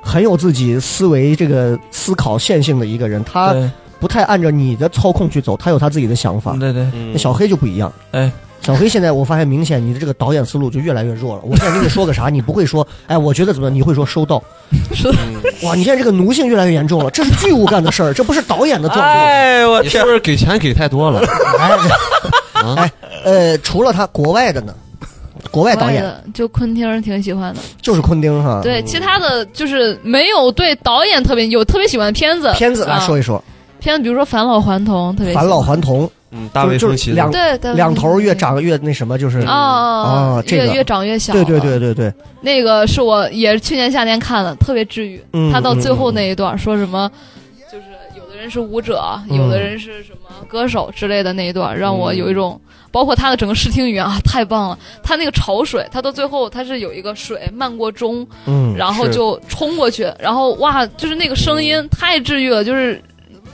S3: 很有自己思维、这个思考线性的一个人。他
S7: 对
S3: 不太按照你的操控去走，他有他自己的想法。
S7: 对对，
S5: 嗯
S3: 那小黑就不一样，
S7: 哎，
S3: 小黑现在我发现明显你的这个导演思路就越来越弱了。我现在跟你说个啥，你不会说，哎，我觉得怎么样，你会说收到。
S5: 嗯
S3: 哇，你现在这个奴性越来越严重了，这是剧务干的事儿，这不是导演的作风。
S7: 哎我
S5: 你是
S7: 天
S5: 不，是给钱给太多了？啊
S3: 哎，哎， 呃，除了他，国外的呢？国外导
S6: 国外
S3: 演嗯
S6: 的就昆汀挺喜欢的，
S3: 就是昆汀哈。
S6: 对，其他的就是没有对导演特别有特别喜欢的片子，
S3: 片子来
S6: 啊
S3: 说一说，
S6: 片子，比如说《返老还童》特别
S3: 《
S6: 喜欢
S3: 返老还童
S5: 嗯，大卫
S3: 就是
S5: 芬奇的
S3: 两》
S6: 对对
S3: 两头越长越那什么，就是
S6: 啊啊
S3: 啊
S6: 啊，
S3: 这个
S6: 越越长越小，
S3: 对对对，对对，
S6: 那个是我也是去年夏天看的，特别治愈
S3: 嗯。
S6: 他到最后那一段说什么，就是有的人是舞者，
S3: 嗯
S6: 有的人是什么歌手之类的那一段，让我有一种，
S3: 嗯
S6: 包括他的整个视听语言啊，太棒了。他那个潮水，他到最后他是有一个水漫过钟，
S3: 嗯，
S6: 然后
S5: 是
S6: 就冲过去，然后哇，就是那个声音太治愈了，就是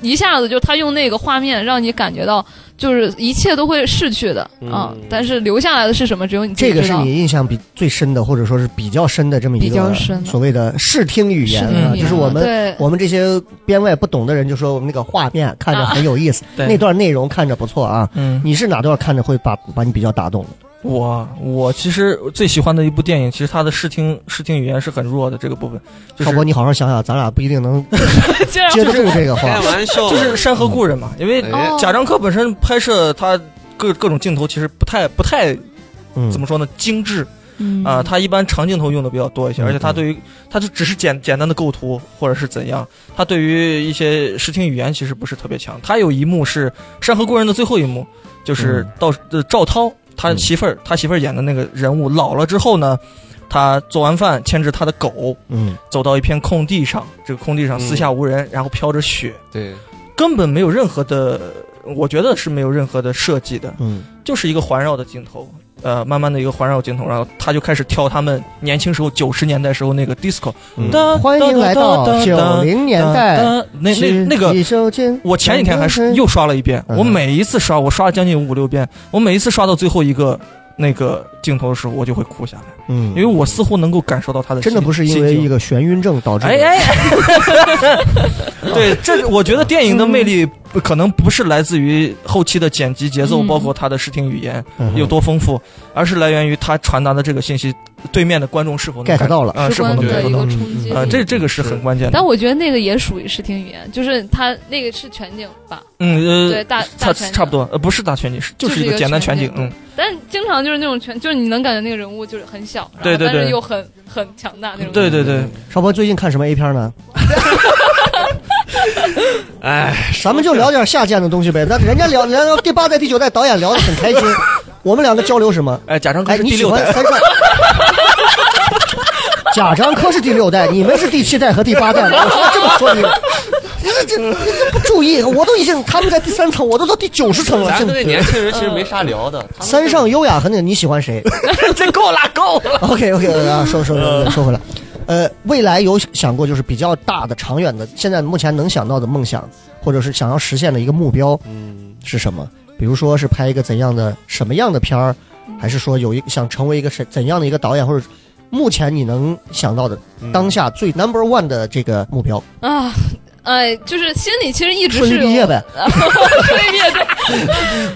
S6: 一下子就他用那个画面让你感觉到，就是一切都会逝去的啊
S5: 嗯，
S6: 但是留下来的是什么，只有你自己
S3: 这个
S6: 知
S3: 是
S6: 道。
S3: 你印象比最深的，或者说是比较深的这么一
S6: 比较
S3: 个
S6: 深的
S3: 所谓的视听语言
S6: 听
S3: 啊，
S6: 语
S3: 就是
S6: 言
S3: 我
S6: 了
S3: 们
S6: 对
S3: 我们这些编外不懂的人就说我们那个画面看着很有意思，
S7: 对
S3: 那段内容看着不错啊。
S7: 嗯，
S3: 你是哪段看着会把把你比较打动的？
S7: 我我其实最喜欢的一部电影，其实它的视听视听语言是很弱的这个部分，就
S3: 少博，
S7: 是
S3: 你好好想想，咱俩不一定能
S6: 竟然
S3: 接得住这个话
S7: 哎
S5: 开。玩笑，
S7: 就是《山河故人》嘛，
S3: 嗯
S7: 因为
S5: 哎
S6: 哦
S7: 贾樟柯本身拍摄他各各种镜头其实不太不太
S3: 嗯，
S7: 怎么说呢精致
S6: 嗯
S7: 啊、他一般长镜头用的比较多一些，
S3: 嗯
S7: 而且他对于他就只是简简单的构图或者是怎样，他对于一些视听语言其实不是特别强。他有一幕是《山河故人》的最后一幕，就是
S3: 嗯
S7: 到、呃赵涛他
S3: 嗯
S7: 媳妇儿、他媳妇儿演的那个人物老了之后呢，他做完饭牵着他的狗
S3: 嗯，
S7: 走到一片空地上，这个空地上
S5: 嗯
S7: 四下无人，然后飘着雪，
S5: 对，
S7: 根本没有任何的，我觉得是没有任何的设计的，
S3: 嗯
S7: 就是一个环绕的镜头，呃，慢慢的一个环绕镜头，然后他就开始跳他们年轻时候九十年代时候那个 disco，
S3: 嗯
S7: 哒
S3: 欢迎来到九零年代。
S7: 哒哒呃那那那个
S3: 是。一首情
S7: 我前几天还是又刷了一遍，
S3: 嗯
S7: 我每一次刷，我刷了将近五六遍，我每一次刷到最后一个那个镜头的时候，我就会哭下来，
S3: 嗯，
S7: 因为我似乎能够感受到他的
S3: 真的不是因为一
S7: 个，
S3: 个眩晕症导致的。
S7: 哎哎， 对，这我觉得电影的魅力不可能不是来自于后期的剪辑节奏，
S6: 嗯
S7: 包括它的视听语言，
S3: 嗯哼
S7: 有多丰富，而是来源于他传达的这个信息，对面的观众是否能
S3: get
S7: 感
S3: 到了
S7: 啊，
S6: 直
S7: 是否
S6: 观
S7: 能
S6: 的
S7: get
S6: 一
S7: 到
S6: 个
S3: 嗯
S6: 冲击
S3: 嗯
S6: 力
S7: 啊，这这个是很关键的
S6: 但。我觉得那个也属于视听语言，就是它那个是全景吧，
S7: 嗯
S6: 对
S7: 呃，
S6: 大
S7: 差
S6: 大全景
S7: 差不。多，呃，不是大全景，是就
S6: 就是
S7: 一
S6: 一
S7: 个
S6: 个
S7: 简单全
S6: 全
S7: 景
S6: 景，
S7: 嗯，
S6: 但经常就是那种全，就是你能感觉那个人物就是很小，然后
S7: 对对
S6: 但
S7: 对
S6: 是又很很强大那种。
S7: 嗯对对对，
S3: 少博最近看什么 A 片 呢？
S5: 哎，
S3: 咱们就聊点下贱的东西呗。那人家聊聊聊第八代、第九代导演聊得很开 心，我们两个交流什么？
S7: 哎，贾樟柯
S3: 哎，
S7: 是
S3: 你
S7: 第
S3: 喜
S7: 六
S3: 欢
S7: 代，
S3: 三帅？贾樟柯是第六代，你们是第七代和第八代。我说这么说你，你这这你这不注意，我都已经他们在第三层，我都到第九十层了。
S5: 咱
S3: 这
S5: 们这年
S6: 嗯
S5: 轻人其实没啥 聊的，他们
S3: 三上优雅和那个你喜欢谁
S7: 真够了够 了。
S3: ？OK OK，啊，收收收收回来。呃，未来有想过就是比较大的、长远的，现在目前能想到的梦想，或者是想要实现的一个目标
S5: 嗯，
S3: 是什么？比如说是拍一个怎样的、什么样的片儿，
S6: 嗯
S3: 还是说有一想成为一个怎怎样的一个导演，或者目前你能想到的
S5: 嗯
S3: 当下最 number one 的这个目标？
S6: 啊，哎，就是心里其实一直
S3: 顺
S6: 是
S3: 利
S6: 有
S3: 毕 业，呗，
S6: 顺利毕业对。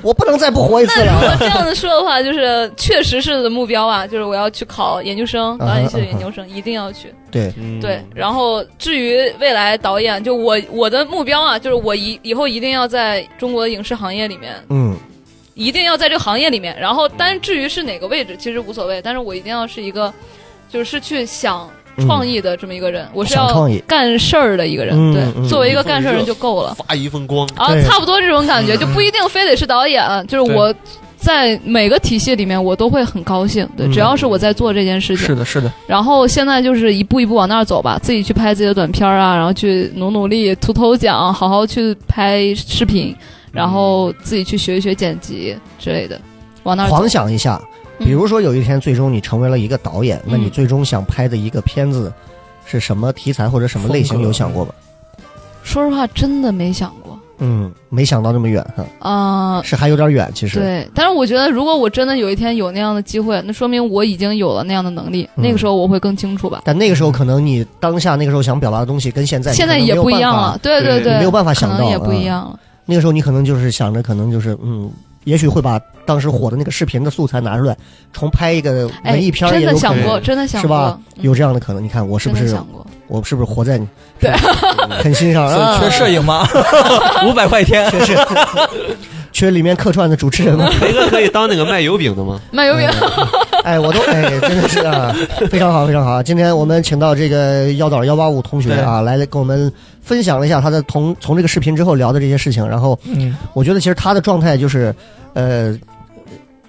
S3: 我不能再不活一次
S6: 那如果
S3: 了。
S6: 这样子说的话，就是确实是目标啊，就是我要去考研究生，
S7: 啊
S6: 导演系的研究生一定要去。
S3: 对，
S5: 嗯
S6: 对，然后至于未来导演，就我我的目标啊，就是我以以后一定要在中国影视行业里面
S3: 嗯，
S6: 一定要在这个行业里面。然后，但是至于是哪个位置，其实无所谓。但是我一定要是一个，就是去想创意的这么一个人，我
S3: 嗯
S6: 是
S3: 想
S6: 要
S3: 创意
S6: 干事儿的一个人。
S3: 嗯
S6: 对，
S3: 嗯
S6: 作为一个干事儿人就够了。
S5: 发一份 光，
S6: 啊
S3: 对，
S6: 差不多这种感觉，就不一定非得是导演，就是
S7: 对
S6: 我在每个体系里面，我都会很高兴。对，
S3: 嗯
S6: 只要是我在做这件事情，
S7: 是的，是的，
S6: 然后现在就是一步一步往那儿走吧，自己去拍自己的短片儿啊，然后去努努力，图头奖，好好去拍视频，然后自己去学一学剪辑之类的，往那儿走
S3: 嗯
S6: 嗯
S3: 狂。想一下，比如说有一天最终你成为了一个导演，那你最终想拍的一个片子是什么题材或者什么类型？
S7: 风格
S3: 有想过吗？
S6: 说实话，真的没想过
S3: 嗯，没想到这么远哈，
S6: 啊。
S3: 是还有点远，其实。
S6: 对，但是我觉得，如果我真的有一天有那样的机会，那说明我已经有了那样的能力。
S3: 嗯
S6: 那个时候我会更清楚吧。
S3: 但那个时候可能你当下那个时候想表达的东西跟现在你
S6: 现在
S3: 可能
S6: 也
S3: 没有
S6: 不一
S3: 办
S6: 样
S3: 法
S6: 了，。对
S5: 对
S6: 对，
S3: 你没有办法想
S6: 可能
S3: 到
S6: 也不
S3: 嗯
S6: 一样了。
S3: 那个时候你可能就是想着，可能就是嗯，也许会把当时火的那个视频的素材拿出来，重拍嗯一个
S6: 哎，
S3: 文艺片儿
S6: 真
S3: 也
S6: 的
S3: 有可
S6: 想
S3: 能
S6: 过，真的想
S3: 是
S6: 过，
S3: 吧？
S6: 嗯
S3: 有这样的可能。你看我是不
S6: 真的
S3: 是
S6: 想过？
S3: 我是不是活在你
S6: 对
S3: 很欣赏
S7: 所以
S3: 啊？
S7: 缺摄影吗？ 五百块 钱，
S3: 缺是 缺里面客串的主持人吗？
S5: 雷哥可以当那个卖油饼的吗？
S6: 卖油饼，
S3: 哎，我都哎，真的是啊，非常好，非常好啊。今天我们请到这个幺导幺八五同学啊，来跟我们分享了一下他的从从这个视频之后聊的这些事情。然后
S7: 嗯，
S3: 我觉得其实他的状态就是，呃，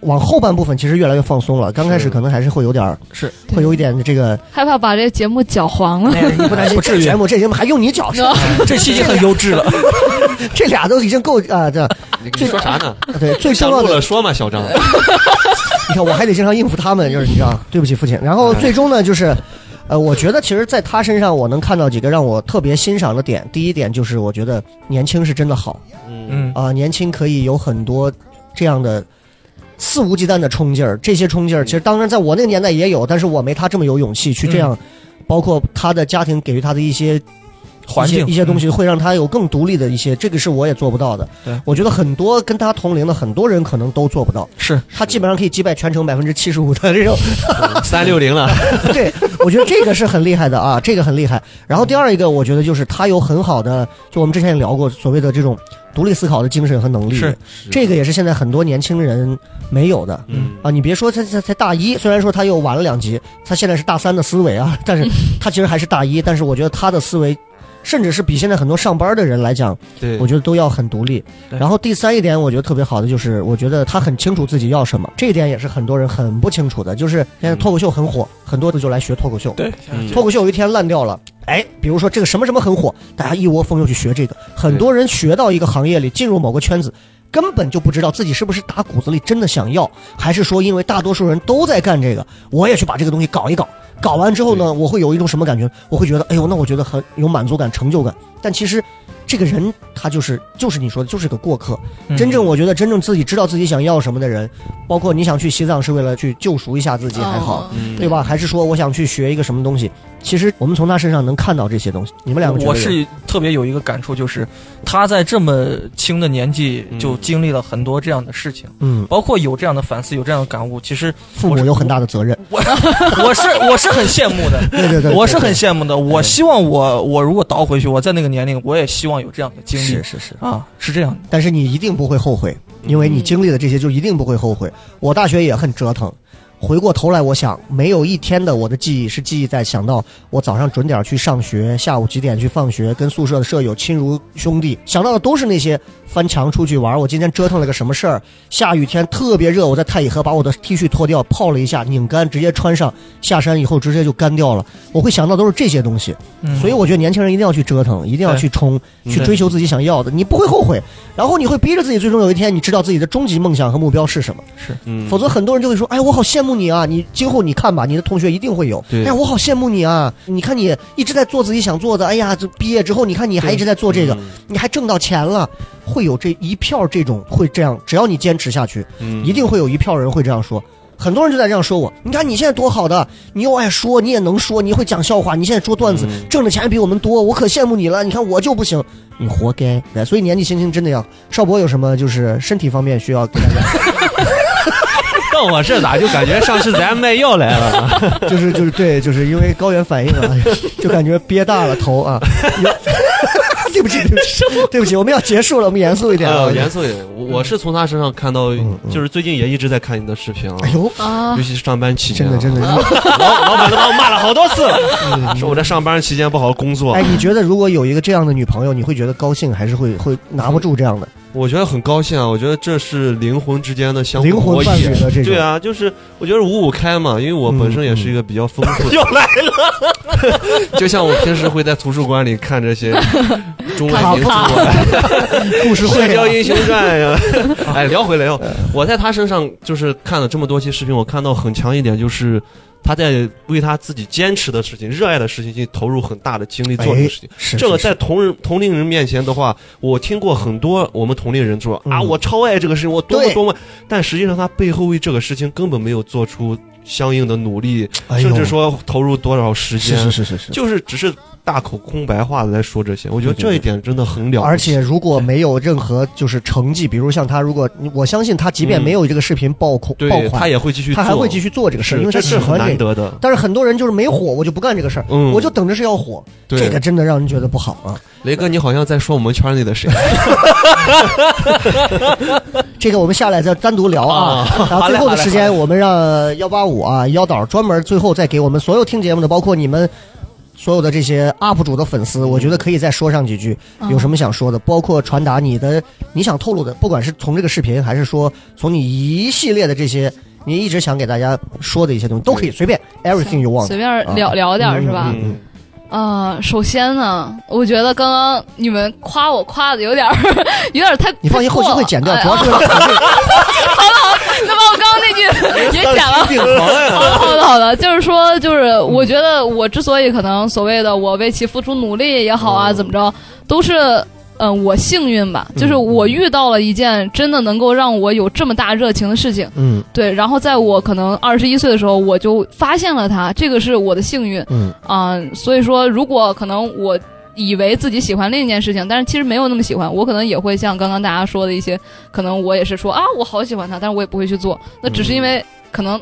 S3: 往后半部分其实越来越放松了。刚开始
S5: 是
S3: 可能还是 会有点儿
S7: 是
S3: 会有一点这个，
S6: 害怕把这节目搅黄了。
S3: 你不担心
S7: 不至于哎
S3: 这节目这节目还用你搅是吧？
S7: 这期已经很优质 了。
S3: 这俩都已经够啊，这
S5: 你你说啥呢？
S3: 对最重
S5: 想
S3: 要
S5: 录
S3: 的
S5: 了说嘛，小张。
S3: 你看，我还得经常应付他们，就是你知道，对不起父亲。然后最终呢，就是，呃，我觉得其实在他身上，我能看到几个让我特别欣赏的点。第一点就是，我觉得年轻是真的好
S5: 嗯，
S7: 嗯，
S3: 啊、年轻可以有很多这样的肆无忌惮的冲劲儿。这些冲劲儿，其实当然在我那个年代也有，但是我没他这么有勇气
S7: 嗯
S3: 去这样。包括他的家庭给予他的一些
S7: 环境
S3: 一
S7: 嗯
S3: 些一些东西，会让他有更独立的一些，这个是我也做不到的
S7: 对。
S3: 我觉得很多跟他同龄的很多人可能都做不到。
S7: 是
S3: 他基本上可以击败全城百分之七十五的这种，
S5: 嗯三六零了，
S3: 对我觉得这个是很厉害的啊，这个很厉害。然后第二一个，我觉得就是他有很好的，就我们之前也聊过所谓的这种独立思考的精神和能力，
S7: 是
S3: 这个也是现在很多年轻人没有的。
S5: 嗯
S3: 啊，你别说他才才大一，虽然说他又晚了两级，他现在是大三的思维啊，但是他其实还是大一，但是我觉得他的思维，甚至是比现在很多上班的人来讲，
S5: 对
S3: 我，觉得都要很独立。
S7: 对
S3: 然后第三一点，我觉得特别好的就是，我觉得他很清楚自己要什么，这一点也是很多人很不清楚的。就是现在脱口秀很火，很多的就来学脱口秀。
S7: 对，
S5: 嗯
S3: 脱口秀有一天烂掉了，哎，比如说这个什么什么很火，大家一窝蜂又去学这个。很多人学到一个行业里，进入某个圈子，根本就不知道自己是不是打骨子里真的想要，还是说因为大多数人都在干这个，我也去把这个东西搞一搞。搞完之后呢，我会有一种什么感觉？我会觉得，哎呦，那我觉得很有满足感、成就感。但其实，这个人他就是就是你说的，就是个过客。
S7: 嗯
S3: 真正我觉得，真正自己知道自己想要什么的人，包括你想去西藏是为了去救赎一下自己还好，
S6: 嗯
S3: 对吧？？还是说我想去学一个什么东西？其实我们从他身上能看到这些东西。你们两个觉得
S7: 我
S3: 有
S7: 是特别有一个感触，就是他在这么轻的年纪
S5: 嗯
S7: 就经历了很多这样的事情，
S3: 嗯，
S7: 包括有这样的反思，有这样的感悟。其实
S3: 父母有很大的责任。
S7: 我我是我是很羡慕的，
S3: 对对对，
S7: 我是很羡慕的。我希望我我如果倒回去，我在那个年龄，我也希望有这样的经历
S3: 是是是，
S7: 啊，是这样的。
S3: 但是你一定不会后悔，因为你经历了这些，就一定不会后悔。我大学也很折腾。回过头来，我想，没有一天的我的记忆是记忆在想到我早上准点儿去上学，下午几点去放学，跟宿舍的舍友亲如兄弟，想到的都是那些翻墙出去玩儿。我今天折腾了个什么事儿？下雨天特别热，我在太乙河把我的 T 恤脱掉，泡了一下，拧干，直接穿上。下山以后直接就干掉了。我会想到都是这些东西，
S7: 嗯
S3: 所以我觉得年轻人一定要去折腾，一定要去冲，
S5: 嗯
S3: 去追求自己想要的，你不会后悔。然后你会逼着自己，最终有一天你知道自己的终极梦想和目标是什么。
S5: 嗯
S3: 否则很多人就会说：“哎，我好羡慕你啊！你今后你看吧，你的同学一定会有。
S5: 对嗯
S3: 哎呀，我好羡慕你啊！你看你一直在做自己想做的，哎呀，这毕业之后你看你还一直在做这
S5: 嗯
S3: 个，你还挣到钱了，会有这一票这种会这样，只要你坚持下去，
S5: 嗯
S3: 一定会有一票人会这样说。很多人就在这样说我，你看你现在多好的，你又爱说，你也能说，你会讲笑话，你现在说段子，
S5: 嗯
S3: 挣的钱还比我们多，我可羡慕你了。你看我就不行，你活该。对所以年纪轻轻真的要，少博有什么就是身体方面需要给大家，
S5: 到我这咋就感觉上次咱卖药来了？
S3: 就是 就是对，就是因为高原反应啊，就感觉憋大了头啊。对不起，对不起，对不起，我们要结束了，我们严肃一点啊
S5: 呃，。严肃一点，我我是从他身上看到
S3: 嗯，嗯
S5: 就是最近也一直在看你的视频啊，
S3: 哎呦，
S6: 啊
S5: 尤，其是上班期间
S3: 真
S5: 啊，
S3: 的真的，嗯
S5: 老老板都把我骂了好多次了，说我在上班期间不好好工作啊
S3: 哎，，你觉得如果有一个这样的女朋友，你会觉得高兴，还是会会拿不住这样的
S5: 我觉得很高兴啊，我觉得这是灵魂之间的相互
S3: 灵
S5: 博
S3: 魂伴侣
S5: 弈。
S3: 的这种？
S5: 对，啊，就是我觉得五五开嘛，因为我本身也是一个比较丰 富的，
S4: 又来了，
S5: 就像我平时会在图书馆里看这 些中外
S6: 卡
S5: 名著
S6: 卡
S5: 啊、
S3: 故事
S5: 《射
S3: 会啊
S5: 雕英雄传》呀。哎，聊回来哟，我在他身上就是看了这么多期视频，我看到很强一点就是他在为他自己坚持的事情、热爱的事情去投入很大的精力做这个事情。
S3: 哎是
S5: 这个
S3: 是
S5: 在同人同龄人面前的话，我听过很多我们同龄人说啊，
S3: 嗯
S5: 我超爱这个事情，我多么
S3: 对
S5: 多么，但实际上他背后为这个事情根本没有做出相应的努力，
S3: 哎呦
S5: 甚至说投入多少时
S3: 是
S5: 间，
S3: 是是是是。
S5: 就是只是大口空白话的来说这些。我觉得
S3: 对对
S5: 这一点真的很了不起，
S3: 而且如果没有任何就是成绩，比如像他，如果我相信他，即便
S5: 嗯
S3: 没有这个视频爆款爆
S5: 对他
S3: 款，
S5: 也会继续做，
S3: 他还会继续做这个事儿，
S5: 是
S3: 因为他
S5: 这
S3: 喜
S5: 是很
S3: 欢
S5: 难
S3: 这个。
S5: 得的。
S3: 但是很多人就是没火，我就不干这个事儿，
S5: 嗯
S3: 我就等着是要火，
S5: 对
S3: 这个真的让人觉得不好啊。
S5: 雷哥，你好像在说我们圈内的谁？
S3: 这个我们下来再单独聊啊。然后最后的时间，我们让幺八五啊幺导专门最后再给我们所有听节目的，包括你们所有的这些 UP 主的粉丝，我觉得可以再说上几句，
S6: 嗯哦
S3: 有什么想说的，包括传达你的你想透露的，不管是从这个视频，还是说从你一系列的这些。你一直想给大家说的一些东西都可以随便，everything you want 啊
S6: 随便聊聊点儿是吧？
S5: 嗯，
S6: 啊、首先呢，我觉得刚刚你们夸我夸的有点儿， 有点儿太
S3: 你放心，
S6: 太
S3: 后
S6: 过
S3: 期会
S6: 了
S3: 剪掉，
S6: 哎
S3: 主 要是为了考虑
S6: 那把我刚刚 那句也剪了。
S3: 病房呀。
S6: 好的，好的，好的，就是说，就是我觉得我之所以可能所谓的我为其付出努力也好
S3: 嗯
S6: 啊，怎么着，都是嗯、呃我幸运吧，就是我遇到了一件真的能够让我有这么大热情的事情，
S3: 嗯
S6: 对，然后在我可能二十一岁的时候，我就发现了它，这个是我的幸运
S3: 嗯
S6: 啊、所以说，如果可能我。以为自己喜欢另一件事情，但是其实没有那么喜欢。我可能也会像刚刚大家说的一些，可能我也是说啊，我好喜欢它，但是我也不会去做。那只是因为可能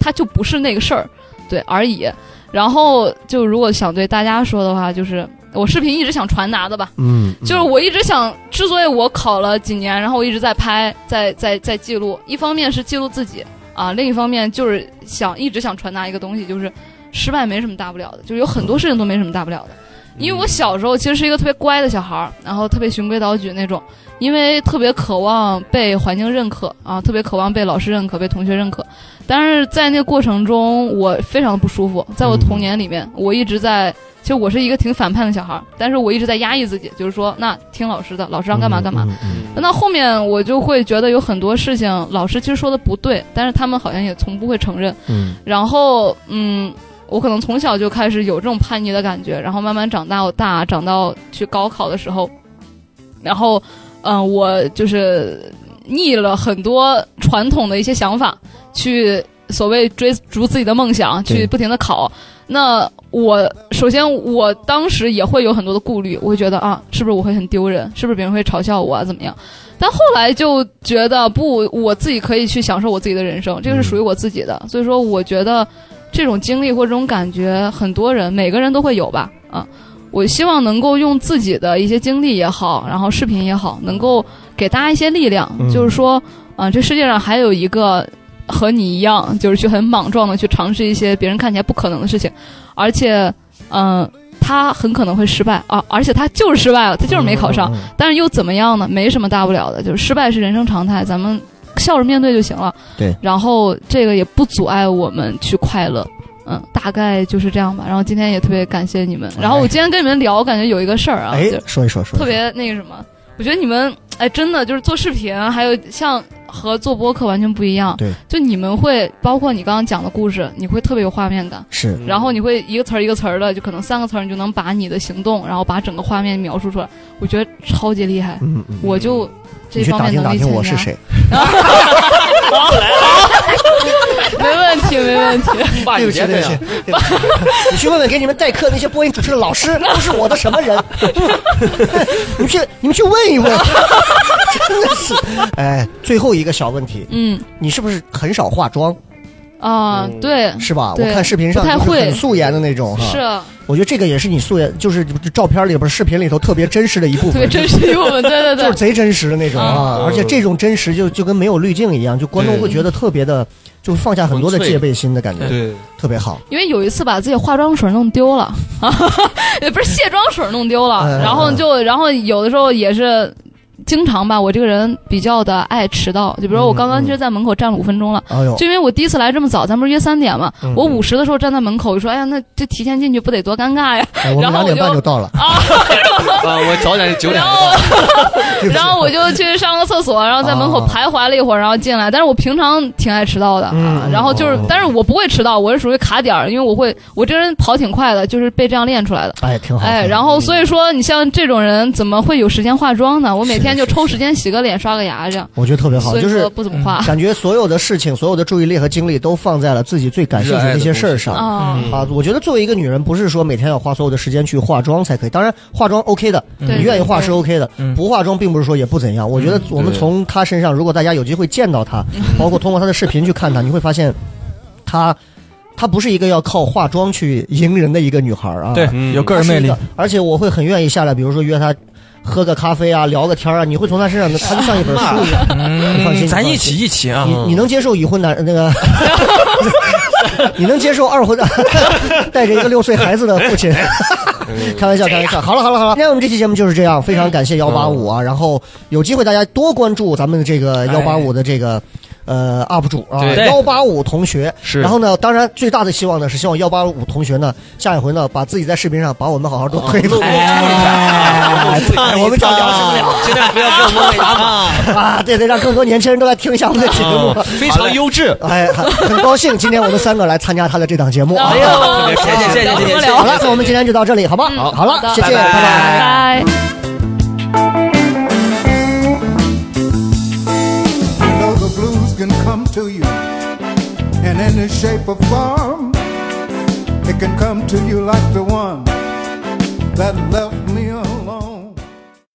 S6: 它就不是那个事儿，对而已。然后就如果想对大家说的话，就是我视频一直想传达的吧，
S3: 嗯，
S6: 就是我一直想，之所以我考了几年，然后我一直在拍，在在在记录，一方面是记录自己啊，另一方面就是想一直想传达一个东西，就是失败没什么大不了的，就是有很多事情都没什么大不了的。
S3: 嗯
S6: 因为我小时候其实是一个特别乖的小孩儿，然后特别循规蹈矩那种，因为特别渴望被环境认可啊，特别渴望被老师认可、被同学认可。但是在那个过程中，我非常的不舒服。在
S3: 嗯
S6: 我童年里面，我一直在，其实我是一个挺反叛的小孩儿，但是我一直在压抑自己，就是说，那听老师的，老师让干嘛干嘛。
S3: 嗯。嗯嗯
S6: 那后面我就会觉得有很多事情，老师其实说的不对，但是他们好像也从不会承认。
S3: 嗯
S6: 然后，嗯，我可能从小就开始有这种叛逆的感觉，然后慢慢长大，我大长到去高考的时候，然后，嗯、我就是逆了很多传统的一些想法，去所谓追逐自己的梦想，
S3: 对
S6: 去不停的考。那我首先我当时也会有很多的顾虑，我会觉得啊，是不是我会很丢人？是不是别人会嘲笑我啊？怎么样？但后来就觉得不，我自己可以去享受我自己的人生，这个是属于我自己的。所以说，我觉得这种经历或这种感觉，很多人每个人都会有吧？啊，我希望能够用自己的一些经历也好，然后视频也好，能够给大家一些力量，
S3: 嗯
S6: 就是说，啊、这世界上还有一个和你一样，就是去很莽撞的去尝试一些别人看起来不可能的事情，而且，嗯、他很可能会失败啊，而且他就是失败了，他就是没考上。
S3: 嗯嗯嗯
S6: 但是又怎么样呢？没什么大不了的，就是失败是人生常态，咱们笑着面对就行了。
S3: 对，
S6: 然后这个也不阻碍我们去快乐。嗯，大概就是这样吧。然后今天也特别感谢你们。然后我今天跟你们聊，我感觉有一个事儿啊，
S3: 哎
S6: 就，
S3: 说一说，说一说
S6: 特别那个什么，我觉得你们哎，真的就是做视频啊，还有像和做播客完全不一样。
S3: 对，
S6: 就你们会包括你刚刚讲的故事，你会特别有画面感。
S3: 是
S6: 然后你会一个词儿一个词儿的，就可能三个词儿，你就能把你的行动，然后把整个画面描述出来。我觉得超级厉害，
S3: 嗯嗯，
S6: 我就这
S3: 你去
S6: 方
S3: 打
S6: 面
S3: 听
S6: 能
S3: 打
S6: 力
S3: 听我
S6: 欠
S3: 是
S6: 佳。
S3: 谁。
S6: 没问题，没问题。
S4: 爸，你
S3: 对不起，
S4: 别这
S3: 对不
S4: 样
S3: 起，对不起你去问问给你们代课那些播音主持的老 师，都是我的什么人？ 你们去，你们去问一 问，真的是。哎，最后一个小问题，
S6: 嗯，
S3: 你是不是很少化妆？
S6: 啊，
S5: 嗯
S6: 对，
S3: 是吧？我
S6: 对
S3: 看视频上
S6: 不太
S3: 就是
S6: 会
S3: 很素颜的那种哈，
S6: 是啊
S3: 我觉得这个也是你素颜，就是照片里边、视频里头特别真实的一部
S6: 特别
S3: 分，
S6: 真实一部分，对对
S3: 就是
S6: 对，
S3: 贼真实的那种啊！
S5: 嗯
S3: 而且这种真实就就跟没有滤镜一样，就观众
S5: 对
S3: 会觉得特别的，就放下很多的
S5: 纯粹
S3: 戒备心的感觉，
S5: 对，
S3: 特别好。
S6: 因为有一次把自己化妆水弄丢了， 也不是卸妆水弄丢了，
S3: 嗯
S6: 然后就然后有的时候也是。经常吧，我这个人比较的爱迟到，就比如说我刚
S3: 嗯
S6: 刚
S3: 嗯
S6: 其实在门口站了五分钟了，
S3: 哎呦，
S6: 就因为我第一次来这么早，咱不是约三点嘛，
S3: 嗯
S6: 我五十的时候站在门口，我说哎呀，那这提前进去不得多尴 尬呀？
S3: 哎我们
S6: 然后
S3: 两
S6: 我
S3: 点半
S6: 就
S3: 就到了，
S5: 啊，我早点九点
S6: 然
S5: 就
S6: 后
S5: 到，
S3: 对不起
S6: 然后我就去上个厕所，然后在门口
S3: 哦
S6: 徘徊了一会儿，然后进来。但是我平常挺爱迟到的，
S3: 嗯
S6: 啊然后就是
S3: 哦，
S6: 但是我不会迟到，我是属于卡点儿，因为我会，我这人跑挺快的，就是被这样练出来的。
S3: 哎，挺好。挺
S6: 哎，
S3: 好
S6: 然后所以说，你像这种人怎么会有时间化妆呢？我每天
S3: 是
S6: 就抽时间洗个脸、刷个牙这样，
S3: 我觉得特别好，
S6: 所以
S3: 就
S6: 说
S3: 是
S6: 不怎么化
S3: 感觉所有的事情、所有的注意力和精力都放在了自己最感兴趣的一些事儿上。
S6: 啊。
S5: 嗯
S3: 啊，我觉得作为一个女人，不是说每天要花所有的时间去化妆才可以。当然，化妆 OK 的，
S6: 对
S3: 你愿意化是
S6: 对
S3: OK 的，
S7: 嗯
S3: 不化妆并不是说也不怎样。我觉得我们
S5: 对
S3: 从她身上，如果大家有机会见到她，
S7: 嗯
S3: 包括通过她的视频去看她，你会发现，她，她不是一个要靠化妆去迎人的一个女孩儿啊。
S7: 对，
S5: 嗯
S7: 有个人魅力
S3: 她是一个。而且我会很愿意下来，比如说约她喝个咖啡啊，聊个天儿啊，你会从她身上，她就像一本书一样。你放心
S7: 嗯，咱
S3: 你放
S7: 一起一起啊
S3: 你，你能接受已婚男那个？你能接受二婚带着一个六岁孩子的父亲？开玩笑，开玩笑。好了，好了，好了。今天我们这期节目就是这样，非常感谢幺八五啊，然后有机会大家多关注咱们这个幺八五的这个。呃，UP 主啊，
S5: 对
S3: 幺八五同学
S5: 是
S3: 然后呢，当然最大的希望呢是希望幺八五同学呢，下一回呢把自己在视频上把我们好好都推推，哎看我们想聊什么聊
S4: 尽量不要给我们打码，
S3: 啊？对对，让更多年轻人都来听一下我们的节目。
S5: 非常优质，
S3: 哎，很很高兴今天我们三个来参加他的这档节目啊！
S6: 呦
S4: 谢谢谢谢谢谢谢谢
S3: 好了，那我们今天就到这里，好吧？
S6: 嗯
S3: 好
S6: 好的
S3: 了，谢
S4: 拜
S3: 谢，
S4: 拜
S6: 拜
S3: 拜。
S6: 拜。
S2: You know the blues can come to you in any shape or form. It can come to you like the one that left me on.